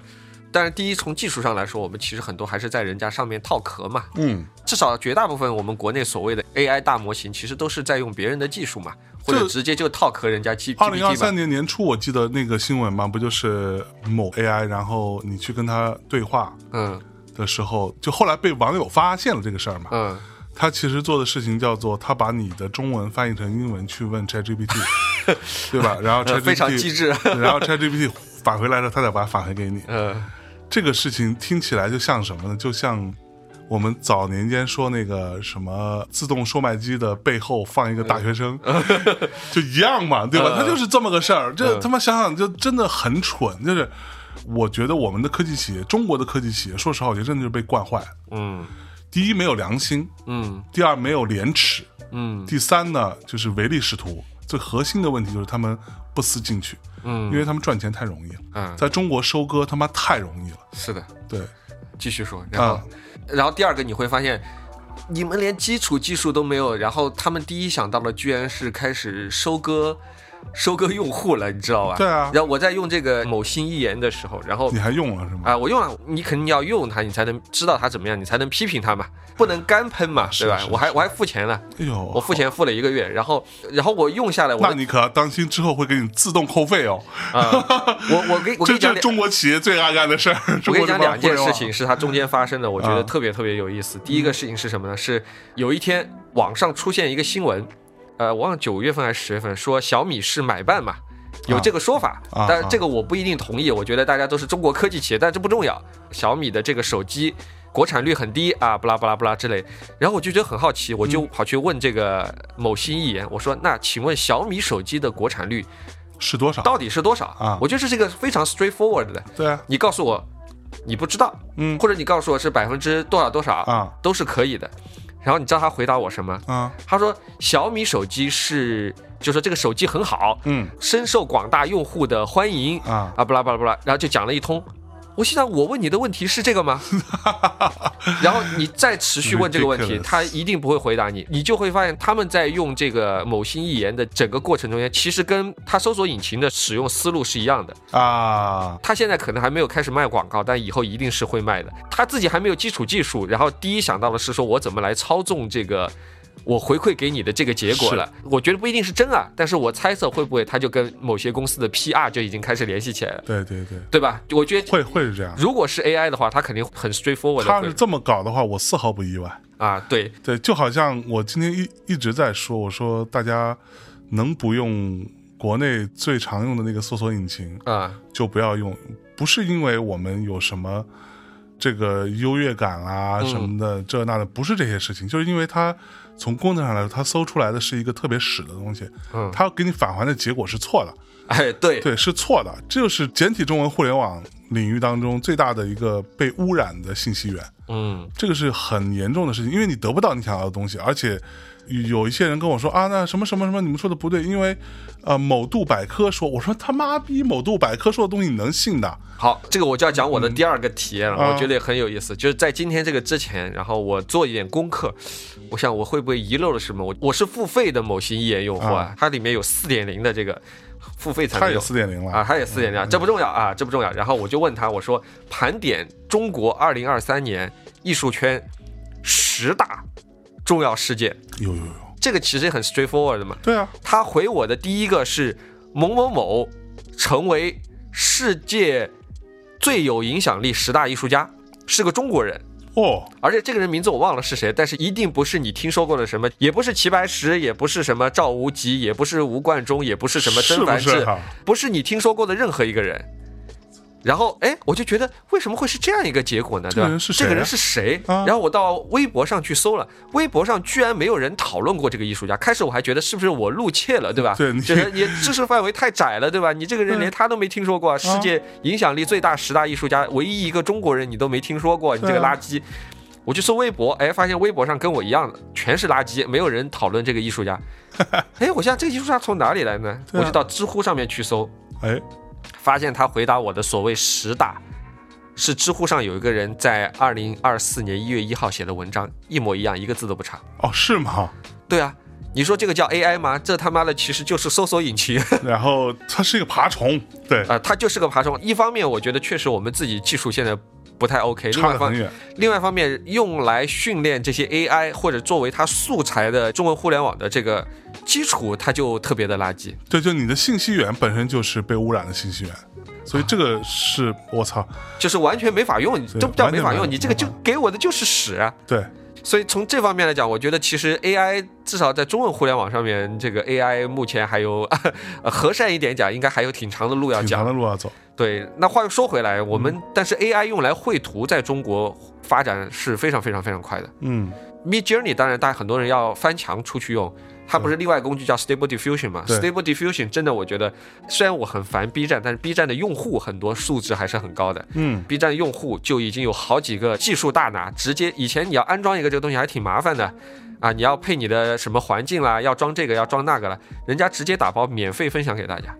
Speaker 2: 但是第一从技术上来说，我们其实很多还是在人家上面套壳嘛。
Speaker 1: 嗯，
Speaker 2: 至少绝大部分我们国内所谓的 AI 大模型，其实都是在用别人的技术嘛，或者
Speaker 1: 这
Speaker 2: 直接就套壳人家 G
Speaker 1: 二零二
Speaker 2: GPT
Speaker 1: 三
Speaker 2: 嘛。
Speaker 1: 年年初我记得那个新闻嘛，不就是某 AI，然后你去跟他对话
Speaker 2: 嗯
Speaker 1: 的时候，就后来被网友发现了这个事儿 嘛。
Speaker 2: 嗯，
Speaker 1: 他其实做的事情叫做他把你的中文翻译成英文去问 ChatGPT，对吧？然后 ChatGPT
Speaker 2: 非常机智
Speaker 1: 然后 ChatGPT 返回来了，他再把它返回给你。
Speaker 2: 呃，
Speaker 1: 这个事情听起来就像什么呢？就像我们早年间说那个什么自动售卖机的背后放一个大学 生，就一样嘛，对
Speaker 2: 嗯
Speaker 1: 吧？它就是这么个事儿。这他妈想想就真的很蠢，就是。我觉得我们的科技企业，中国的科技企业，说实话，我觉得真的就是被惯坏了。
Speaker 2: 嗯
Speaker 1: 第一，没有良心；
Speaker 2: 嗯
Speaker 1: 第二，没有廉耻；
Speaker 2: 嗯
Speaker 1: 第三呢，就是唯利是图。最核心的问题就是他们不思进取，因
Speaker 2: 嗯
Speaker 1: 为他们赚钱太容易了，
Speaker 2: 嗯，
Speaker 1: 在中国收割他妈太容易了。
Speaker 2: 是的，
Speaker 1: 对，
Speaker 2: 继续说。然后
Speaker 1: 啊，
Speaker 2: 然后第二个你会发现，你们连基础技术都没有，然后他们第一想到的居然是开始收割。收割用户了，你知道吧？
Speaker 1: 对啊嗯
Speaker 2: 然后我在用这个某新一言的时候，然后
Speaker 1: 你还用了是吗？
Speaker 2: 啊，我用了，你肯定要用它，你才能知道它怎么样，你才能批评它嘛，不能干喷嘛，
Speaker 1: 是
Speaker 2: 对吧
Speaker 1: 是？
Speaker 2: 我还我还付钱了，
Speaker 1: 哎呦，
Speaker 2: 我付钱付了一个月，然后然后我用下来，我
Speaker 1: 那
Speaker 2: 的
Speaker 1: 你可要当心，之后会给你自动扣费哦。
Speaker 2: 啊， 我我给我跟
Speaker 1: 这
Speaker 2: 你讲
Speaker 1: 这
Speaker 2: 两
Speaker 1: 是中国企业最爱干的事儿。
Speaker 2: 我
Speaker 1: 中
Speaker 2: 跟
Speaker 1: 国
Speaker 2: 你
Speaker 1: 这
Speaker 2: 讲
Speaker 1: 帮
Speaker 2: 两件
Speaker 1: 互联
Speaker 2: 事
Speaker 1: 网
Speaker 2: 情，是它中间发生的，我觉得
Speaker 1: 啊
Speaker 2: 特别特别有意思。第一个事情是什么呢？是有一天网上出现一个新闻，呃，我忘了九月份还是十月份，说小米是买办嘛。有这个说法，
Speaker 1: 啊
Speaker 2: 但
Speaker 1: 啊
Speaker 2: 这个我不一定同意。我觉得大家都是中国科技企业，但这不重要。小米的这个手机国产率很低啊，不啦不啦不啦之类。然后我就觉得很好奇，我
Speaker 1: 嗯
Speaker 2: 就跑去问这个某新一言，我说：“那请问小米手机的国产率
Speaker 1: 是多少？
Speaker 2: 到底是多少？”
Speaker 1: 啊
Speaker 2: 我觉得这是一个非常 straightforward 的，
Speaker 1: 对啊，
Speaker 2: 你告诉我你不知道，
Speaker 1: 嗯
Speaker 2: 或者你告诉我是百分之多少多少
Speaker 1: 啊
Speaker 2: 都是可以的。然后你知道他回答我什么？
Speaker 1: 啊
Speaker 2: 他说小米手机是，就说这个手机很好，
Speaker 1: 嗯
Speaker 2: 深受广大用户的欢迎
Speaker 1: 啊，
Speaker 2: 啊，不啦不啦不啦，然后就讲了一通。我心想，我问你的问题是这 个吗？然后你再持续问这个问题，
Speaker 1: Ridiculous
Speaker 2: 他一定不会回答你。你就会发现，他们在用这个某新一言的整个过程中间，其实跟他搜索引擎的使用思路是一样的。
Speaker 1: 啊，
Speaker 2: 他现在可能还没有开始卖广告，但以后一定是会卖的。他自己还没有基础技术，然后第一想到的是说我怎么来操纵这个。我回馈给你的这个结果了，我觉得不一定是真啊，但是我猜测会不会他就跟某些公司的 PR 就已经开始联系起来了，
Speaker 1: 对对对，
Speaker 2: 对吧？我觉得
Speaker 1: 会会是这样。
Speaker 2: 如果是 AI 的话，他肯定很 straightforward
Speaker 1: 他
Speaker 2: 的
Speaker 1: 要是
Speaker 2: 会
Speaker 1: 这么搞的话，我丝毫不意外。
Speaker 2: 啊，对，
Speaker 1: 对，就好像我今天一一直在说，我说大家能不用国内最常用的那个搜索引擎，
Speaker 2: 啊，
Speaker 1: 就不要用，不是因为我们有什么这个优越感啊
Speaker 2: 嗯
Speaker 1: 什么的、这那的，不是这些事情，就是因为它从功能上来说，它搜出来的是一个特别屎的东西，
Speaker 2: 嗯
Speaker 1: 它给你返还的结果是错的，
Speaker 2: 哎，对，
Speaker 1: 对，是错的，这就是简体中文互联网领域当中最大的一个被污染的信息源，
Speaker 2: 嗯
Speaker 1: 这个是很严重的事情，因为你得不到你想要的东西，而且。有一些人跟我说啊，那什么什么什么，你们说的不对，因为，呃，某度百科说，我说他妈逼，某度百科说的东西你能信的？
Speaker 2: 好，这个我就要讲我的第二个体验了，
Speaker 1: 啊
Speaker 2: 我觉得也很有意思，就是在今天这个之前，然后我做一点功课，我想我会不会遗漏了什么？我我是付费的某新一言用户啊，它里面有四点零的这个付费才
Speaker 1: 它
Speaker 2: 能
Speaker 1: 也
Speaker 2: 用
Speaker 1: 四点零了嗯
Speaker 2: 啊，它也四点零，这不重要啊，这不重要。然后我就问他，我说盘点中国二零二三年艺术圈十大重要事件，
Speaker 1: 有有有，
Speaker 2: 这个其实很 straightforward 的嘛。
Speaker 1: 对啊，
Speaker 2: 他回我的第一个是某某某成为世界最有影响力十大艺术家，是个中国人。
Speaker 1: 哦，
Speaker 2: 而且这个人名字我忘了是谁，但是一定不是你听说过的什么，也不是齐白石，也不是什么赵无极，也不是吴冠中，也不是什么
Speaker 1: 是
Speaker 2: 曾
Speaker 1: 不
Speaker 2: 凡志，
Speaker 1: 是哈？
Speaker 2: 不是你听说过的任何一个人。然后，哎，我就觉得为什么会是这样一个结果呢？
Speaker 1: 这个
Speaker 2: 对吧
Speaker 1: 人是谁
Speaker 2: 这个人
Speaker 1: 啊
Speaker 2: 是谁？
Speaker 1: 啊
Speaker 2: 然后我到微博上去搜了，微博上居然没有人讨论过这个艺术家。开始我还觉得是不是我露怯了，对吧？
Speaker 1: 对你
Speaker 2: 觉得你知识范围太窄了，对吧？你这个人连他都没听说
Speaker 1: 啊
Speaker 2: 过，世界影响力最大十大艺术家，唯一一个中国人你都没听说过，你这个
Speaker 1: 对啊
Speaker 2: 垃圾。我去搜微博，哎，发现微博上跟我一样的全是垃圾，没有人讨论这个 艺术家。哎，我想这个艺术家从哪里来呢？
Speaker 1: 对啊
Speaker 2: 我就到知乎上面去搜，
Speaker 1: 哎，
Speaker 2: 发现他回答我的所谓十大，是知乎上有一个人在二零二四年一月一号写的文章，一模一样，一个字都不差。
Speaker 1: 哦，是吗？
Speaker 2: 对啊，你说这个叫 AI 吗？这他妈的其实就是搜索引擎 啊、
Speaker 1: 然后它是一个爬虫， 对，
Speaker 2: 它就是个爬虫。一方面，我觉得确实我们自己技术现在不太 OK，另
Speaker 1: 差
Speaker 2: 外一
Speaker 1: 得
Speaker 2: 方
Speaker 1: 很远。
Speaker 2: 另外一方面，用来训练这些 AI 或者作为它素材的中文互联网的这个基础，它就特别的垃圾。
Speaker 1: 对，就你的信息源本身就是被污染的信息源，所以这个是我操，
Speaker 2: 就是完全没法用，
Speaker 1: 对
Speaker 2: 都不叫没法
Speaker 1: 完全没法
Speaker 2: 用，你这个就给我的就是屎啊！
Speaker 1: 对，
Speaker 2: 所以从这方面来讲，我觉得其实 AI 至少在中文互联网上面，这个 AI 目前还有 呃和善一点讲，应该还有挺长的路要
Speaker 1: 挺长
Speaker 2: 讲。
Speaker 1: 的路要走。
Speaker 2: 对，那话又说回来，我们、但是 AI 用来绘图在中国发展是非常非常非常快的。
Speaker 1: 嗯，
Speaker 2: Mid Journey 当然大家很多人要翻墙出去用，它不是另外一个工具叫 Stable Diffusion 嘛
Speaker 1: 对
Speaker 2: ？Stable Diffusion 真的我觉得，虽然我很烦 B 站，但是 B 站的用户很多素质还是很高的。
Speaker 1: 嗯
Speaker 2: ，B 站用户就已经有好几个技术大拿，直接以前你要安装一个这个东西还挺麻烦的。啊，你要配你的什么环境啦，要装这个，要装那个了，人家直接打包免费分享给大家，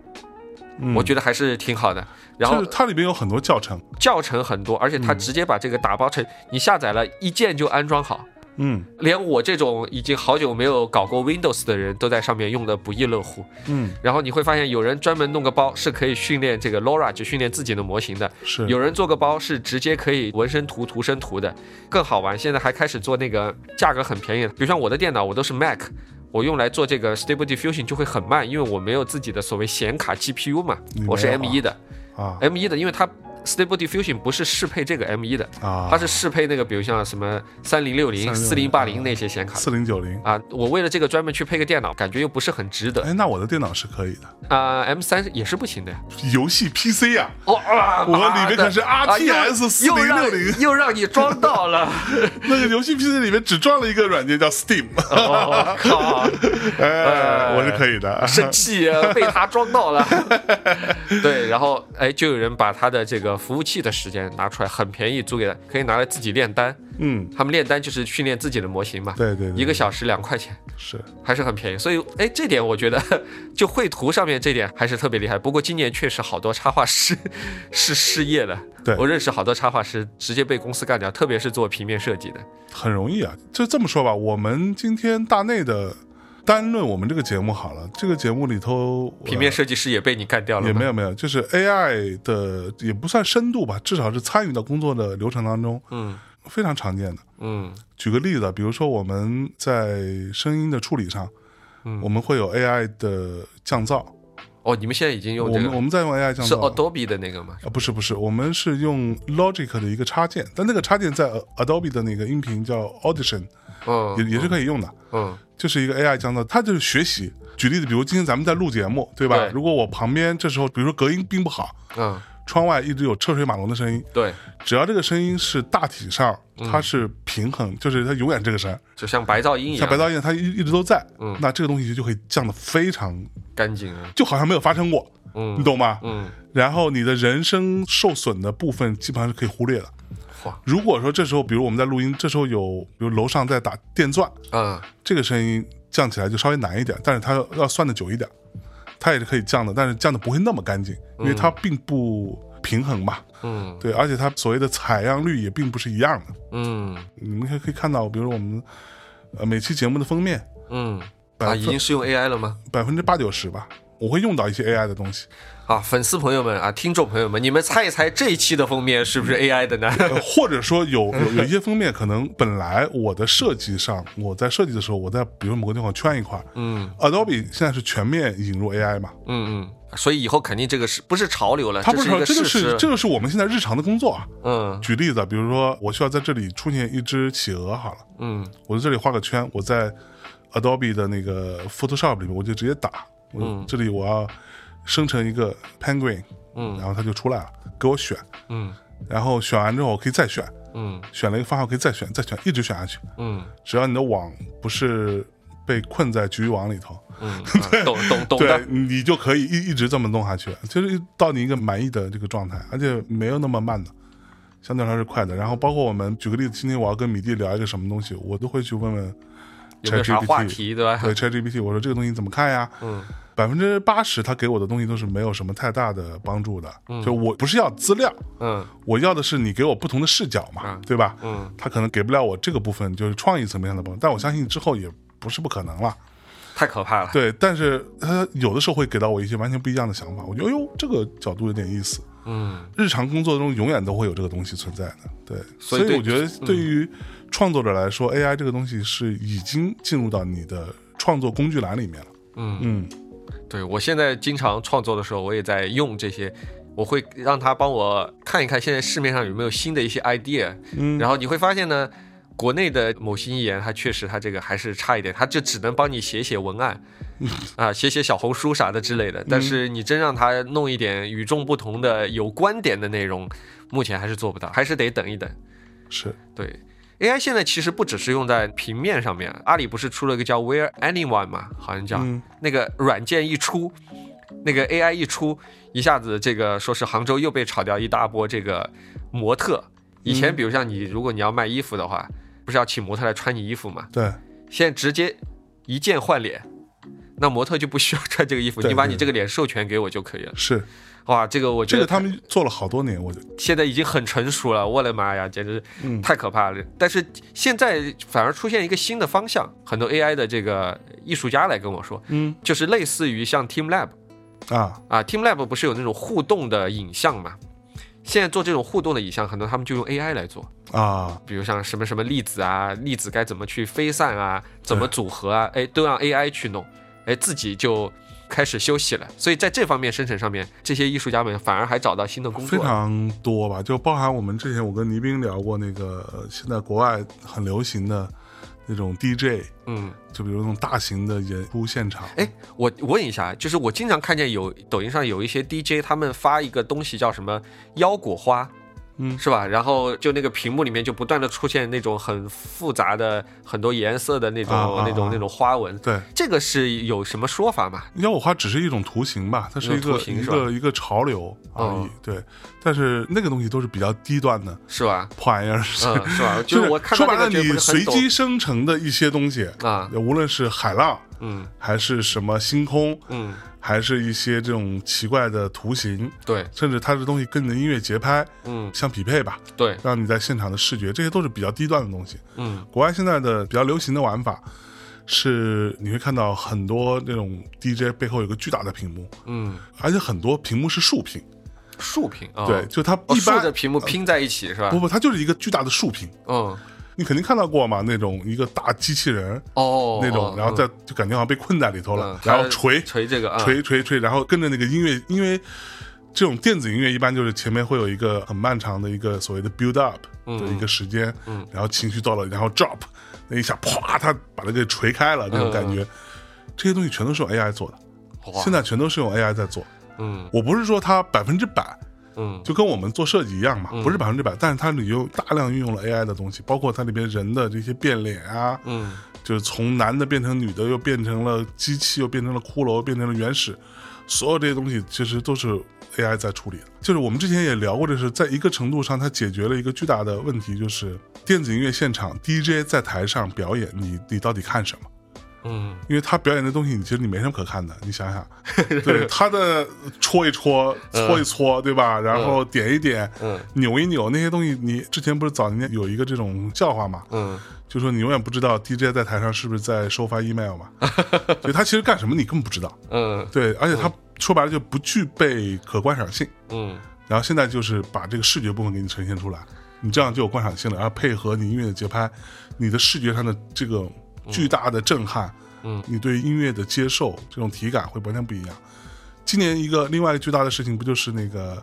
Speaker 1: 嗯
Speaker 2: 我觉得还是挺好的。然
Speaker 1: 就嗯
Speaker 2: 后
Speaker 1: 是它里面有很多教程，
Speaker 2: 教程很多，而且它直接把这个打包成，你下载了一键就安装好，
Speaker 1: 嗯
Speaker 2: 连我这种已经好久没有搞过 Windows 的人都在上面用的不亦乐乎。
Speaker 1: 嗯，
Speaker 2: 然后你会发现，有人专门弄个包是可以训练这个 LoRa，就训练自己的模型的；
Speaker 1: 是
Speaker 2: 有人做个包是直接可以纹身图、图生图的，更好玩。现在还开始做那个价格很便宜的，比如像我的电脑，我都是 Mac。我用来做这个 Stable Diffusion 就会很慢，因为我没有自己的所谓显卡 GPU 嘛
Speaker 1: 你没，有
Speaker 2: 我是
Speaker 1: 啊
Speaker 2: M1 的
Speaker 1: 啊
Speaker 2: ，M1 的，因为它 Stable Diffusion 不是适配这个 M1 的，
Speaker 1: 啊，
Speaker 2: 它是适配那个，比如像什么三零六零、四零八
Speaker 1: 嗯
Speaker 2: 零那些显卡
Speaker 1: 四零九零。
Speaker 2: 啊。我为了这个专门去配个电脑，感觉又不是很值得
Speaker 1: 哎，那我的电脑是可以的，
Speaker 2: 啊。M 三也是不行的呀。
Speaker 1: 游戏 PC 呀、
Speaker 2: 哦啊
Speaker 1: 我里面可是
Speaker 2: 妈的
Speaker 1: RTX
Speaker 2: 啊又又让
Speaker 1: 4060
Speaker 2: 又让你装到了。
Speaker 1: 那个游戏 PC 里面只装了一个软件叫 Steam，
Speaker 2: 哦靠！
Speaker 1: 哎，我是可以的。
Speaker 2: 生气啊，被他装到了。 对，然后哎，就有人把他的这个服务器的时间拿出来，很便宜租给他，可以拿来自己炼丹。
Speaker 1: 嗯，
Speaker 2: 他们炼丹就是训练自己的模型嘛。
Speaker 1: 对对对
Speaker 2: 一个小时两块钱。
Speaker 1: 是
Speaker 2: 还是很便宜，所以哎，这点我觉得 就绘图上面这点还是特别厉害。不过今年确实好多插画师 是失业了，
Speaker 1: 对
Speaker 2: 我认识好多插画师直接被公司干掉，特别是做平面设计的。
Speaker 1: 很容易啊。就这么说吧，我们今天大内的单论我们这个节目好了，这个节目里头
Speaker 2: 平面设计师也被你干掉了吗，
Speaker 1: 也没有没有，就是 AI 的也不算深度吧，至少是参与到工作的流程当中，
Speaker 2: 嗯
Speaker 1: 非常常见的。
Speaker 2: 嗯
Speaker 1: 举个例子啊，比如说我们在声音的处理上，
Speaker 2: 嗯
Speaker 1: 我们会有 AI 的降噪，
Speaker 2: 哦，你们现在已经用
Speaker 1: 我
Speaker 2: 这
Speaker 1: 们我
Speaker 2: 个
Speaker 1: 们在用 AI 降
Speaker 2: 是
Speaker 1: 噪。
Speaker 2: Adobe 的那个吗？
Speaker 1: 啊，不是不是，我们是用 Logic 的一个插件，但那个插件在呃 Adobe 的那个音频叫 Audition，也
Speaker 2: 嗯
Speaker 1: 也是可以用的。
Speaker 2: 嗯
Speaker 1: 就是一个 AI 降噪，它就是学习。举例子，比如今天咱们在录节目，对吧？
Speaker 2: 对
Speaker 1: 如果我旁边这时候，比如说隔音并不好，
Speaker 2: 嗯，
Speaker 1: 窗外一直有车水马龙的声音，
Speaker 2: 对，
Speaker 1: 只要这个声音是大体上
Speaker 2: 嗯
Speaker 1: 它是平衡，就是它永远这个声儿，
Speaker 2: 就像白噪音一
Speaker 1: 像白
Speaker 2: 样
Speaker 1: 噪音它一一直都在，
Speaker 2: 嗯
Speaker 1: 那这个东西就可以降的非常，
Speaker 2: 干净啊。
Speaker 1: 就好像没有发生过，
Speaker 2: 嗯
Speaker 1: 你懂吗？
Speaker 2: 嗯，
Speaker 1: 然后你的人声受损的部分基本上是可以忽略的
Speaker 2: 哇。
Speaker 1: 如果说这时候，比如我们在录音，这时候有比如楼上在打电钻，
Speaker 2: 嗯，
Speaker 1: 这个声音降起来就稍微难一点，但是它要算的久一点，它也是可以降的，但是降的不会那么干净，因为它并不平衡嘛。
Speaker 2: 嗯
Speaker 1: 对，而且它所谓的采样率也并不是一样的。
Speaker 2: 嗯
Speaker 1: 你们可以可以看到，比如我们呃每期节目的封面
Speaker 2: 嗯，
Speaker 1: 百
Speaker 2: 啊，
Speaker 1: 分
Speaker 2: 已经是用 AI 了吗？
Speaker 1: 百分之八九十吧。我会用到一些 AI 的东西，
Speaker 2: 啊，粉丝朋友们啊，听众朋友们，你们猜一猜这一期的封面是不是 AI 的呢？
Speaker 1: 呃或者说有有有一些封面可能本来我的设计上，我在设计的时候，我在比如某个地方圈一块，嗯，Adobe 现在是全面引入 AI 嘛，
Speaker 2: 嗯嗯，所以以后肯定这个是不是潮流了？
Speaker 1: 它不
Speaker 2: 是
Speaker 1: 是
Speaker 2: 一
Speaker 1: 说
Speaker 2: 个
Speaker 1: 这
Speaker 2: 事
Speaker 1: 个
Speaker 2: 实
Speaker 1: 是。这个是我们现在日常的工作啊。
Speaker 2: 嗯
Speaker 1: 举例子，比如说我需要在这里出现一只企鹅，好了，
Speaker 2: 嗯
Speaker 1: 我在这里画个圈，我在 Adobe 的那个 Photoshop 里面，我就直接打，我这里我要生成一个 penguin，
Speaker 2: 嗯
Speaker 1: 然后它就出来了，给我选，
Speaker 2: 嗯
Speaker 1: 然后选完之后我可以再选，
Speaker 2: 嗯
Speaker 1: 选了一个方向可以再选，再选，一直选下去，
Speaker 2: 嗯
Speaker 1: 只要你的网不是被困在局域网里头，
Speaker 2: 嗯，啊懂懂懂
Speaker 1: 对
Speaker 2: 的。
Speaker 1: 你就可以一一直这么弄下去，就是到你一个满意的这个状态，而且没有那么慢的，相对来说是快的。然后包括我们举个例子，今天我要跟米蒂聊一个什么东西，我都会去问问
Speaker 2: 有没有啥话
Speaker 1: ChatGPT，
Speaker 2: 题对吧？
Speaker 1: 对 ChatGPT，我说这个东西怎么看呀？
Speaker 2: 嗯
Speaker 1: 百分之八十他给我的东西都是没有什么太大的帮助的，就我不是要资料，
Speaker 2: 嗯
Speaker 1: 我要的是你给我不同的视角嘛，
Speaker 2: 嗯
Speaker 1: 对吧？
Speaker 2: 嗯，
Speaker 1: 他可能给不了我这个部分，就是创意层面上的帮助，但我相信之后也不是不可能了。
Speaker 2: 太可怕了。
Speaker 1: 对，但是他有的时候会给到我一些完全不一样的想法，我觉得哎呦，这个角度有点意思。
Speaker 2: 嗯，
Speaker 1: 日常工作中永远都会有这个东西存在的，对，所
Speaker 2: 所以对
Speaker 1: 我觉得对于创作者来说、a i 这个东西是已经进入到你的创作工具栏里面了。
Speaker 2: 嗯
Speaker 1: 嗯，
Speaker 2: 对我现在经常创作的时候，我也在用这些，我会让他帮我看一看现在市面上有没有新的一些 idea，
Speaker 1: 嗯
Speaker 2: 然后你会发现呢。国内的某新艺言，它确实它这个还是差一点，它就只能帮你写写文案， 啊，写写小红书啥的之类的。但是你真让它弄一点与众不同的、有观点的内容，目前还是做不到，还是得等一等。
Speaker 1: 是，
Speaker 2: 对，AI 现在其实不只是用在平面上面，阿里不是出了一个叫 Where Anyone 嘛，好像叫、
Speaker 1: 嗯
Speaker 2: 那个软件一出，那个 AI 一出，一下子这个说是杭州又被炒掉一大波这个模特。以
Speaker 1: 嗯
Speaker 2: 前比如像你，如果你要卖衣服的话，不是要请模特来穿你衣服嘛？
Speaker 1: 对，
Speaker 2: 现在直接一键换脸，那模特就不需要穿这个衣服，
Speaker 1: 对
Speaker 2: 你把
Speaker 1: 对
Speaker 2: 你这个脸授权给我就可以了。
Speaker 1: 是
Speaker 2: 哇，这个我觉
Speaker 1: 这
Speaker 2: 得
Speaker 1: 个他们做了好多年，我觉得，
Speaker 2: 现在已经很成熟了，我的妈呀，简直
Speaker 1: 嗯
Speaker 2: 太可怕了！但是现在反而出现一个新的方向，很多 AI 的这个艺术家来跟我说，
Speaker 1: 嗯
Speaker 2: 就是类似于像 TeamLab
Speaker 1: 啊，
Speaker 2: 啊，TeamLab 不是有那种互动的影像嘛？现在做这种互动的影像，很多他们就用 AI 来做，
Speaker 1: 啊，
Speaker 2: 比如像什么什么粒子啊，粒子该怎么去飞散啊，怎么组合啊，哎，都让 AI 去弄，哎，自己就开始休息了。所以在这方面生成上面，这些艺术家们反而还找到新的工
Speaker 1: 非
Speaker 2: 作了。
Speaker 1: 常多吧，就包含我们之前我跟倪斌聊过那个呃现在国外很流行的那种 DJ，
Speaker 2: 嗯。
Speaker 1: 就比如那种大型的演出现场，
Speaker 2: 哎，我问一下，就是我经常看见有抖音上有一些 DJ，他们发一个东西叫什么腰果花，
Speaker 1: 嗯
Speaker 2: 是吧？然后就那个屏幕里面就不断的出现那种很复杂的、很多颜色的那种、
Speaker 1: 啊啊
Speaker 2: 那种、
Speaker 1: 啊
Speaker 2: 那种花纹。
Speaker 1: 对，
Speaker 2: 这个是有什么说法吗？
Speaker 1: 腰果花只是一种图形吧，它是一
Speaker 2: 一种
Speaker 1: 个
Speaker 2: 图形
Speaker 1: 一
Speaker 2: 是吧
Speaker 1: 个一个潮流而已、
Speaker 2: 嗯
Speaker 1: 对，但是那个东西都是比较低端的
Speaker 2: 是吧？
Speaker 1: 破玩意儿，
Speaker 2: 嗯，是吧？就是我看
Speaker 1: 说
Speaker 2: 到
Speaker 1: 白
Speaker 2: 那
Speaker 1: 了，
Speaker 2: 个觉得
Speaker 1: 你
Speaker 2: 不是很
Speaker 1: 随
Speaker 2: 懂
Speaker 1: 机生成的一些东西，
Speaker 2: 啊，
Speaker 1: 无论是海浪
Speaker 2: 嗯
Speaker 1: 还是什么星空，
Speaker 2: 嗯，
Speaker 1: 还是一些这种奇怪的图形，
Speaker 2: 对，
Speaker 1: 甚至它的东西跟你的音乐节拍
Speaker 2: 嗯
Speaker 1: 相匹配吧，
Speaker 2: 对，
Speaker 1: 让你在现场的视觉，这些都是比较低端的东西。
Speaker 2: 嗯
Speaker 1: 国外现在的比较流行的玩法是，你会看到很多那种 DJ 背后有个巨大的屏幕，
Speaker 2: 嗯，
Speaker 1: 而且很多屏幕是竖屏，
Speaker 2: 竖屏啊，
Speaker 1: 对，，就它
Speaker 2: 哦、
Speaker 1: 一
Speaker 2: 竖
Speaker 1: 般、呃
Speaker 2: 着屏幕拼在一起是吧
Speaker 1: 不？不，它就是一个巨大的竖屏，
Speaker 2: 嗯，
Speaker 1: 你肯定看到过嘛，那种一个大机器人、
Speaker 2: 哦，
Speaker 1: 那
Speaker 2: 哦
Speaker 1: 种，然后再就感觉好像被困在里头了，
Speaker 2: 嗯
Speaker 1: 然后
Speaker 2: 它
Speaker 1: 锤
Speaker 2: 锤这个啊，
Speaker 1: 锤锤锤，然后跟着那个音乐，因为。这种电子音乐一般就是前面会有一个很漫长的一个所谓的 build up 的一个时间，
Speaker 2: 嗯
Speaker 1: 然后情绪到了，然后 drop 那一下，啪，它把它给锤开了，那种感觉，这些东西全都是用 AI 做的，
Speaker 2: 嗯哇
Speaker 1: 现在全都是用 AI 在做。
Speaker 2: 嗯
Speaker 1: 我不是说它百分之百，
Speaker 2: 嗯
Speaker 1: 就跟我们做设计一样嘛，不是百分之百，但是它里用大量运用了 AI 的东西，包括它里边人的这些变脸啊，
Speaker 2: 嗯
Speaker 1: 就是从男的变成女的，又变成了机器，又变成了骷髅，又变成了原始，所有这些东西其实都是 AI 在处理的。就是我们之前也聊过，这是在一个程度上，它解决了一个巨大的问题，就是电子音乐现场 DJ 在台上表演，你你到底看什么？
Speaker 2: 嗯，
Speaker 1: 因为他表演的东西，你其实你没什么可看的，你想 想，对他的戳一戳、搓一搓，对吧？然后点一点、
Speaker 2: 嗯
Speaker 1: 扭一扭那些东西，你之前不是早年有一个这种笑话嘛，
Speaker 2: 嗯，
Speaker 1: 就说你永远不知道 DJ 在台上是不是在收发 email 嘛， 所以他其实干什么你根本不知道，
Speaker 2: 嗯
Speaker 1: 对，而且他说白了就不具备可观赏性。
Speaker 2: 嗯，
Speaker 1: 然后现在就是把这个视觉部分给你呈现出来，你这样就有观赏性了，然后配合你音乐的节拍，你的视觉上的这个巨大的震撼，
Speaker 2: 嗯，
Speaker 1: 你对音乐的接受这种体感会完全不一样。今年一个另外一个巨大的事情不就是那个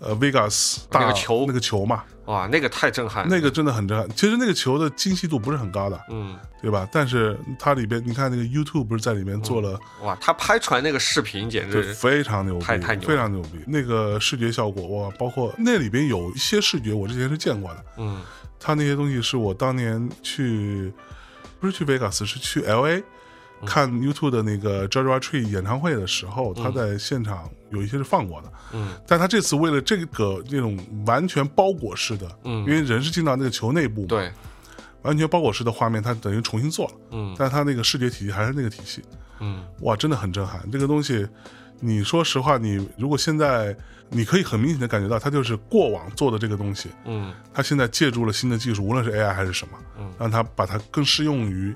Speaker 1: 呃 Vegas 大
Speaker 2: 那个球哎
Speaker 1: 那个球嘛，
Speaker 2: 哇，那个太震撼了，
Speaker 1: 那个真的很震撼。其实那个球的精细度不是很高的，
Speaker 2: 嗯，
Speaker 1: 对吧？但是它里边你看那个 YouTube 不是在里面做了。
Speaker 2: 哇，他拍出来那个视频简
Speaker 1: 对，
Speaker 2: 直，
Speaker 1: 非常牛逼，
Speaker 2: 太太牛了
Speaker 1: 非常牛逼。那个视觉效果，哇，包括那里边有一些视觉，我之前是见过的。
Speaker 2: 嗯
Speaker 1: 它那些东西是我当年去，不是去 Vegas，是去 LA
Speaker 2: 嗯
Speaker 1: 看 YouTube 的那个 Georgia Tree 演唱会的时候，他在现场有一些是放过的。
Speaker 2: 嗯，
Speaker 1: 但他这次为了这个这种完全包裹式的，
Speaker 2: 嗯
Speaker 1: 因为人是进到那个球内部嘛，
Speaker 2: 对，
Speaker 1: 完全包裹式的画面，他等于重新做了。
Speaker 2: 嗯
Speaker 1: 但他那个视觉体系还是那个体系。
Speaker 2: 嗯
Speaker 1: 哇，真的很震撼。这个东西，你说实话，你如果现在你可以很明显的感觉到，它就是过往做的这个东西，
Speaker 2: 嗯
Speaker 1: 它现在借助了新的技术，无论是 AI 还是什么，
Speaker 2: 嗯
Speaker 1: 让它把它更适用于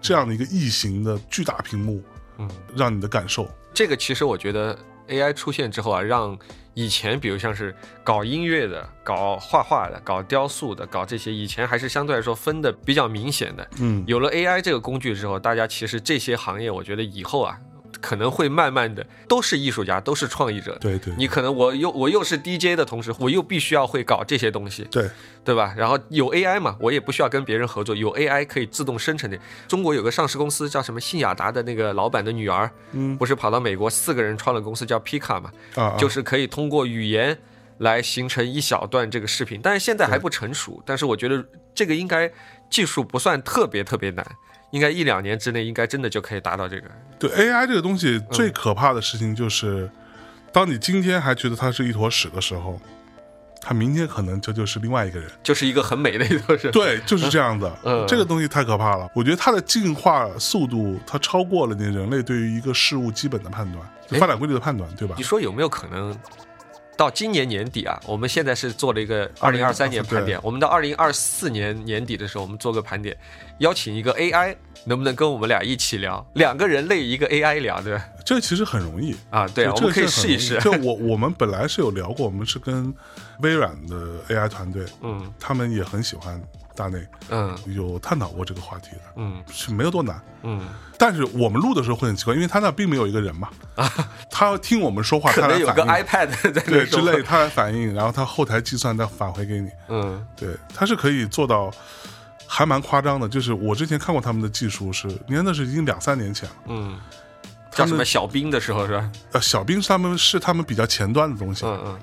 Speaker 1: 这样的一个异形的巨大屏幕，
Speaker 2: 嗯，
Speaker 1: 让你的感受，
Speaker 2: 这个其实我觉得 AI 出现之后啊，让以前比如像是搞音乐的、搞画画的、搞雕塑的、搞这些，以前还是相对来说分的比较明显的。
Speaker 1: 嗯，
Speaker 2: 有了 AI 这个工具之后，大家其实这些行业，我觉得以后啊，可能会慢慢的都是艺术家，都是创意者。
Speaker 1: 对对
Speaker 2: 你可能我又我又是 DJ 的同时，我又必须要会搞这些东西，
Speaker 1: 对，
Speaker 2: 对吧？然后有 AI 嘛，我也不需要跟别人合作，有 AI 可以自动生成的。中国有个上市公司叫什么信雅达的那个老板的女儿，
Speaker 1: 嗯
Speaker 2: 不是跑到美国四个人创了公司叫 Pika 嘛，
Speaker 1: 啊，啊
Speaker 2: 就是可以通过语言来形成一小段这个视频，但是现在还不成熟。但是我觉得这个应该技术不算特别特别难，应该一两年之内应该真的就可以达到这个。
Speaker 1: 对 AI 这个东
Speaker 2: 嗯
Speaker 1: 西最可怕的事情就是，当你今天还觉得它是一坨屎的时候，它明天可能这就是另外一个人。
Speaker 2: 就是一个很美的一个人，
Speaker 1: 对，就是这样的。
Speaker 2: 嗯
Speaker 1: 这个东西太可怕了。我觉得它的进化速度，它超过了你人类对于一个事物基本的判断，就发展规律的判断，对吧
Speaker 2: 哎你？说有没有可能到今年年底啊？我们现在是做了一个二零二三年盘点，我们到二零二四年年底的时候，我们做个盘点，邀请一个 AI，能不能跟我们俩一起聊？两个人类一个 AI 聊，对吧？
Speaker 1: 这其实很容易。
Speaker 2: 啊，对
Speaker 1: 就
Speaker 2: 啊，我
Speaker 1: 这个
Speaker 2: 们可以
Speaker 1: 是
Speaker 2: 试
Speaker 1: 很容
Speaker 2: 一
Speaker 1: 易
Speaker 2: 试。
Speaker 1: 就我我们本来是有聊过，我们是跟微软的 AI 团队，
Speaker 2: 嗯
Speaker 1: 他们也很喜欢大内，
Speaker 2: 嗯
Speaker 1: 有探讨过这个话题的，
Speaker 2: 嗯
Speaker 1: 是没有多难。
Speaker 2: 嗯，
Speaker 1: 但是我们录的时候会很奇怪，因为他那并没有一个人嘛，他听我们说话，
Speaker 2: 啊可
Speaker 1: 他来
Speaker 2: 能
Speaker 1: 反
Speaker 2: 有个
Speaker 1: 应
Speaker 2: iPad 在
Speaker 1: 对
Speaker 2: 那
Speaker 1: 之
Speaker 2: 种
Speaker 1: 类，，他来反应，然后他后台计算再返回给你。
Speaker 2: 嗯
Speaker 1: 对，它是可以做到，还蛮夸张的。就是我之前看过他们的技术是，你看那是已经两三年前了。
Speaker 2: 嗯，
Speaker 1: 他
Speaker 2: 叫
Speaker 1: 们
Speaker 2: 什么小兵的时候是吧？
Speaker 1: 呃，小兵是他们是他们比较前端的东西，
Speaker 2: 嗯嗯，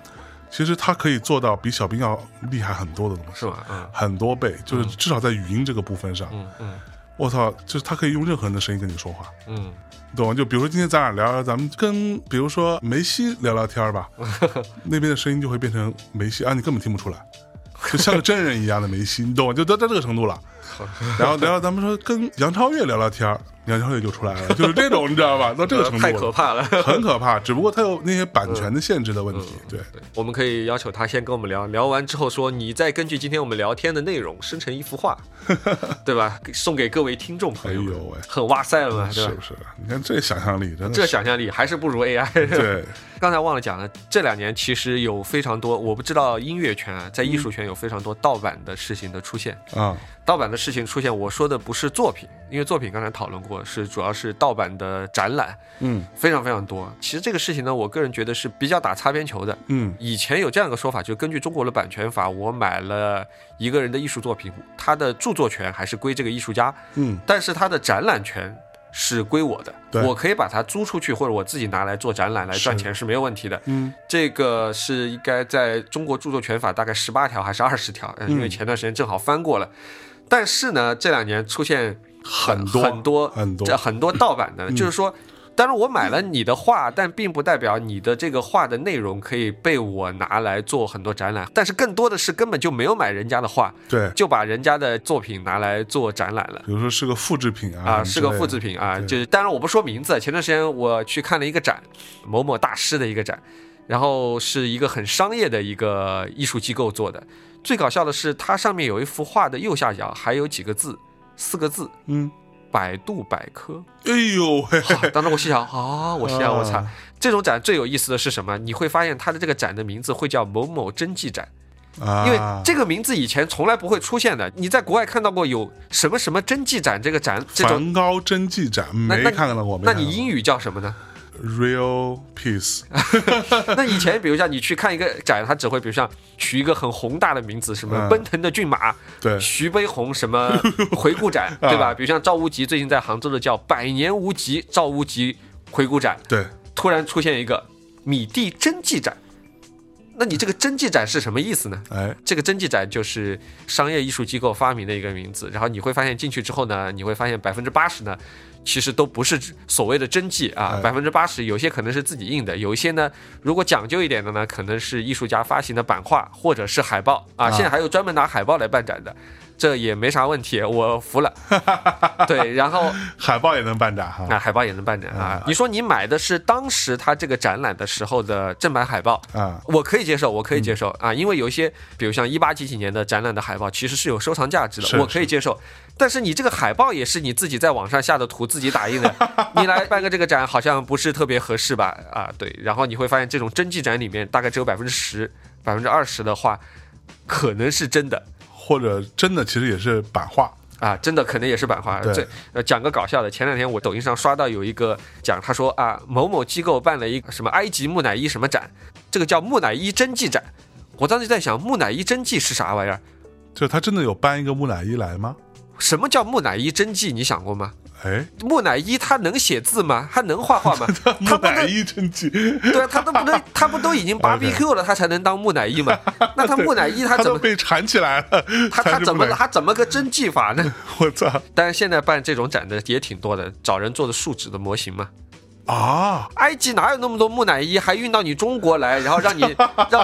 Speaker 1: 其实它可以做到比小兵要厉害很多的东西，
Speaker 2: 是吗？嗯
Speaker 1: 很多倍，就是至少在语音这个部分上，
Speaker 2: 嗯嗯
Speaker 1: 我操，就是它可以用任何人的声音跟你说话。
Speaker 2: 嗯
Speaker 1: 你懂吗？就比如说今天咱俩聊聊，咱们跟比如说梅西聊聊天 吧，那边的声音就会变成梅西啊，你根本听不出来，就像个真人一样的梅西，你懂吗？就到到这个程度 了。然后，然后咱们说跟杨超越聊聊天，杨超越就出来了，就是这种，你知道吧？到这个程度
Speaker 2: 嗯，太
Speaker 1: 了
Speaker 2: 可怕了。 嗯
Speaker 1: 很可怕。只不过它有那些版权的限制的问题，对
Speaker 2: 我们可以要求他先跟我们聊，聊完之后说，你再根据今天我们聊天的内容生成一幅 画，对吧？给送给各位听众朋友们，
Speaker 1: 哎呦喂
Speaker 2: 很哇塞了嗯嘛，对
Speaker 1: 是
Speaker 2: 吧
Speaker 1: 不？是？你看这想象力真的
Speaker 2: 这
Speaker 1: 是，
Speaker 2: 想象力还是不如 AI。
Speaker 1: 对，
Speaker 2: 刚才忘了讲了，这两年其实有非常多，我不知道音乐圈啊，在艺术圈有非常多盗版的事情的出现。
Speaker 1: 啊，
Speaker 2: 盗版的事情出现，我说的不是作品，因为作品刚才讨论过，是主要是盗版的展览
Speaker 1: 嗯
Speaker 2: 非常非常多。其实这个事情呢，我个人觉得是比较打擦边球的。
Speaker 1: 嗯
Speaker 2: 以前有这样一个说法，就根据中国的版权法，我买了一个人的艺术作品，他的著作权还是归这个艺术家，
Speaker 1: 嗯，
Speaker 2: 但是他的展览权是归我的
Speaker 1: 对，
Speaker 2: 我可以把它租出去，或者我自己拿来做展览来赚钱是没有问题的。
Speaker 1: 嗯，
Speaker 2: 这个是应该在中国著作权法大概十八条还是二十条？嗯，因为前段时间正好翻过了。但是呢，这两年出现很
Speaker 1: 很多
Speaker 2: 很多
Speaker 1: 很多嗯
Speaker 2: 这很多盗版的，就是说。但是我买了你的画，但并不代表你的这个画的内容可以被我拿来做很多展览。但是更多的是根本就没有买人家的画，
Speaker 1: 对，
Speaker 2: 就把人家的作品拿来做展览了。
Speaker 1: 比如说是个复制品啊，
Speaker 2: 啊，是个复制
Speaker 1: 品，
Speaker 2: 品啊，
Speaker 1: 对
Speaker 2: 就是当然我不说名字。前段时间我去看了一个展，某某大师的一个展，然后是一个很商业的一个艺术机构做的。最搞笑的是，它上面有一幅画的右下角还有几个字，四个字
Speaker 1: 嗯，
Speaker 2: “百度百科
Speaker 1: 哎呦嘿”嘿，
Speaker 2: 哇当时我心想啊，我心想，我操
Speaker 1: 啊，
Speaker 2: 这种展最有意思的是什么？你会发现它的这个展的名字会叫某某真迹展。
Speaker 1: 啊
Speaker 2: 因为这个名字以前从来不会出现的。你在国外看到过有什么什么真迹展这个展这种，
Speaker 1: 梵高真迹展
Speaker 2: 那
Speaker 1: 没
Speaker 2: 那
Speaker 1: 看到过，没
Speaker 2: 那
Speaker 1: 看到
Speaker 2: 你英语叫什么呢？
Speaker 1: 过 Real Peace
Speaker 2: 那以前比如像你去看一个展，它只会比如像取一个很宏大的名字，什么
Speaker 1: 嗯
Speaker 2: 奔腾的骏马，
Speaker 1: 对嗯
Speaker 2: 徐悲鸿什 么回顾展，对吧？比如像赵无极最近在杭州的叫“百年无极”赵无极回顾展，
Speaker 1: 对，
Speaker 2: 突然出现一个米地真迹展，那你这个真迹展是什么意思呢？
Speaker 1: 哎，
Speaker 2: 这个真迹展就是商业艺术机构发明的一个名字，然后你会发现进去之后呢，你会发现百分之八十呢，其实都不是所谓的真迹啊，
Speaker 1: 哎
Speaker 2: 百分之八十有些可能是自己印的，有一些呢，如果讲究一点的呢，可能是艺术家发行的版画或者是海报啊，
Speaker 1: 啊
Speaker 2: 现在还有专门拿海报来办展的，这也没啥问题，我服了。对，然后
Speaker 1: 海报也能办展哈，嗯
Speaker 2: 啊，海报也能办展啊，你说你买的是当时他这个展览的时候的正版海报，
Speaker 1: 啊，嗯
Speaker 2: 我可以接受，我可以接受、啊，因为有一些，比如像一八几几年的展览的海报，其实是有收藏价值的，
Speaker 1: 是
Speaker 2: 我可以接受。但是你这个海报也是你自己在网上下的图，自己打印的，你来办个这个展好像不是特别合适吧？啊，对。然后你会发现，这种真迹展里面大概只有百分之十、百分之二十的话，可能是真的
Speaker 1: 或者真的其实也是版画，
Speaker 2: 啊，真的可能也是版画。
Speaker 1: 对
Speaker 2: 这呃，讲个搞笑的，前两天我抖音上刷到有一个讲，他说啊，某某机构办了一个什么埃及木乃伊什么展，这个叫木乃伊真迹展。我当时在想，木乃伊真迹是啥玩意儿？
Speaker 1: 就是他真的有搬一个木乃伊来吗？
Speaker 2: 什么叫木乃伊真迹？你想过吗？
Speaker 1: 哎，
Speaker 2: 木乃伊他能写字吗？他能 画画吗？
Speaker 1: 木
Speaker 2: 他不
Speaker 1: 乃
Speaker 2: 能，
Speaker 1: 伊真迹，
Speaker 2: 对啊，他都不 能，他不都已经 BBQ 了，他才能当木乃伊吗？那他木乃伊
Speaker 1: 他
Speaker 2: 他怎
Speaker 1: 都
Speaker 2: 么
Speaker 1: 被缠起来了，
Speaker 2: 他
Speaker 1: 才
Speaker 2: 他
Speaker 1: 是
Speaker 2: 怎
Speaker 1: 木
Speaker 2: 么
Speaker 1: 乃伊
Speaker 2: 他怎么个真迹法呢？
Speaker 1: 我操
Speaker 2: 但是现在办这种展的也挺多的，找人做的树脂的模型嘛。
Speaker 1: 啊！
Speaker 2: 埃及哪有那么多木乃伊，还运到你中国来，然后让 你让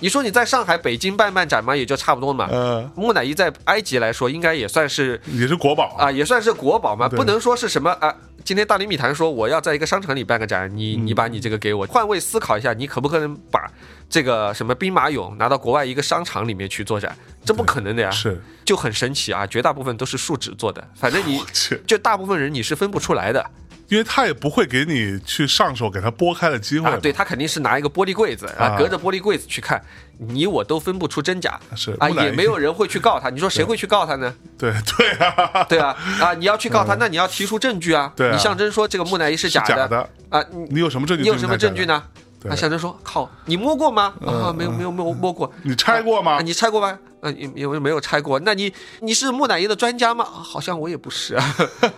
Speaker 2: 你说你在上海、北京办漫展嘛，也就差不多嘛。
Speaker 1: 呃，
Speaker 2: 木乃伊在埃及来说，应该也算是
Speaker 1: 也是国宝
Speaker 2: 啊、也算是国宝嘛，
Speaker 1: 对
Speaker 2: 不能说是什么啊。今天大林密谈说我要在一个商场里办个展，你
Speaker 1: 嗯
Speaker 2: 你把你这个给我，换位思考一下，你可不可能把这个什么兵马俑拿到国外一个商场里面去做展？这不可能的呀，
Speaker 1: 是
Speaker 2: 就很神奇啊！绝大部分都是树脂做的，反正你
Speaker 1: 去，
Speaker 2: 就大部分人你是分不出来的。
Speaker 1: 因为他也不会给你去上手给他拨开的机会
Speaker 2: 啊
Speaker 1: 嘛，，
Speaker 2: 对他肯定是拿一个玻璃柜子啊，
Speaker 1: 啊
Speaker 2: 隔着玻璃柜子去看，你我都分不出真假，
Speaker 1: 是
Speaker 2: 啊，
Speaker 1: 木乃伊
Speaker 2: 也没有人会去告他。你说谁会去告他呢？
Speaker 1: 对对啊，
Speaker 2: 对啊，啊，你要去告他，那你要提出证据啊。
Speaker 1: 嗯对啊
Speaker 2: 你象征说这个木乃伊是假
Speaker 1: 是假的，
Speaker 2: 啊，你
Speaker 1: 你有什么证据？
Speaker 2: 你有什么证据？呢？
Speaker 1: 对嗯
Speaker 2: 那象征说，靠，你摸过吗？啊，没有没有没有摸过。
Speaker 1: 你拆过吗
Speaker 2: 啊，？你拆过吗？啊，有有没有拆过？那你你是木乃伊的专家吗？啊好像我也不是，啊，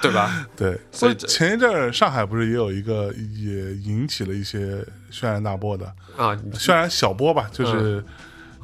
Speaker 2: 对吧？
Speaker 1: 对，所
Speaker 2: 所以
Speaker 1: 以
Speaker 2: 这
Speaker 1: 前一阵儿上海不是也有一个也引起了一些轩然大波的，
Speaker 2: 啊，
Speaker 1: 轩然小波吧，
Speaker 2: 嗯
Speaker 1: 就是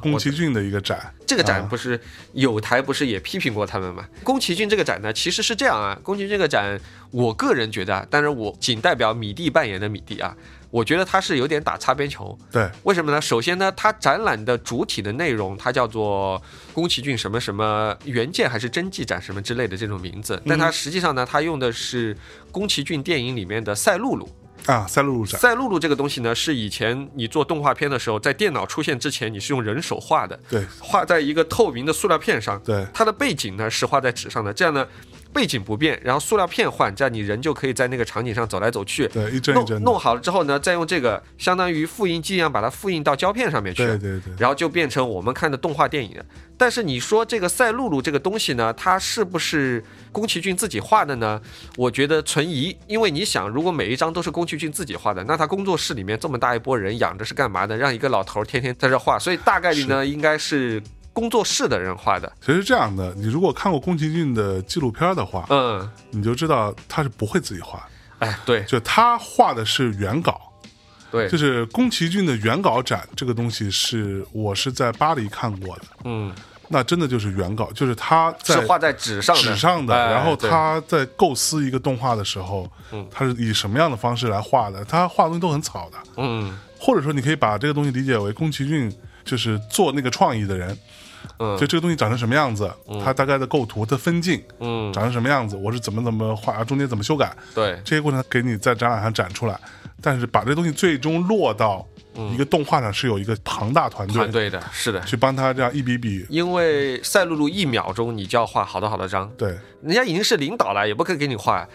Speaker 1: 宫崎骏的一个展，
Speaker 2: 这个展不是有台不是也批评过他们吗？宫崎骏这个展呢，其实是这样啊，宫崎骏这个展，我个人觉得啊，当然我仅代表米蒂扮演的米蒂啊，我觉得他是有点打擦边球。
Speaker 1: 对，
Speaker 2: 为什么呢？首先呢，它展览的主体的内容，它叫做宫崎骏什么什么原件还是真迹展什么之类的这种名字，但它实际上呢，它用的是宫崎骏电影里面的赛璐璐。
Speaker 1: 啊，赛璐璐展，
Speaker 2: 赛璐璐这个东西呢，是以前你做动画片的时候，在电脑出现之前，你是用人手画的，
Speaker 1: 对
Speaker 2: 画在一个透明的塑料片上，
Speaker 1: 对
Speaker 2: 它的背景呢是画在纸上的，这样呢背景不变，然后塑料片换，这样你人就可以在那个场景上走来走去。
Speaker 1: 对，一帧一
Speaker 2: 弄
Speaker 1: 帧的，
Speaker 2: 弄好了之后呢，再用这个相当于复印机一样把它复印到胶片上面去，
Speaker 1: 对对对，
Speaker 2: 然后就变成我们看的动画电影。但是你说这个赛璐璐这个东西呢，它是不是宫崎骏自己画的呢？我觉得存疑，因为你想，如果每一张都是宫崎骏自己画的，那他工作室里面这么大一波人养着是干嘛的？让一个老头儿天天在这画，所以大概率呢，应该是工作室的人画的。
Speaker 1: 其实是这样的，你如果看过宫崎骏的纪录片的话，
Speaker 2: 嗯，
Speaker 1: 你就知道他是不会自己画的，
Speaker 2: 哎，对
Speaker 1: 就他画的是原稿。
Speaker 2: 对
Speaker 1: 就，是宫崎骏的原稿展这个东西是我是在巴黎看过的，
Speaker 2: 嗯，
Speaker 1: 那真的就是原稿，就是他
Speaker 2: 是
Speaker 1: 在
Speaker 2: 画在纸上的，
Speaker 1: 纸上的，
Speaker 2: 哎
Speaker 1: 然后
Speaker 2: 对
Speaker 1: 他在构思一个动画的时候，他是以什么样的方式来画的？他画的东西都很草的，
Speaker 2: 嗯
Speaker 1: 或者说你可以把这个东西理解为宫崎骏就是做那个创意的人，
Speaker 2: 嗯
Speaker 1: 就这个东西长成什么样子，他大概的构图、它分镜
Speaker 2: 嗯，
Speaker 1: 长成什么样子，我是怎么怎么画，中间怎么修改，
Speaker 2: 对
Speaker 1: 这些过程给你在展览上展出来，但是把这东西最终落到一个动画上是有一个庞大团
Speaker 2: 嗯团
Speaker 1: 队
Speaker 2: 队的，是的。
Speaker 1: 去帮他这样一笔笔，
Speaker 2: 因为赛璐璐一秒钟你就要画好多好多张，
Speaker 1: 对
Speaker 2: 人家已经是领导了，也不可以给你 画。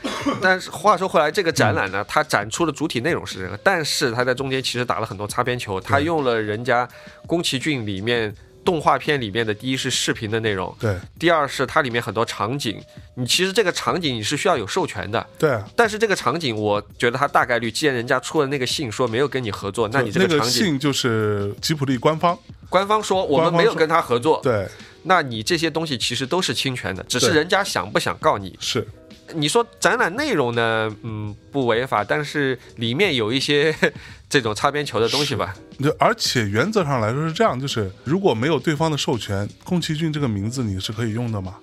Speaker 2: 但是话说回来，这个展览
Speaker 1: 嗯
Speaker 2: 呢，它展出的主体内容是这个，但是它在中间其实打了很多擦边球，它用了人家宫崎骏里面动画片里面的第一是视频的内容，
Speaker 1: 对
Speaker 2: 第二是它里面很多场景，你其实这个场景你是需要有授权的。
Speaker 1: 对，
Speaker 2: 但是这个场景，我觉得它大概率，既然人家出了那个信说没有跟你合作，那你这
Speaker 1: 那
Speaker 2: 个
Speaker 1: 个
Speaker 2: 场景，
Speaker 1: 信就是吉普力官方，
Speaker 2: 官方说我
Speaker 1: 官
Speaker 2: 们
Speaker 1: 方
Speaker 2: 没有
Speaker 1: 说
Speaker 2: 跟他合作，
Speaker 1: 对
Speaker 2: 那你这些东西其实都是侵权的，只是
Speaker 1: 对
Speaker 2: 人家想不想告你。
Speaker 1: 是
Speaker 2: 你说展览内容呢，嗯，不违法，但是里面有一些 这种擦边球的东西吧。
Speaker 1: 就而且原则上来说是这样，就是如果没有对方的授权，宫崎骏这个名字你是可以用的嘛，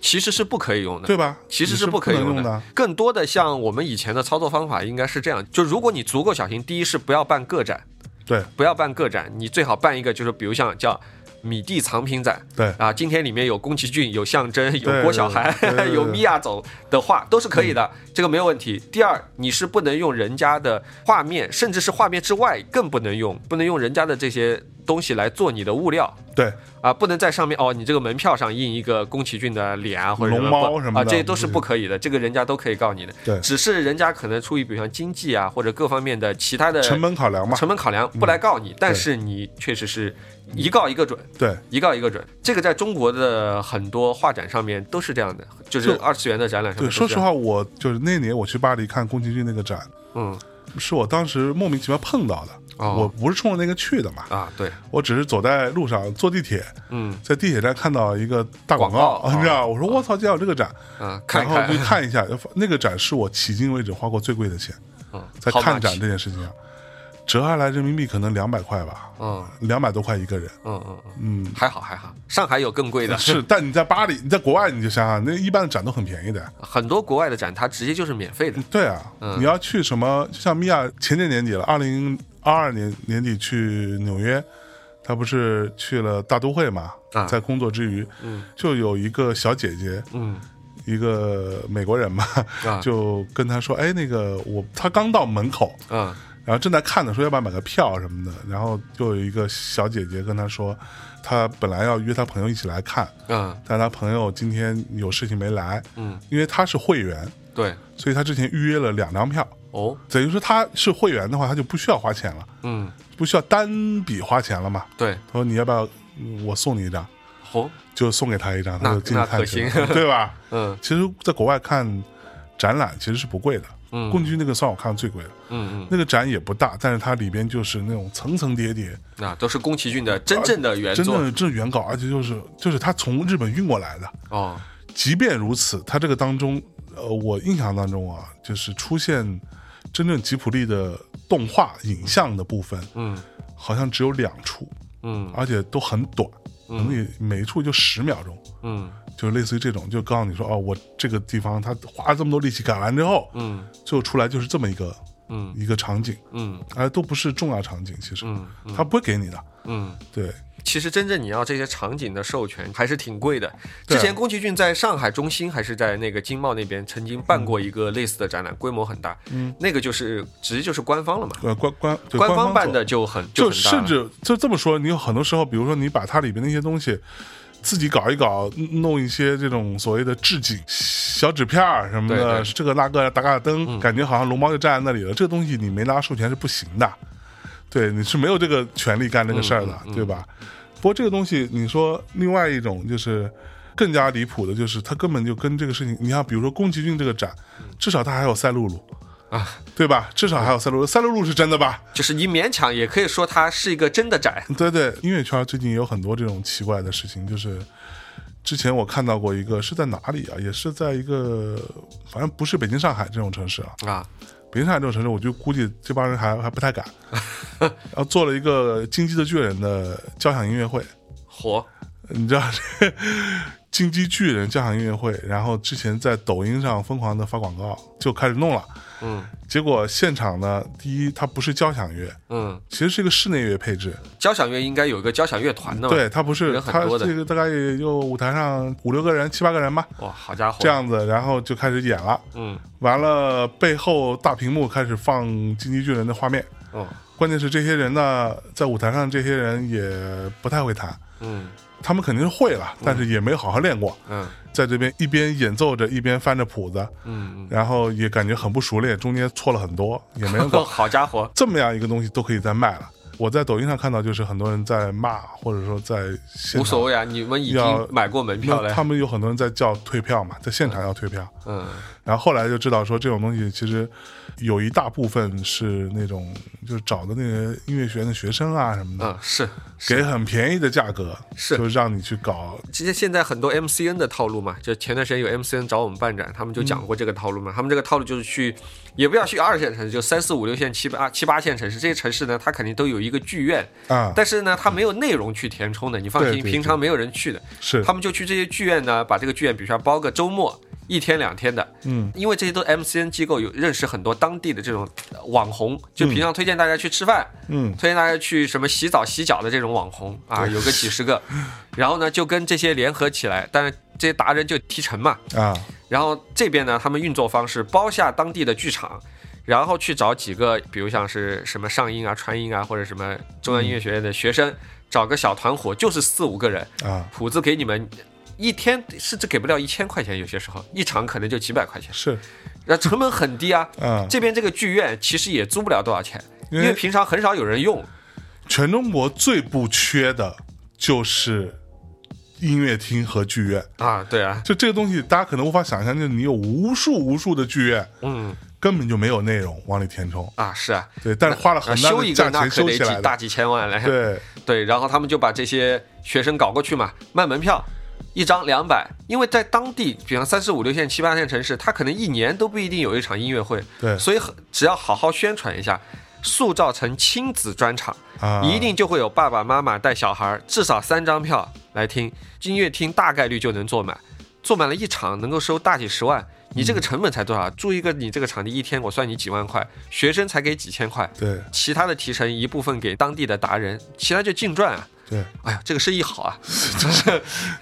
Speaker 2: 其实是不可以用的。
Speaker 1: 对吧？
Speaker 2: 其实
Speaker 1: 你是
Speaker 2: 不可以
Speaker 1: 能
Speaker 2: 用
Speaker 1: 用的。
Speaker 2: 更多的像我们以前的操作方法应该是这样：就如果你足够小心，第一是不要办个展，
Speaker 1: 对
Speaker 2: 不要办个展，你最好办一个，就是比如像叫米蒂藏品展，
Speaker 1: 对
Speaker 2: 啊，今天里面有宫崎骏、有象征、有
Speaker 1: 对
Speaker 2: 郭晓涵
Speaker 1: 对对、对 嗯
Speaker 2: 有米娅走的画都是可以的，这个没有问题。第二，你是不能用人家的画面，甚至是画面之外更不能用，不能用人家的这些东西来做你的物料。
Speaker 1: 对
Speaker 2: 啊，不能在上面哦，你这个门票上印一个宫崎骏的脸啊，或者
Speaker 1: 龙猫
Speaker 2: 不
Speaker 1: 什么
Speaker 2: 啊，
Speaker 1: 的
Speaker 2: 这些都是不可以的，这个人家都可以告你的。
Speaker 1: 对
Speaker 2: 只是人家可能出于比如像经济啊或者各方面的其他的
Speaker 1: 成本嗯考量嘛，
Speaker 2: 哎成本考量不来告你，但是你确实是一告一个准，
Speaker 1: 对
Speaker 2: 一告一个准。这个在中国的很多画展上面都是这样的，就是
Speaker 1: 就
Speaker 2: 二次元的展览上
Speaker 1: 对。
Speaker 2: 面。
Speaker 1: 说实，话，我就是那年我去巴黎看宫崎骏那个展，
Speaker 2: 嗯
Speaker 1: 是我当时莫名其妙碰到的，
Speaker 2: 哦
Speaker 1: 我不是冲着那个去的嘛，
Speaker 2: 啊，对，
Speaker 1: 我只是走在路上坐地铁，
Speaker 2: 嗯
Speaker 1: 在地铁站看到一个大广
Speaker 2: 广告
Speaker 1: 你知道，我说我操，竟然有这个展，
Speaker 2: 啊，看
Speaker 1: 然
Speaker 2: 一
Speaker 1: 后去
Speaker 2: 看，
Speaker 1: 看一下，那个展是我迄今为止花过最贵的钱，
Speaker 2: 嗯，
Speaker 1: 在
Speaker 2: 好
Speaker 1: 看
Speaker 2: 马
Speaker 1: 展
Speaker 2: 屁
Speaker 1: 这件事情上，啊折下来人民币可能两百块吧，
Speaker 2: 嗯
Speaker 1: 两百多块一个人，
Speaker 2: 嗯嗯嗯，
Speaker 1: 嗯，
Speaker 2: 还好还好，上海有更贵的，
Speaker 1: 是，但你在巴黎，你在国外你就想想，那一般的展都很便宜的，
Speaker 2: 很多国外的展它直接就是免费的。
Speaker 1: 对啊，
Speaker 2: 嗯
Speaker 1: 你要去什么？就像米娅前年年底了，二零二二年年底去纽约，她不是去了大都会嘛？
Speaker 2: 啊
Speaker 1: 在工作之余，
Speaker 2: 嗯
Speaker 1: 就有一个小姐姐，
Speaker 2: 嗯
Speaker 1: 一个美国人嘛，
Speaker 2: 啊
Speaker 1: 就跟她说：“哎，那个我，她刚到门口，
Speaker 2: 嗯
Speaker 1: 然后正在看呢，说要不要买个票什么的。”然后就有一个小姐姐跟她说，她本来要约她朋友一起来看，
Speaker 2: 嗯
Speaker 1: 但她朋友今天有事情没来，
Speaker 2: 嗯，
Speaker 1: 因为她是会员，
Speaker 2: 对，
Speaker 1: 所以她之前预约了两张票。
Speaker 2: 哦，
Speaker 1: 等于说他是会员的话，他就不需要花钱了，
Speaker 2: 嗯，
Speaker 1: 不需要单笔花钱了嘛。
Speaker 2: 对，
Speaker 1: 他说你要不要嗯我送你一张，
Speaker 2: 哦，
Speaker 1: 就送给他一张，
Speaker 2: 那
Speaker 1: 他就进去看去
Speaker 2: 那
Speaker 1: 了， 对吧？
Speaker 2: 嗯
Speaker 1: 其实，在国外看展览其实是不贵的，
Speaker 2: 嗯
Speaker 1: 宫崎骏那个算我看过最贵的，
Speaker 2: 嗯嗯，
Speaker 1: 那个展也不大，但是它里边就是那种层层叠叠，
Speaker 2: 那都是宫崎骏的真正的原
Speaker 1: 啊真
Speaker 2: 作
Speaker 1: 正真原稿，而且就是就是他从日本运过来的。
Speaker 2: 哦，
Speaker 1: 即便如此，他这个当中，呃，我印象当中啊，就是出现真正吉普力的动画影像的部分，
Speaker 2: 嗯
Speaker 1: 好像只有两处，
Speaker 2: 嗯
Speaker 1: 而且都很短，可能也每一处就十秒钟，
Speaker 2: 嗯
Speaker 1: 就类似于这种，就告诉你说，哦，我这个地方他花了这么多力气赶完之后，
Speaker 2: 嗯
Speaker 1: 最后出来就是这么一个
Speaker 2: 嗯
Speaker 1: 一个场景，
Speaker 2: 嗯
Speaker 1: 而都不是重要场景，其实
Speaker 2: 嗯
Speaker 1: 他不会给你的，
Speaker 2: 嗯，
Speaker 1: 对
Speaker 2: 其实真正你要这些场景的授权还是挺贵的。
Speaker 1: 对啊
Speaker 2: 之前宫崎骏在上海中心还是在那个经贸那边曾经办
Speaker 1: 嗯
Speaker 2: 过一个类似的展览，规模很大，嗯，那个就是直接就是官方了嘛，
Speaker 1: 呃，官官对
Speaker 2: 官
Speaker 1: 方
Speaker 2: 方办
Speaker 1: 做
Speaker 2: 的就很
Speaker 1: 就
Speaker 2: 很大
Speaker 1: 甚
Speaker 2: 了，
Speaker 1: 至就这么说，你有很多时候，比如说你把它里边那些东西自己搞一搞，嗯弄一些这种所谓的置景小纸片儿什么的，
Speaker 2: 对对嗯
Speaker 1: 这个那个打卡灯，感觉好像龙猫就站在那里了。这个东西你没拿授权是不行的，对，你是没有这个权利干这个事儿的，
Speaker 2: 嗯
Speaker 1: 对吧？不过这个东西，你说另外一种就是。更加离谱的就是，它根本就跟这个事情，你看，比如说宫崎骏这个展，至少它还有赛璐璐
Speaker 2: 啊，
Speaker 1: 对吧？至少还有赛璐璐，赛璐璐是真的吧？
Speaker 2: 就是你勉强也可以说它是一个真的展，
Speaker 1: 对对，音乐圈最近有很多这种奇怪的事情，就是之前我看到过一个是在哪里啊，也是在一个反正不是北京、上海这种城市啊，
Speaker 2: 啊，
Speaker 1: 北京、上海这种城市，我就估计这帮人还还不太敢，然后做了一个《金鸡的巨人》的交响音乐会，
Speaker 2: 火，
Speaker 1: 你知道这进击巨人交响音乐会，然后之前在抖音上疯狂的发广告，就开始弄了。
Speaker 2: 嗯
Speaker 1: 结果现场呢，第一它不是交响乐，
Speaker 2: 嗯，
Speaker 1: 其实是一个室内乐配置，
Speaker 2: 交响乐应该有一个交响乐团的嘛？，
Speaker 1: 对，它不是
Speaker 2: 嗯人很
Speaker 1: 它
Speaker 2: 多的
Speaker 1: 这个大概也就舞台上五六个人、七八个人吧，
Speaker 2: 哇，好家伙，
Speaker 1: 这，样子，然后就开始演了。
Speaker 2: 嗯，
Speaker 1: 完了，背后大屏幕开始放《进击巨人》的画面。
Speaker 2: 哦，
Speaker 1: 关键是这些人呢，在舞台上这些人也不太会弹，
Speaker 2: 嗯
Speaker 1: 他们肯定是会了，但是也没好好练过。
Speaker 2: 嗯
Speaker 1: 在这边一边演奏着，一边翻着谱子，
Speaker 2: 嗯
Speaker 1: 然后也感觉很不熟练，中间错了很多，也没人
Speaker 2: 嗯，
Speaker 1: 管。
Speaker 2: 好家伙，
Speaker 1: 这么样一个东西都可以再卖了。我在抖音上看到，就是很多人在骂，或者说在现场
Speaker 2: 无所谓啊，你们已
Speaker 1: 要
Speaker 2: 经买过门票
Speaker 1: 那
Speaker 2: 了
Speaker 1: 他
Speaker 2: 呀，
Speaker 1: 们有很多人在叫退票嘛，在现场要退票。
Speaker 2: 嗯
Speaker 1: 然后后来就知道说，这种东西其实有一大部分是那种就是找的那个音乐学院的学生啊什么的，
Speaker 2: 嗯，是
Speaker 1: 给
Speaker 2: 是。
Speaker 1: 很便宜的价格，
Speaker 2: 是
Speaker 1: 就让你去搞。
Speaker 2: 其实现在很多 MCN 的套路嘛，就前段时间有 MCN 找我们办展，他们就讲过这个
Speaker 1: 嗯
Speaker 2: 套路嘛。他们这个套路就是去，也不要去二线城市，就三四五六线、七八七八线城市这些城市呢，它肯定都有一个剧院，
Speaker 1: 啊，
Speaker 2: 但是呢，它没有内容去填充的，你放
Speaker 1: 对
Speaker 2: 心，
Speaker 1: 对
Speaker 2: 平常没有人去的，
Speaker 1: 是
Speaker 2: 他们就去这些剧院呢，把这个剧院，比如说包个周末。一天两天的，
Speaker 1: 嗯，
Speaker 2: 因为这些都 MCN 机构有认识很多当地的这种呃网红，就平常推荐大家去吃饭，
Speaker 1: 嗯
Speaker 2: 推荐大家去什么洗澡洗脚的这种网红啊，有个几 十个，然后呢就跟这些联合起来，但是这些达人就提成嘛，
Speaker 1: 啊，
Speaker 2: 然后这边呢，他们运作方式包下当地的剧场，然后去找几个，比如像是什么上音啊、川音啊，或者什么中央音乐学院的学生，找个小团伙，就是四五个人，
Speaker 1: 啊，
Speaker 2: 谱子给你们。一天甚至给不了一千块钱，有些时候一场可能就几百块钱，
Speaker 1: 是
Speaker 2: 那成本很低啊。
Speaker 1: 啊，
Speaker 2: 这边这个剧院其实也租不了多少钱，
Speaker 1: 因
Speaker 2: 因
Speaker 1: 为
Speaker 2: 为平常很少有人用。
Speaker 1: 全中国最不缺的就是音乐厅和剧院。
Speaker 2: 啊，对啊，
Speaker 1: 就这个东西，大家可能无法想象，就是你有无数无数的剧院，
Speaker 2: 嗯
Speaker 1: 根本就没有内容往里填充。
Speaker 2: 啊是啊，
Speaker 1: 对，但是花了
Speaker 2: 啊
Speaker 1: 很大
Speaker 2: 修
Speaker 1: 的
Speaker 2: 一个
Speaker 1: 价
Speaker 2: 那
Speaker 1: 钱
Speaker 2: 可
Speaker 1: 修
Speaker 2: 得
Speaker 1: 起来
Speaker 2: 几
Speaker 1: 的
Speaker 2: 大。几千万嘞。
Speaker 1: 对，
Speaker 2: 对，然后他们就把这些学生搞过去嘛，卖门票。一张两百，因为在当地，比方三四五六线、七八线城市，他可能一年都不一定有一场音乐会，
Speaker 1: 对
Speaker 2: 所以很只要好好宣传一下，塑造成亲子专场，
Speaker 1: 啊，
Speaker 2: 一定就会有爸爸妈妈带小孩，至少三张票来听音乐厅，大概率就能坐满。坐满了一场能够收大几十万，你这个成本才多少？住一个你这个场地一天，我算你几万块，学生才给几千块，
Speaker 1: 对
Speaker 2: 其他的提成一部分给当地的达人，其他就净赚啊。
Speaker 1: 对，
Speaker 2: 哎呀，这个生意好啊！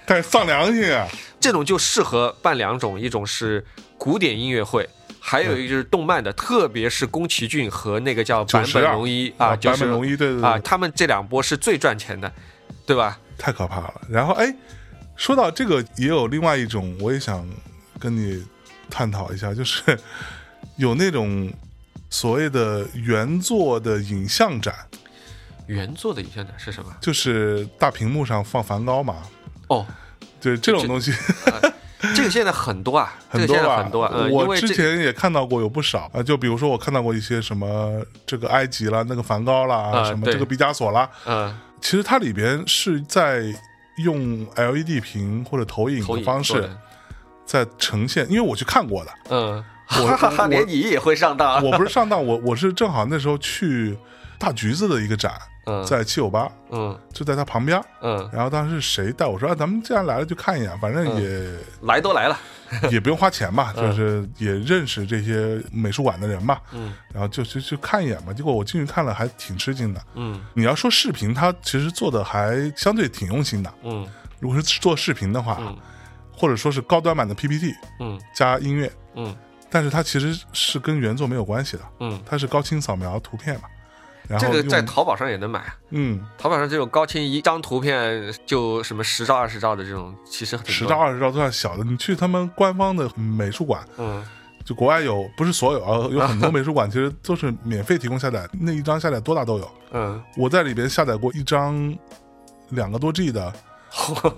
Speaker 1: 但是丧良心啊，
Speaker 2: 这种就适合办两种，一种是古典音乐会，还有一个就是动漫的，特别是宫崎骏和那个叫坂
Speaker 1: 92
Speaker 2: 本龙一啊，就
Speaker 1: 版
Speaker 2: 是
Speaker 1: 本龙一，对对
Speaker 2: 啊，
Speaker 1: 对，
Speaker 2: 他们这两波是最赚钱的，对吧？
Speaker 1: 太可怕了。然后哎，说到这个，也有另外一种，我也想跟你探讨一下，就是 有那种所谓的原作的影像展，
Speaker 2: 原作的影像展是什么？
Speaker 1: 就是大屏幕上放梵高嘛，
Speaker 2: 哦，
Speaker 1: 对这种
Speaker 2: 这
Speaker 1: 东西。
Speaker 2: 这个现在很多啊，
Speaker 1: 很
Speaker 2: 这
Speaker 1: 多
Speaker 2: 个现在
Speaker 1: 吧，
Speaker 2: 很多啊，嗯，因
Speaker 1: 我
Speaker 2: 为
Speaker 1: 之
Speaker 2: 这
Speaker 1: 前也看到过有不少啊，就比如说我看到过一些什么这个埃及啦，那个梵高啦，
Speaker 2: 啊
Speaker 1: 什么
Speaker 2: 对
Speaker 1: 这个毕加索啦，
Speaker 2: 呃
Speaker 1: 其实它里边是在用 LED 屏或者投影
Speaker 2: 投
Speaker 1: 的
Speaker 2: 影
Speaker 1: 方
Speaker 2: 做
Speaker 1: 式
Speaker 2: 的
Speaker 1: 在呈现，因为我去看 过的，
Speaker 2: 嗯，
Speaker 1: 我
Speaker 2: 哈哈哈，连你也会上当啊，
Speaker 1: 我不是上当，我我是正好那时候去大橘子的一个展，
Speaker 2: 嗯
Speaker 1: 在七九八，
Speaker 2: 嗯
Speaker 1: 就在它旁边。
Speaker 2: 嗯，
Speaker 1: 然后当时谁带我说啊，咱们既然来了就看一眼，反正也、
Speaker 2: 来都来了，
Speaker 1: 也不用花钱 嘛，就是也认识这些美术馆的人嘛，
Speaker 2: 嗯
Speaker 1: 然后就就就看一眼嘛。结果我进去看了，还挺吃惊的。
Speaker 2: 嗯
Speaker 1: 你要说视频，它其实做的还相对挺用心的。
Speaker 2: 嗯
Speaker 1: 如果是做视频的话，
Speaker 2: 嗯
Speaker 1: 或者说是高端版的 PPT
Speaker 2: 嗯
Speaker 1: 加音乐，
Speaker 2: 嗯
Speaker 1: 但是它其实是跟原作没有关系的，
Speaker 2: 嗯，
Speaker 1: 它是高清扫描图片嘛。然后
Speaker 2: 这个
Speaker 1: 用
Speaker 2: 在淘宝上也能买啊。
Speaker 1: 嗯
Speaker 2: 淘宝上这种高清一张图片就什么十兆二十兆的这种，其实很多
Speaker 1: 十兆，二十兆都算小的，你去他们官方的美术馆，
Speaker 2: 嗯
Speaker 1: 就国外有不是所有啊，有很多美术馆其实都是免费提供下载，那一张下载多大都有。
Speaker 2: 嗯，
Speaker 1: 我在里边下载过一张两个多 G 的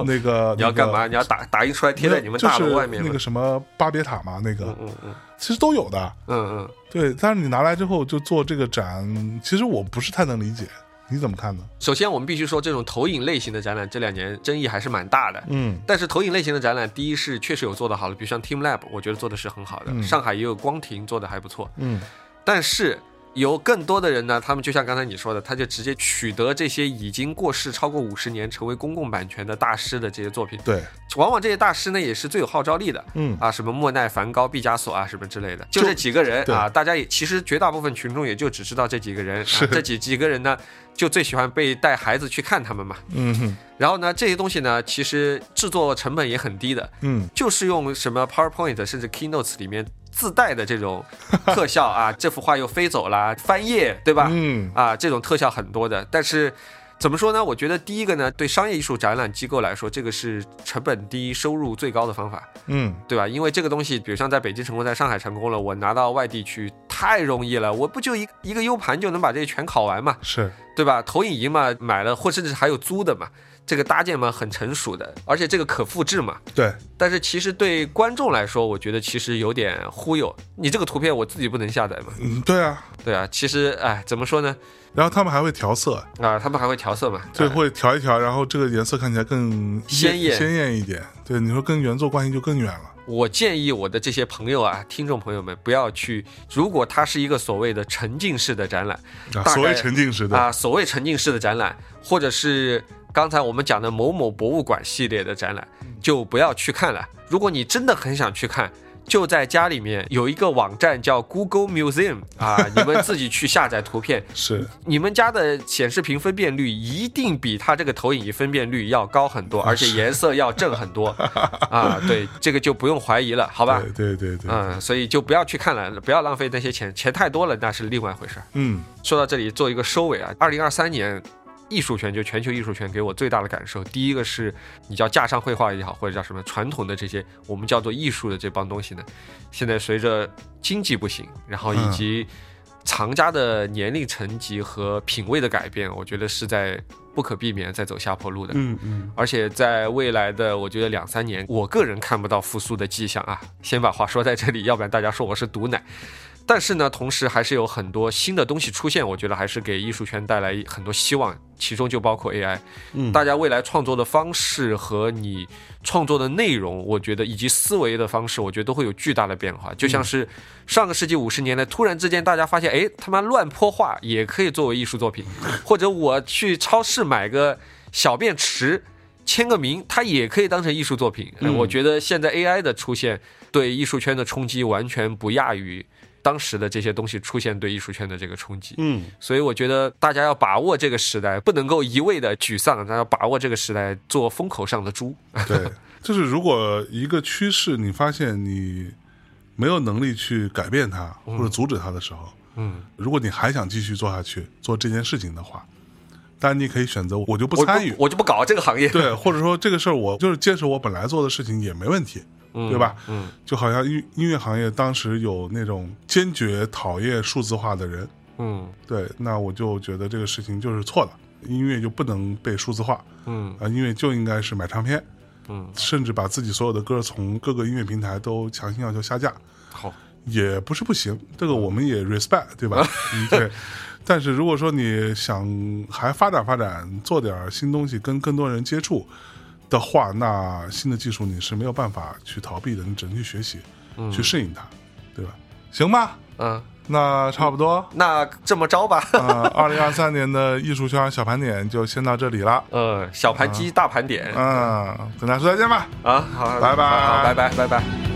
Speaker 1: 那个，
Speaker 2: 你要
Speaker 1: 那个
Speaker 2: 干嘛？？你要打打印出来贴在你们大
Speaker 1: 就
Speaker 2: 楼
Speaker 1: 是
Speaker 2: 外面
Speaker 1: 那
Speaker 2: 吗
Speaker 1: 个？什么巴别塔嘛，那个、
Speaker 2: 嗯嗯
Speaker 1: 其实都有的。
Speaker 2: 嗯嗯，
Speaker 1: 对，但是你拿来之后就做这个展，其实我不是太能理解，你怎么看呢？
Speaker 2: 首先我们必须说，这种投影类型的展览这两年争议还是蛮大的。
Speaker 1: 嗯
Speaker 2: 但是投影类型的展览，第一是确实有做得好的，比如像 Team Lab，我觉得做的是很好的。
Speaker 1: 嗯
Speaker 2: 上海也有光庭做的还不错，
Speaker 1: 嗯
Speaker 2: 但是有更多的人呢，他们就像刚才你说的，他就直接取得这些已经过世超过五十年、成为公共版权的大师的这些作品。
Speaker 1: 对，
Speaker 2: 往往这些大师呢也是最有号召力的，
Speaker 1: 嗯
Speaker 2: 啊，什么莫奈、梵高、毕加索啊，什么之类的，就
Speaker 1: 就
Speaker 2: 这几个人
Speaker 1: 对
Speaker 2: 啊，大家也其实绝大部分群众也就只知道这几个人，
Speaker 1: 是
Speaker 2: 啊、这几几个人呢，就最喜欢被带孩子去看他们嘛。
Speaker 1: 嗯哼
Speaker 2: 然后呢，这些东西呢，其实制作成本也很低的，
Speaker 1: 嗯，
Speaker 2: 就是用什么 PowerPoint 甚至 Keynotes 里面自带的这种特效啊，这幅画又飞走啦，翻页，对吧？
Speaker 1: 嗯
Speaker 2: 啊，这种特效很多的，但是。怎么说呢？我觉得第一个呢，对商业艺术展览机构来说，这个是成本低、收入最高的方法，
Speaker 1: 嗯，
Speaker 2: 对吧？因为这个东西，比如像在北京成功，在上海成功了，我拿到外地去太容易了，我不就一一个 U 盘就能把这全考完嘛？
Speaker 1: 是
Speaker 2: 对吧？投影仪嘛，买了或甚至还有租的嘛，这个搭建嘛很成熟的，而且这个可复制嘛。
Speaker 1: 对，
Speaker 2: 但是其实对观众来说，我觉得其实有点忽悠。你这个图片我自己不能下载嘛？
Speaker 1: 嗯对啊。
Speaker 2: 对啊，其实哎，怎么说呢？
Speaker 1: 然后他们还会调色，
Speaker 2: 啊、他们还会调色嘛？
Speaker 1: 对，
Speaker 2: 啊
Speaker 1: 会调一调，然后这个颜色看起来更
Speaker 2: 鲜艳
Speaker 1: 鲜艳一点。对，你说跟原作关系就更远了。
Speaker 2: 哎我建议我的这些朋友啊，听众朋友们不要去，如果它是一个所谓的沉浸式的展览
Speaker 1: 啊
Speaker 2: 大概
Speaker 1: 所谓沉浸式的，
Speaker 2: 啊，所谓沉浸式的展览，或者是刚才我们讲的某某博物馆系列的展览，就不要去看了。如果你真的很想去看，就在家里面有一个网站叫 Google Museum 啊，你们自己去下载图片，
Speaker 1: 是
Speaker 2: 你们家的显示屏分辨率一定比它这个投影仪分辨率要高很
Speaker 1: 啊
Speaker 2: 多，而且颜色要正很 多啊。对，这个就不用怀疑了，好吧？
Speaker 1: 对对对对，
Speaker 2: 嗯，所以就不要去看了，不要浪费那些钱，钱太多了那是另外一回事儿。
Speaker 1: 嗯
Speaker 2: 说到这里做一个收尾啊，二零二三年。艺术圈就全球艺术圈给我最大的感受，第一个是你叫架上绘画也好，或者叫什么传统的这些我们叫做艺术的这帮东西呢，现在随着经济不行，然后以及藏家的年龄层级和品味的改变，我觉得是在不可避免在走下坡路的。
Speaker 3: 嗯嗯，
Speaker 2: 而且在未来的我觉得两三年，我个人看不到复苏的迹象啊。先把话说在这里，要不然大家说我是毒奶。但是呢，同时还是有很多新的东西出现，我觉得还是给艺术圈带来很多希望，其中就包括 AI。
Speaker 3: 嗯
Speaker 2: 大家未来创作的方式和你创作的内容，我觉得以及思维的方式，我觉得都会有巨大的变化。就像是上个世纪五十年代，突然之间大家发现，哎，他妈乱泼画也可以作为艺术作品，或者我去超市买个小便池。签个名，它也可以当成艺术作品。呃我觉得现在 AI 的出现对艺术圈的冲击完全不亚于当时的这些东西出现对艺术圈的这个冲击。
Speaker 3: 嗯，
Speaker 2: 所以我觉得大家要把握这个时代，不能够一味的沮丧，大家要把握这个时代，做风口上的猪。
Speaker 1: 对，就是如果一个趋势你发现你没有能力去改变它或者阻止它的时候，
Speaker 2: 嗯，
Speaker 1: 如果你还想继续做下去做这件事情的话，当然你可以选择我就不
Speaker 2: 我
Speaker 1: 参与，
Speaker 2: 我就不搞这个行业。
Speaker 1: 对， 或者说这个事儿我就是坚持我本来做的事情也没问题，
Speaker 2: 嗯
Speaker 1: 对吧？
Speaker 2: 嗯，
Speaker 1: 就好像音音乐行业当时有那种坚决讨厌数字化的人，
Speaker 2: 嗯
Speaker 1: 对，那我就觉得这个事情就是错的，音乐就不能被数字化
Speaker 2: 嗯
Speaker 1: 啊、音乐就应该是买唱片，
Speaker 2: 嗯，
Speaker 1: 甚至把自己所有的歌从各个音乐平台都强行要求下架，
Speaker 2: 好，
Speaker 1: 也不是不行，这个我们也 respect，对吧？嗯对。但是如果说你想还发展发展，做点儿新东西，跟更多人接触的话，那新的技术你是没有办法去逃避的，你只能去学习，
Speaker 2: 嗯
Speaker 1: 去适应它，对吧？行吧，
Speaker 2: 嗯，
Speaker 1: 那差不多。
Speaker 2: 那这么 着吧。
Speaker 1: 呃，二零二三年的艺术圈小盘点就先到这里了。啊
Speaker 2: 呃，小盘鸡大盘点
Speaker 1: 嗯，跟大家说再见吧。
Speaker 2: 啊，好，
Speaker 1: 拜拜
Speaker 2: 好，拜拜，拜拜。